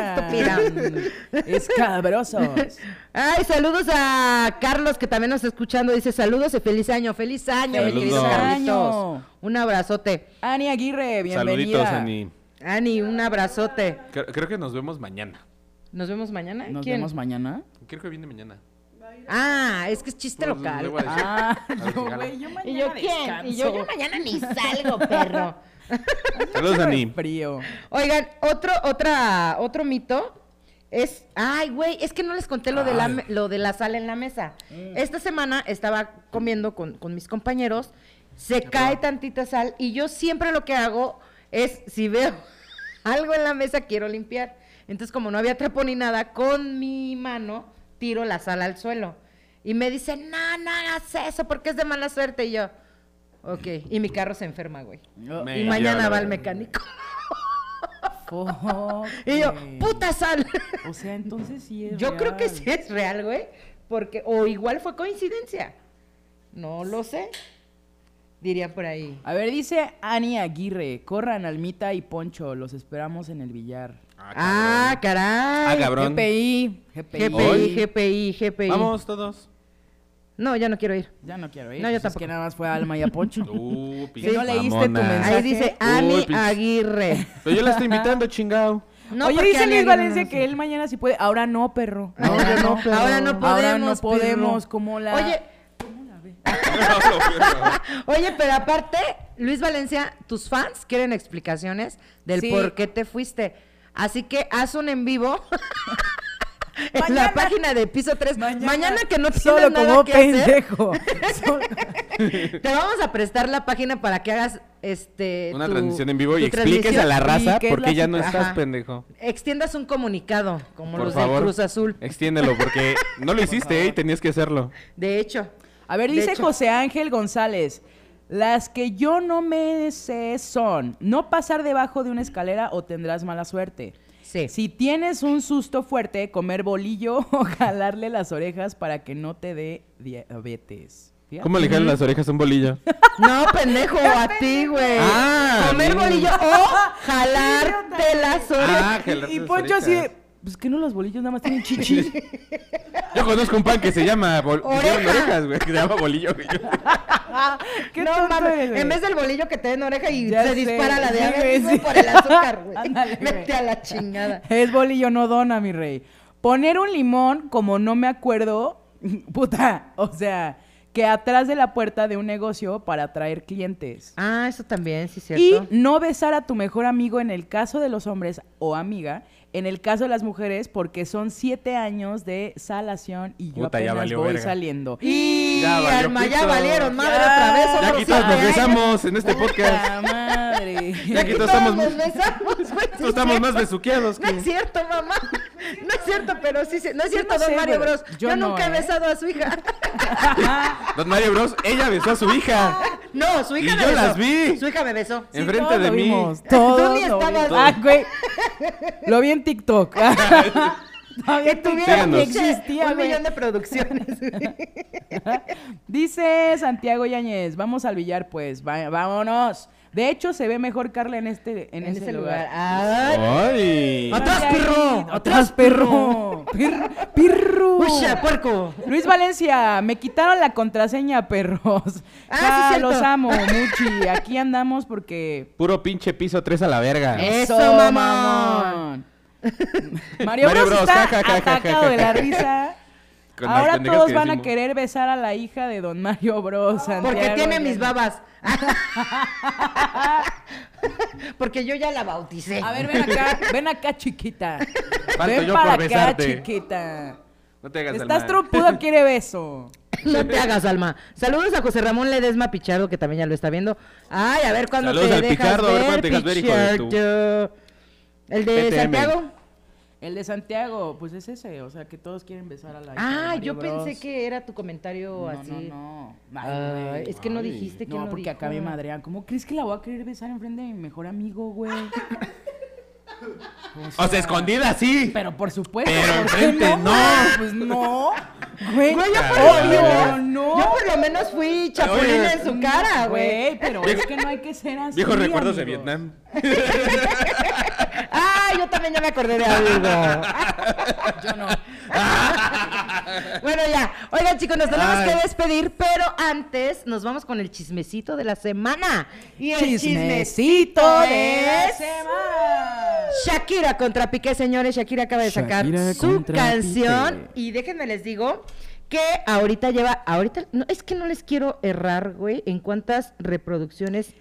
Speaker 2: tan escabrosos?
Speaker 4: Ay, saludos a Carlos que también nos está escuchando. Dice saludos y feliz año, feliz año, mi querido
Speaker 3: Saludos.
Speaker 4: Carlitos.
Speaker 2: Año.
Speaker 4: Un abrazote.
Speaker 2: Ani Aguirre, bienvenida.
Speaker 3: Saluditos, Ani.
Speaker 4: Ani, un abrazote.
Speaker 3: Creo, creo que nos vemos mañana.
Speaker 4: Nos vemos mañana.
Speaker 2: Nos
Speaker 4: ¿Quién?
Speaker 2: vemos mañana.
Speaker 3: Creo que viene mañana.
Speaker 4: Ah, es que es chiste
Speaker 3: Pues, le
Speaker 4: local.
Speaker 3: voy a decir.
Speaker 2: Ah,
Speaker 3: ver,
Speaker 2: yo,
Speaker 3: jala.
Speaker 2: güey, yo mañana
Speaker 4: ¿Y yo quién?
Speaker 2: descanso.
Speaker 4: Y yo, yo mañana ni salgo, perro.
Speaker 3: Saludos, Ani.
Speaker 2: Frío.
Speaker 4: Oigan, otro, otra, otro mito es, ay, güey, es que no les conté lo de la, me- lo de la sal en la mesa.
Speaker 3: Mm.
Speaker 4: Esta semana estaba comiendo con, con mis compañeros, se cae tantita sal y yo siempre lo que hago es, si veo algo en la mesa, quiero limpiar. Entonces, como no había trapo ni nada, con mi mano tiro la sal al suelo. Y me dice, no, no hagas eso porque es de mala suerte. Y yo, ok. Y mi carro se enferma, güey.
Speaker 3: Me-
Speaker 4: Y
Speaker 3: ya,
Speaker 4: mañana
Speaker 3: la
Speaker 4: va al
Speaker 3: verdad.
Speaker 4: mecánico.
Speaker 2: Fuck,
Speaker 4: Y yo,
Speaker 2: güey.
Speaker 4: puta sal.
Speaker 2: O sea, entonces sí es
Speaker 4: Yo creo que
Speaker 2: real.
Speaker 4: sí es real, güey. Porque, o igual fue coincidencia. No lo sé. Diría por ahí.
Speaker 2: A ver, dice Ani Aguirre, corran Almita y Poncho, los esperamos en el billar.
Speaker 4: Ah, caray.
Speaker 3: Ah, cabrón.
Speaker 2: GPI, GPI.
Speaker 4: GPI, GPI, GPI.
Speaker 3: Vamos todos.
Speaker 4: No, ya no quiero ir.
Speaker 2: Ya no quiero ir.
Speaker 4: No,
Speaker 2: pues
Speaker 4: yo
Speaker 2: es
Speaker 4: tampoco.
Speaker 2: que nada más fue a Alma y a Poncho.
Speaker 3: Uh,
Speaker 2: Que no
Speaker 3: pinche
Speaker 2: leíste tu
Speaker 3: mamona.
Speaker 2: mensaje.
Speaker 4: Ahí dice Ani
Speaker 3: Uy, pinche-
Speaker 4: Aguirre.
Speaker 3: Pero yo la estoy invitando, chingao.
Speaker 4: No,
Speaker 2: Oye,
Speaker 4: porque
Speaker 2: dice
Speaker 4: Ani
Speaker 2: Luis
Speaker 4: Aguirre
Speaker 2: Valencia
Speaker 4: no
Speaker 2: que él mañana sí puede. Ahora no, perro.
Speaker 4: No, ahora no, ahora no podemos.
Speaker 2: Ahora no
Speaker 4: perro.
Speaker 2: podemos, como la...
Speaker 4: Oye, oye, pero aparte, Luis Valencia, tus fans quieren explicaciones del
Speaker 2: Sí.
Speaker 4: por qué te fuiste. Así que haz un en vivo en
Speaker 2: Mañana.
Speaker 4: la página de Piso 3. Mañana, que no tienes
Speaker 2: Solo
Speaker 4: nada
Speaker 2: como
Speaker 4: que hacer,
Speaker 2: pendejo. Solo-
Speaker 4: te vamos a prestar la página para que hagas este
Speaker 3: Una
Speaker 4: tu-
Speaker 3: transmisión en vivo y
Speaker 4: tu
Speaker 3: expliques a
Speaker 4: transmisión.
Speaker 3: la raza
Speaker 2: ¿qué es
Speaker 3: por
Speaker 2: la
Speaker 3: qué ya no
Speaker 4: situ-
Speaker 3: estás,
Speaker 4: Ajá.
Speaker 3: pendejo.
Speaker 4: Extiendas un comunicado, como
Speaker 3: Por
Speaker 4: los
Speaker 3: favor. Eh.
Speaker 4: del Cruz Azul.
Speaker 3: Extiéndelo porque no lo hiciste eh, y tenías que hacerlo.
Speaker 4: De hecho.
Speaker 2: A ver,
Speaker 4: De
Speaker 2: dice
Speaker 4: hecho.
Speaker 2: José Ángel González. Las que yo no me sé son no pasar debajo de una escalera o tendrás mala suerte.
Speaker 4: Sí.
Speaker 2: Si tienes un susto fuerte, comer bolillo o jalarle las orejas para que no te dé diabetes. Fíjate.
Speaker 3: ¿Cómo le jalan las orejas a un bolillo?
Speaker 4: No, pendejo, a ti, güey.
Speaker 3: Ah,
Speaker 4: Comer
Speaker 3: a mí.
Speaker 4: bolillo o jalarte las orejas.
Speaker 3: Ah, jalarte
Speaker 2: Y, y
Speaker 3: las
Speaker 2: Poncho así de,
Speaker 3: orejas.
Speaker 2: pues que no los bolillos nada más tienen chichis.
Speaker 3: Yo conozco un pan que se llama bol- que
Speaker 4: Oreja.
Speaker 3: llevan orejas, güey, que se llama bolillo. güey.
Speaker 2: ¿Qué
Speaker 4: no
Speaker 2: tonto
Speaker 4: mames,
Speaker 2: eres, güey?
Speaker 4: en vez del bolillo que te den oreja y
Speaker 2: Ya
Speaker 4: se
Speaker 2: sé,
Speaker 4: dispara la
Speaker 2: sí,
Speaker 4: diabetes
Speaker 2: güey, sí.
Speaker 4: por el azúcar, güey.
Speaker 2: Ándale, güey.
Speaker 4: Vete a la chingada.
Speaker 2: Es bolillo, no dona, mi rey. Poner un limón, como no me acuerdo, puta, o sea, que atrás de la puerta de un negocio para atraer clientes.
Speaker 4: Ah, eso también, sí,
Speaker 2: Y
Speaker 4: cierto.
Speaker 2: no besar a tu mejor amigo en el caso de los hombres o amiga, en el caso de las mujeres, porque son siete años de salación y yo
Speaker 3: Puta, ya
Speaker 2: apenas
Speaker 3: valió
Speaker 2: voy
Speaker 3: verga.
Speaker 2: saliendo.
Speaker 4: Y,
Speaker 3: Ya valió
Speaker 4: alma, ya
Speaker 3: pito.
Speaker 4: valieron, madre,
Speaker 2: Ya.
Speaker 4: otra vez.
Speaker 3: Ya
Speaker 4: otros
Speaker 3: aquí todos nos
Speaker 4: siete años.
Speaker 3: besamos en este podcast.
Speaker 2: ¡Puta madre!
Speaker 4: Ya aquí todos
Speaker 3: estamos-
Speaker 4: nos besamos, güey. sí,
Speaker 3: Nosotros estamos más
Speaker 4: cierto.
Speaker 3: besuqueados
Speaker 4: No
Speaker 3: que...
Speaker 4: es cierto, mamá. No es cierto, pero sí. se- No es
Speaker 2: Yo
Speaker 4: cierto,
Speaker 2: no
Speaker 4: don
Speaker 2: sé,
Speaker 4: Mario
Speaker 2: güey.
Speaker 4: Bros.
Speaker 2: Yo
Speaker 4: Yo,
Speaker 2: no,
Speaker 4: nunca he
Speaker 2: ¿eh?
Speaker 4: besado a su hija.
Speaker 3: Don Mario Bros, ella besó a su hija.
Speaker 4: No, su hija
Speaker 3: Y
Speaker 4: me
Speaker 3: yo
Speaker 4: besó.
Speaker 3: las vi.
Speaker 4: Su hija me besó.
Speaker 2: Sí,
Speaker 3: Enfrente
Speaker 2: todos
Speaker 3: de
Speaker 2: lo
Speaker 3: mí.
Speaker 2: vimos,
Speaker 3: Tú
Speaker 2: todos
Speaker 4: ni
Speaker 2: lo
Speaker 4: estabas.
Speaker 2: vimos. Ah, güey. Lo vi en TikTok. Todavía
Speaker 4: Que tuviera
Speaker 2: TikTok ni
Speaker 3: Síganos.
Speaker 2: existía,
Speaker 4: un
Speaker 2: güey.
Speaker 4: millón de producciones.
Speaker 2: Dice Santiago Yáñez, vamos al billar, pues, va- vámonos. De hecho, se ve mejor Carla en este, en, ese, lugar.
Speaker 4: Ay,
Speaker 3: ¡Ay!
Speaker 4: ¡Atrás,
Speaker 2: Ay,
Speaker 4: perro!
Speaker 2: ¡Atrás, perro! ¡Perro! perro.
Speaker 4: ¡Pucha, puerco!
Speaker 2: Luis Valencia, me quitaron la contraseña, perros.
Speaker 4: Ah,
Speaker 2: Ya,
Speaker 4: sí, cierto.
Speaker 2: los amo, Muchi. Aquí andamos porque
Speaker 3: Puro pinche piso 3 a la verga.
Speaker 4: Eh. ¡Eso, mamón!
Speaker 2: Mario,
Speaker 3: Mario
Speaker 2: Bros
Speaker 3: Bros,
Speaker 2: está
Speaker 3: ja, ja, ja, ja,
Speaker 2: atacado
Speaker 3: ja,
Speaker 2: de la
Speaker 3: ja.
Speaker 2: risa.
Speaker 3: Con las
Speaker 2: Ahora
Speaker 3: pendejas
Speaker 2: todos
Speaker 3: que
Speaker 2: van a
Speaker 3: decimos.
Speaker 2: querer besar a la hija de Don Mario Bros.
Speaker 4: Porque
Speaker 2: Santiago
Speaker 4: tiene
Speaker 2: Llanes.
Speaker 4: mis babas. Porque yo ya la bauticé.
Speaker 2: A ver, ven acá, ven acá, chiquita.
Speaker 3: Falto
Speaker 2: ven
Speaker 3: yo
Speaker 2: para
Speaker 3: por
Speaker 2: acá,
Speaker 3: besarte.
Speaker 2: chiquita.
Speaker 3: No te hagas el
Speaker 2: Estás
Speaker 3: mal.
Speaker 2: trompudo, quiere beso.
Speaker 4: No te hagas, Alma. Saludos a José Ramón Ledesma Pichardo, que también ya lo está viendo. Ay, a ver cuándo
Speaker 3: Saludos
Speaker 4: te
Speaker 3: al
Speaker 4: dejas
Speaker 3: Pichardo, a ver
Speaker 4: ver,
Speaker 3: cuándo te dejas ver, hijo de tu-
Speaker 4: Pichardo. El de
Speaker 3: PTM.
Speaker 4: Santiago.
Speaker 2: El de Santiago, pues es ese, o sea, que todos quieren besar a la hija de
Speaker 4: Ah,
Speaker 2: Mario
Speaker 4: yo
Speaker 2: Bros.
Speaker 4: pensé que era tu comentario
Speaker 2: No,
Speaker 4: así.
Speaker 2: no, no. Ay,
Speaker 4: Ay,
Speaker 2: güey.
Speaker 4: es que no
Speaker 3: Ay.
Speaker 4: dijiste que
Speaker 2: No, porque acá me madrean. ¿Cómo crees que la voy a querer besar enfrente de mi mejor amigo, güey?
Speaker 3: O sea, escondida sí.
Speaker 4: Pues
Speaker 2: Pero por supuesto.
Speaker 3: Pero
Speaker 2: ¿por qué
Speaker 3: enfrente, no.
Speaker 2: güey? Pues no. Güey,
Speaker 4: Güey, yo por,
Speaker 3: Claro,
Speaker 4: lo menos,
Speaker 2: no.
Speaker 4: yo por lo menos fui chapulina en su cara, güey.
Speaker 2: Pero es que no hay que ser así.
Speaker 3: Viejos recuerdos de
Speaker 2: amigos.
Speaker 3: Vietnam.
Speaker 2: pues.
Speaker 4: Ah, yo también ya me acordé de algo.
Speaker 2: Yo no.
Speaker 4: Bueno, ya. Oigan, chicos, nos tenemos
Speaker 3: Ay.
Speaker 4: que despedir, pero antes nos vamos con el chismecito de la semana. Y el
Speaker 2: Chismecito de la
Speaker 4: es
Speaker 2: semana.
Speaker 4: Shakira contra Piqué, señores. Shakira acaba de sacar
Speaker 2: Shakira
Speaker 4: su
Speaker 2: contra
Speaker 4: canción.
Speaker 2: Piqué.
Speaker 4: Y déjenme les digo que ahorita lleva. Ahorita. No, es que no les quiero errar, güey, en cuántas reproducciones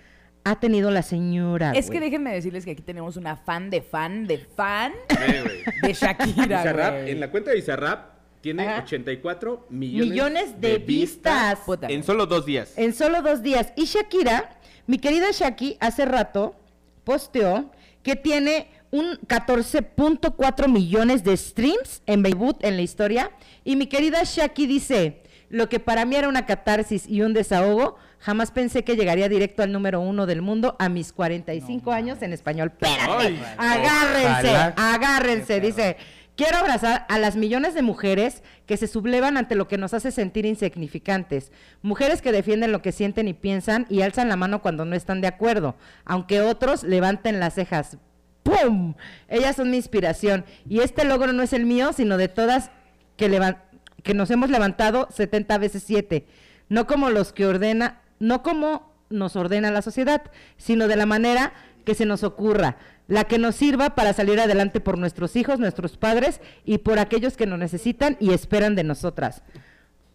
Speaker 4: ha tenido la señora.
Speaker 2: Es que
Speaker 4: güey.
Speaker 2: déjenme decirles que aquí tenemos una fan de fan de fan
Speaker 3: Sí, güey.
Speaker 2: de Shakira,
Speaker 3: Bizarrap,
Speaker 2: güey.
Speaker 3: en la cuenta de Bizarrap tiene
Speaker 4: Ajá.
Speaker 3: 84 millones,
Speaker 4: Millones de, vistas.
Speaker 2: Puta.
Speaker 3: en solo dos días.
Speaker 4: En solo dos días. Y Shakira, mi querida Shaki, hace rato posteó que tiene un 14.4 millones de streams en Beirut en la historia. Y mi querida Shaki dice, lo que para mí era una catarsis y un desahogo, jamás pensé que llegaría directo al número uno del mundo a mis 45 años en español. Espérate,
Speaker 3: Ay,
Speaker 4: agárrense,
Speaker 3: ojalá.
Speaker 4: agárrense, dice. Quiero abrazar a las millones de mujeres que se sublevan ante lo que nos hace sentir insignificantes. Mujeres que defienden lo que sienten y piensan y alzan la mano cuando no están de acuerdo, aunque otros levanten las cejas. ¡Pum! Ellas son mi inspiración. Y este logro no es el mío, sino de todas que, levan- que nos hemos levantado 70 veces 7. No como los que ordena, no como nos ordena la sociedad, sino de la manera que se nos ocurra, la que nos sirva para salir adelante por nuestros hijos, nuestros padres y por aquellos que nos necesitan y esperan de nosotras.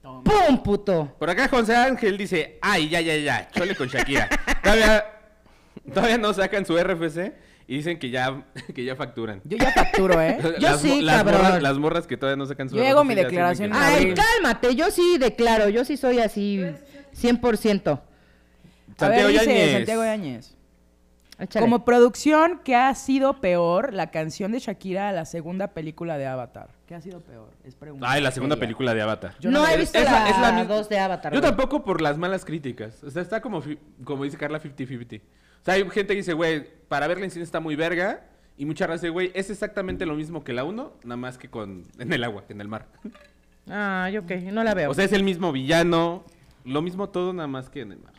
Speaker 4: ¡Pum, puto!
Speaker 3: Por acá José Ángel dice, ay, ya, ya, ya, chole con Shakira. todavía, todavía no sacan su RFC y dicen que ya, que ya facturan.
Speaker 2: Yo ya facturo, ¿eh?
Speaker 4: Yo
Speaker 3: mo-
Speaker 4: sí, cabrón.
Speaker 3: Morras, las morras que todavía no sacan su
Speaker 2: Yo hago mi
Speaker 3: ya dicen
Speaker 2: declaración
Speaker 3: que-
Speaker 2: en abril.
Speaker 4: Ay, cálmate, yo sí declaro, yo sí soy así 100%.
Speaker 2: A ver,
Speaker 3: Santiago
Speaker 2: dice
Speaker 3: Yáñez.
Speaker 2: Santiago Yáñez.
Speaker 4: Échale.
Speaker 2: Como producción, ¿qué ha sido peor la canción de Shakira a la segunda película de Avatar? ¿Qué ha sido peor? Es pregunta.
Speaker 3: Ay, la segunda
Speaker 2: seria.
Speaker 3: película de Avatar.
Speaker 2: Yo
Speaker 4: no,
Speaker 2: no la
Speaker 4: he
Speaker 2: he
Speaker 4: visto
Speaker 3: visto.
Speaker 4: la,
Speaker 3: Es la- es la misma-
Speaker 4: dos de Avatar.
Speaker 3: Yo
Speaker 4: güey.
Speaker 3: tampoco por las malas críticas. O sea, está como, fi- como dice Carla 50-50. O sea, hay gente que dice, güey, para verla en cine está muy verga. Y mucha raza dice, güey, es exactamente lo mismo que la 1, nada más que con en el agua, en el mar.
Speaker 4: Ah, yo qué, no la veo.
Speaker 3: O sea, es el mismo villano, lo mismo todo, nada más que en el mar.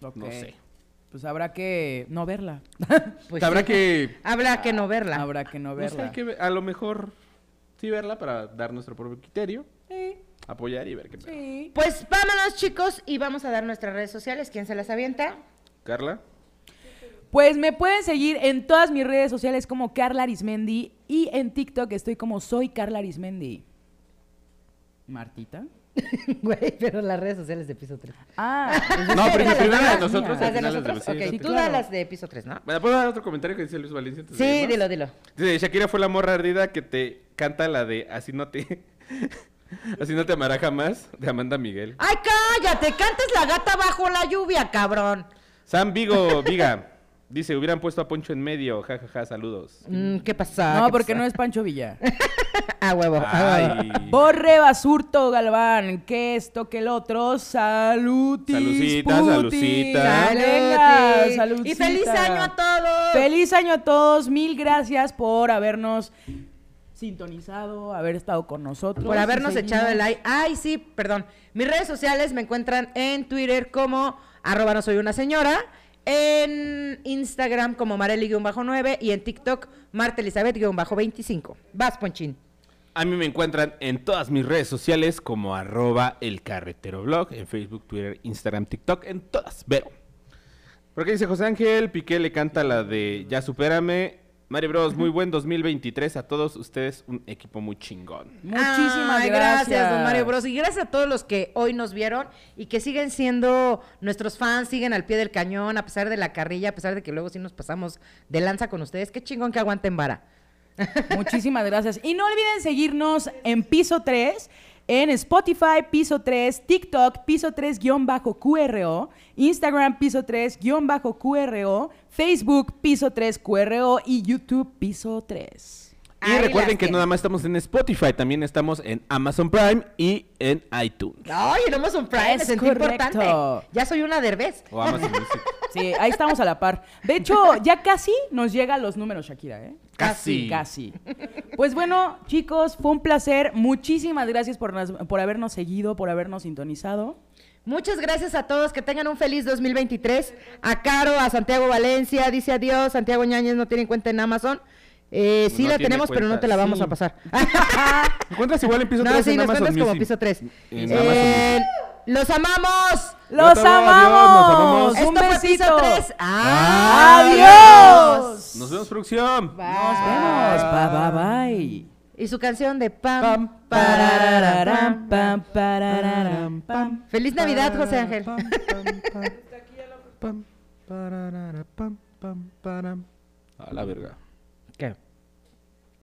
Speaker 2: Ok.
Speaker 3: No sé.
Speaker 2: Pues habrá que no verla.
Speaker 4: Pues
Speaker 3: Habrá
Speaker 4: sí.
Speaker 3: que...
Speaker 4: Habrá que no verla.
Speaker 2: Habrá que no
Speaker 3: no sé,
Speaker 2: verla.
Speaker 3: hay que ver- a lo mejor sí verla para dar nuestro propio criterio,
Speaker 2: Sí,
Speaker 3: apoyar y ver qué pedo.
Speaker 2: sí.
Speaker 4: Pues vámonos, chicos, y vamos a dar nuestras redes sociales. ¿Quién se las avienta?
Speaker 3: Carla.
Speaker 2: Pues me pueden seguir en todas mis redes sociales como Carla Arismendi y en TikTok estoy como soy Carla Arismendi. Martita.
Speaker 4: Güey, pero las redes sociales de piso 3.
Speaker 2: Ah, pues es
Speaker 3: No,
Speaker 2: que
Speaker 3: pero
Speaker 2: era
Speaker 3: primero
Speaker 2: la
Speaker 3: las
Speaker 2: mía.
Speaker 3: de nosotros,
Speaker 4: Las de
Speaker 3: al final las de
Speaker 4: nosotros.
Speaker 3: Mercedes.
Speaker 4: Ok,
Speaker 2: Sí,
Speaker 4: tú
Speaker 2: claro.
Speaker 4: da las de piso 3, ¿no?
Speaker 3: Bueno, ¿puedo dar otro comentario que dice Luis Valencia? antes de
Speaker 4: Sí,
Speaker 3: irnos?
Speaker 4: dilo, dilo.
Speaker 3: Dice, Shakira fue la morra ardida que te canta la de Así no te... Así no te amará jamás, de Amanda Miguel.
Speaker 4: ¡Ay, cállate! ¡Cantas la gata bajo la lluvia, cabrón!
Speaker 3: Sam Vigo, Viga. Dice, hubieran puesto a Poncho en medio, jajaja, saludos.
Speaker 4: Mm, ¿Qué
Speaker 3: Ah,
Speaker 4: pasa?
Speaker 2: No,
Speaker 4: ¿Qué
Speaker 2: porque
Speaker 4: pasa?
Speaker 2: no es Pancho Villa.
Speaker 4: Ah, huevo. ah, huevo.
Speaker 3: Ay.
Speaker 2: Borre Basurto Galván, que esto, que el otro, salutis.
Speaker 3: Salucita, salucita.
Speaker 2: Dale, venga, salucita.
Speaker 4: Y feliz año a todos.
Speaker 2: Feliz año a todos, mil gracias por habernos sintonizado, haber estado con nosotros.
Speaker 4: Por habernos
Speaker 2: Seguimos.
Speaker 4: echado el like. Ay, sí, perdón. Mis redes sociales me encuentran en Twitter como arroba no soy una señora, en Instagram como mareli-9 y en TikTok Marta Elizabeth-25. Vas, Ponchín.
Speaker 3: A mí me encuentran en todas mis redes sociales como arroba el carretero blog, en Facebook, Twitter, Instagram, TikTok, en todas, vero. Por acá dice José Ángel, Piqué le canta la de Ya supérame. Mario Bros, muy buen 2023 a todos ustedes, un equipo muy chingón.
Speaker 2: Muchísimas
Speaker 4: Ay,
Speaker 2: gracias.
Speaker 4: don Mario Bros. Y gracias a todos los que hoy nos vieron y que siguen siendo nuestros fans, siguen al pie del cañón, a pesar de la carrilla, a pesar de que luego sí nos pasamos de lanza con ustedes. Qué chingón que aguanten vara.
Speaker 2: Muchísimas gracias. Y no olviden seguirnos en Piso 3, en Spotify, Piso 3, TikTok, Piso 3-QRO, Instagram, Piso 3-QRO, Facebook, Piso 3-QRO y YouTube, Piso 3.
Speaker 3: Y
Speaker 4: Ahí
Speaker 3: recuerden
Speaker 4: las
Speaker 3: que
Speaker 4: tienen.
Speaker 3: nada más estamos en Spotify, también estamos en Amazon Prime y en iTunes.
Speaker 4: Ay, el Amazon Prime
Speaker 2: Es
Speaker 4: es
Speaker 2: correcto.
Speaker 4: importante. Ya soy una derbez.
Speaker 3: O Amazon Music.
Speaker 2: Sí, ahí estamos a la par. De hecho, ya casi nos llegan los números, Shakira, ¿eh?
Speaker 3: Casi.
Speaker 2: Casi. Pues bueno, chicos, fue un placer. Muchísimas gracias por, nas- por habernos seguido, por habernos sintonizado.
Speaker 4: Muchas gracias a todos, que tengan un feliz 2023. A Caro, a Santiago Valencia, dice adiós. Santiago Ñañez no tiene cuenta en Amazon. Eh, sí
Speaker 3: No
Speaker 4: la
Speaker 3: tiene
Speaker 4: tenemos, pero no
Speaker 3: cuenta,
Speaker 4: te la vamos
Speaker 3: sí.
Speaker 4: a pasar.
Speaker 3: Encuentras igual en piso
Speaker 4: no,
Speaker 3: 3
Speaker 4: sí,
Speaker 3: en
Speaker 4: nos
Speaker 3: Amazon
Speaker 4: cuentas como
Speaker 3: Music.
Speaker 4: piso 3.
Speaker 3: En Amazon
Speaker 4: ¡Los amamos!
Speaker 2: ¡Los
Speaker 3: Los amo,
Speaker 2: amamos!
Speaker 3: adiós, nos amamos.
Speaker 2: ¡Un
Speaker 4: Esto fue
Speaker 2: besito! Ah,
Speaker 4: piso 3.
Speaker 2: ¡Adiós!
Speaker 3: Nos vemos, producción.
Speaker 2: Nos vemos. Bye, bye, bye.
Speaker 4: Y su canción de pam,
Speaker 3: Pam,
Speaker 2: Pararararán,
Speaker 4: pararararán,
Speaker 2: pam,
Speaker 4: pam.
Speaker 2: parararán, pam.
Speaker 4: Feliz Navidad, José Ángel.
Speaker 3: A la verga.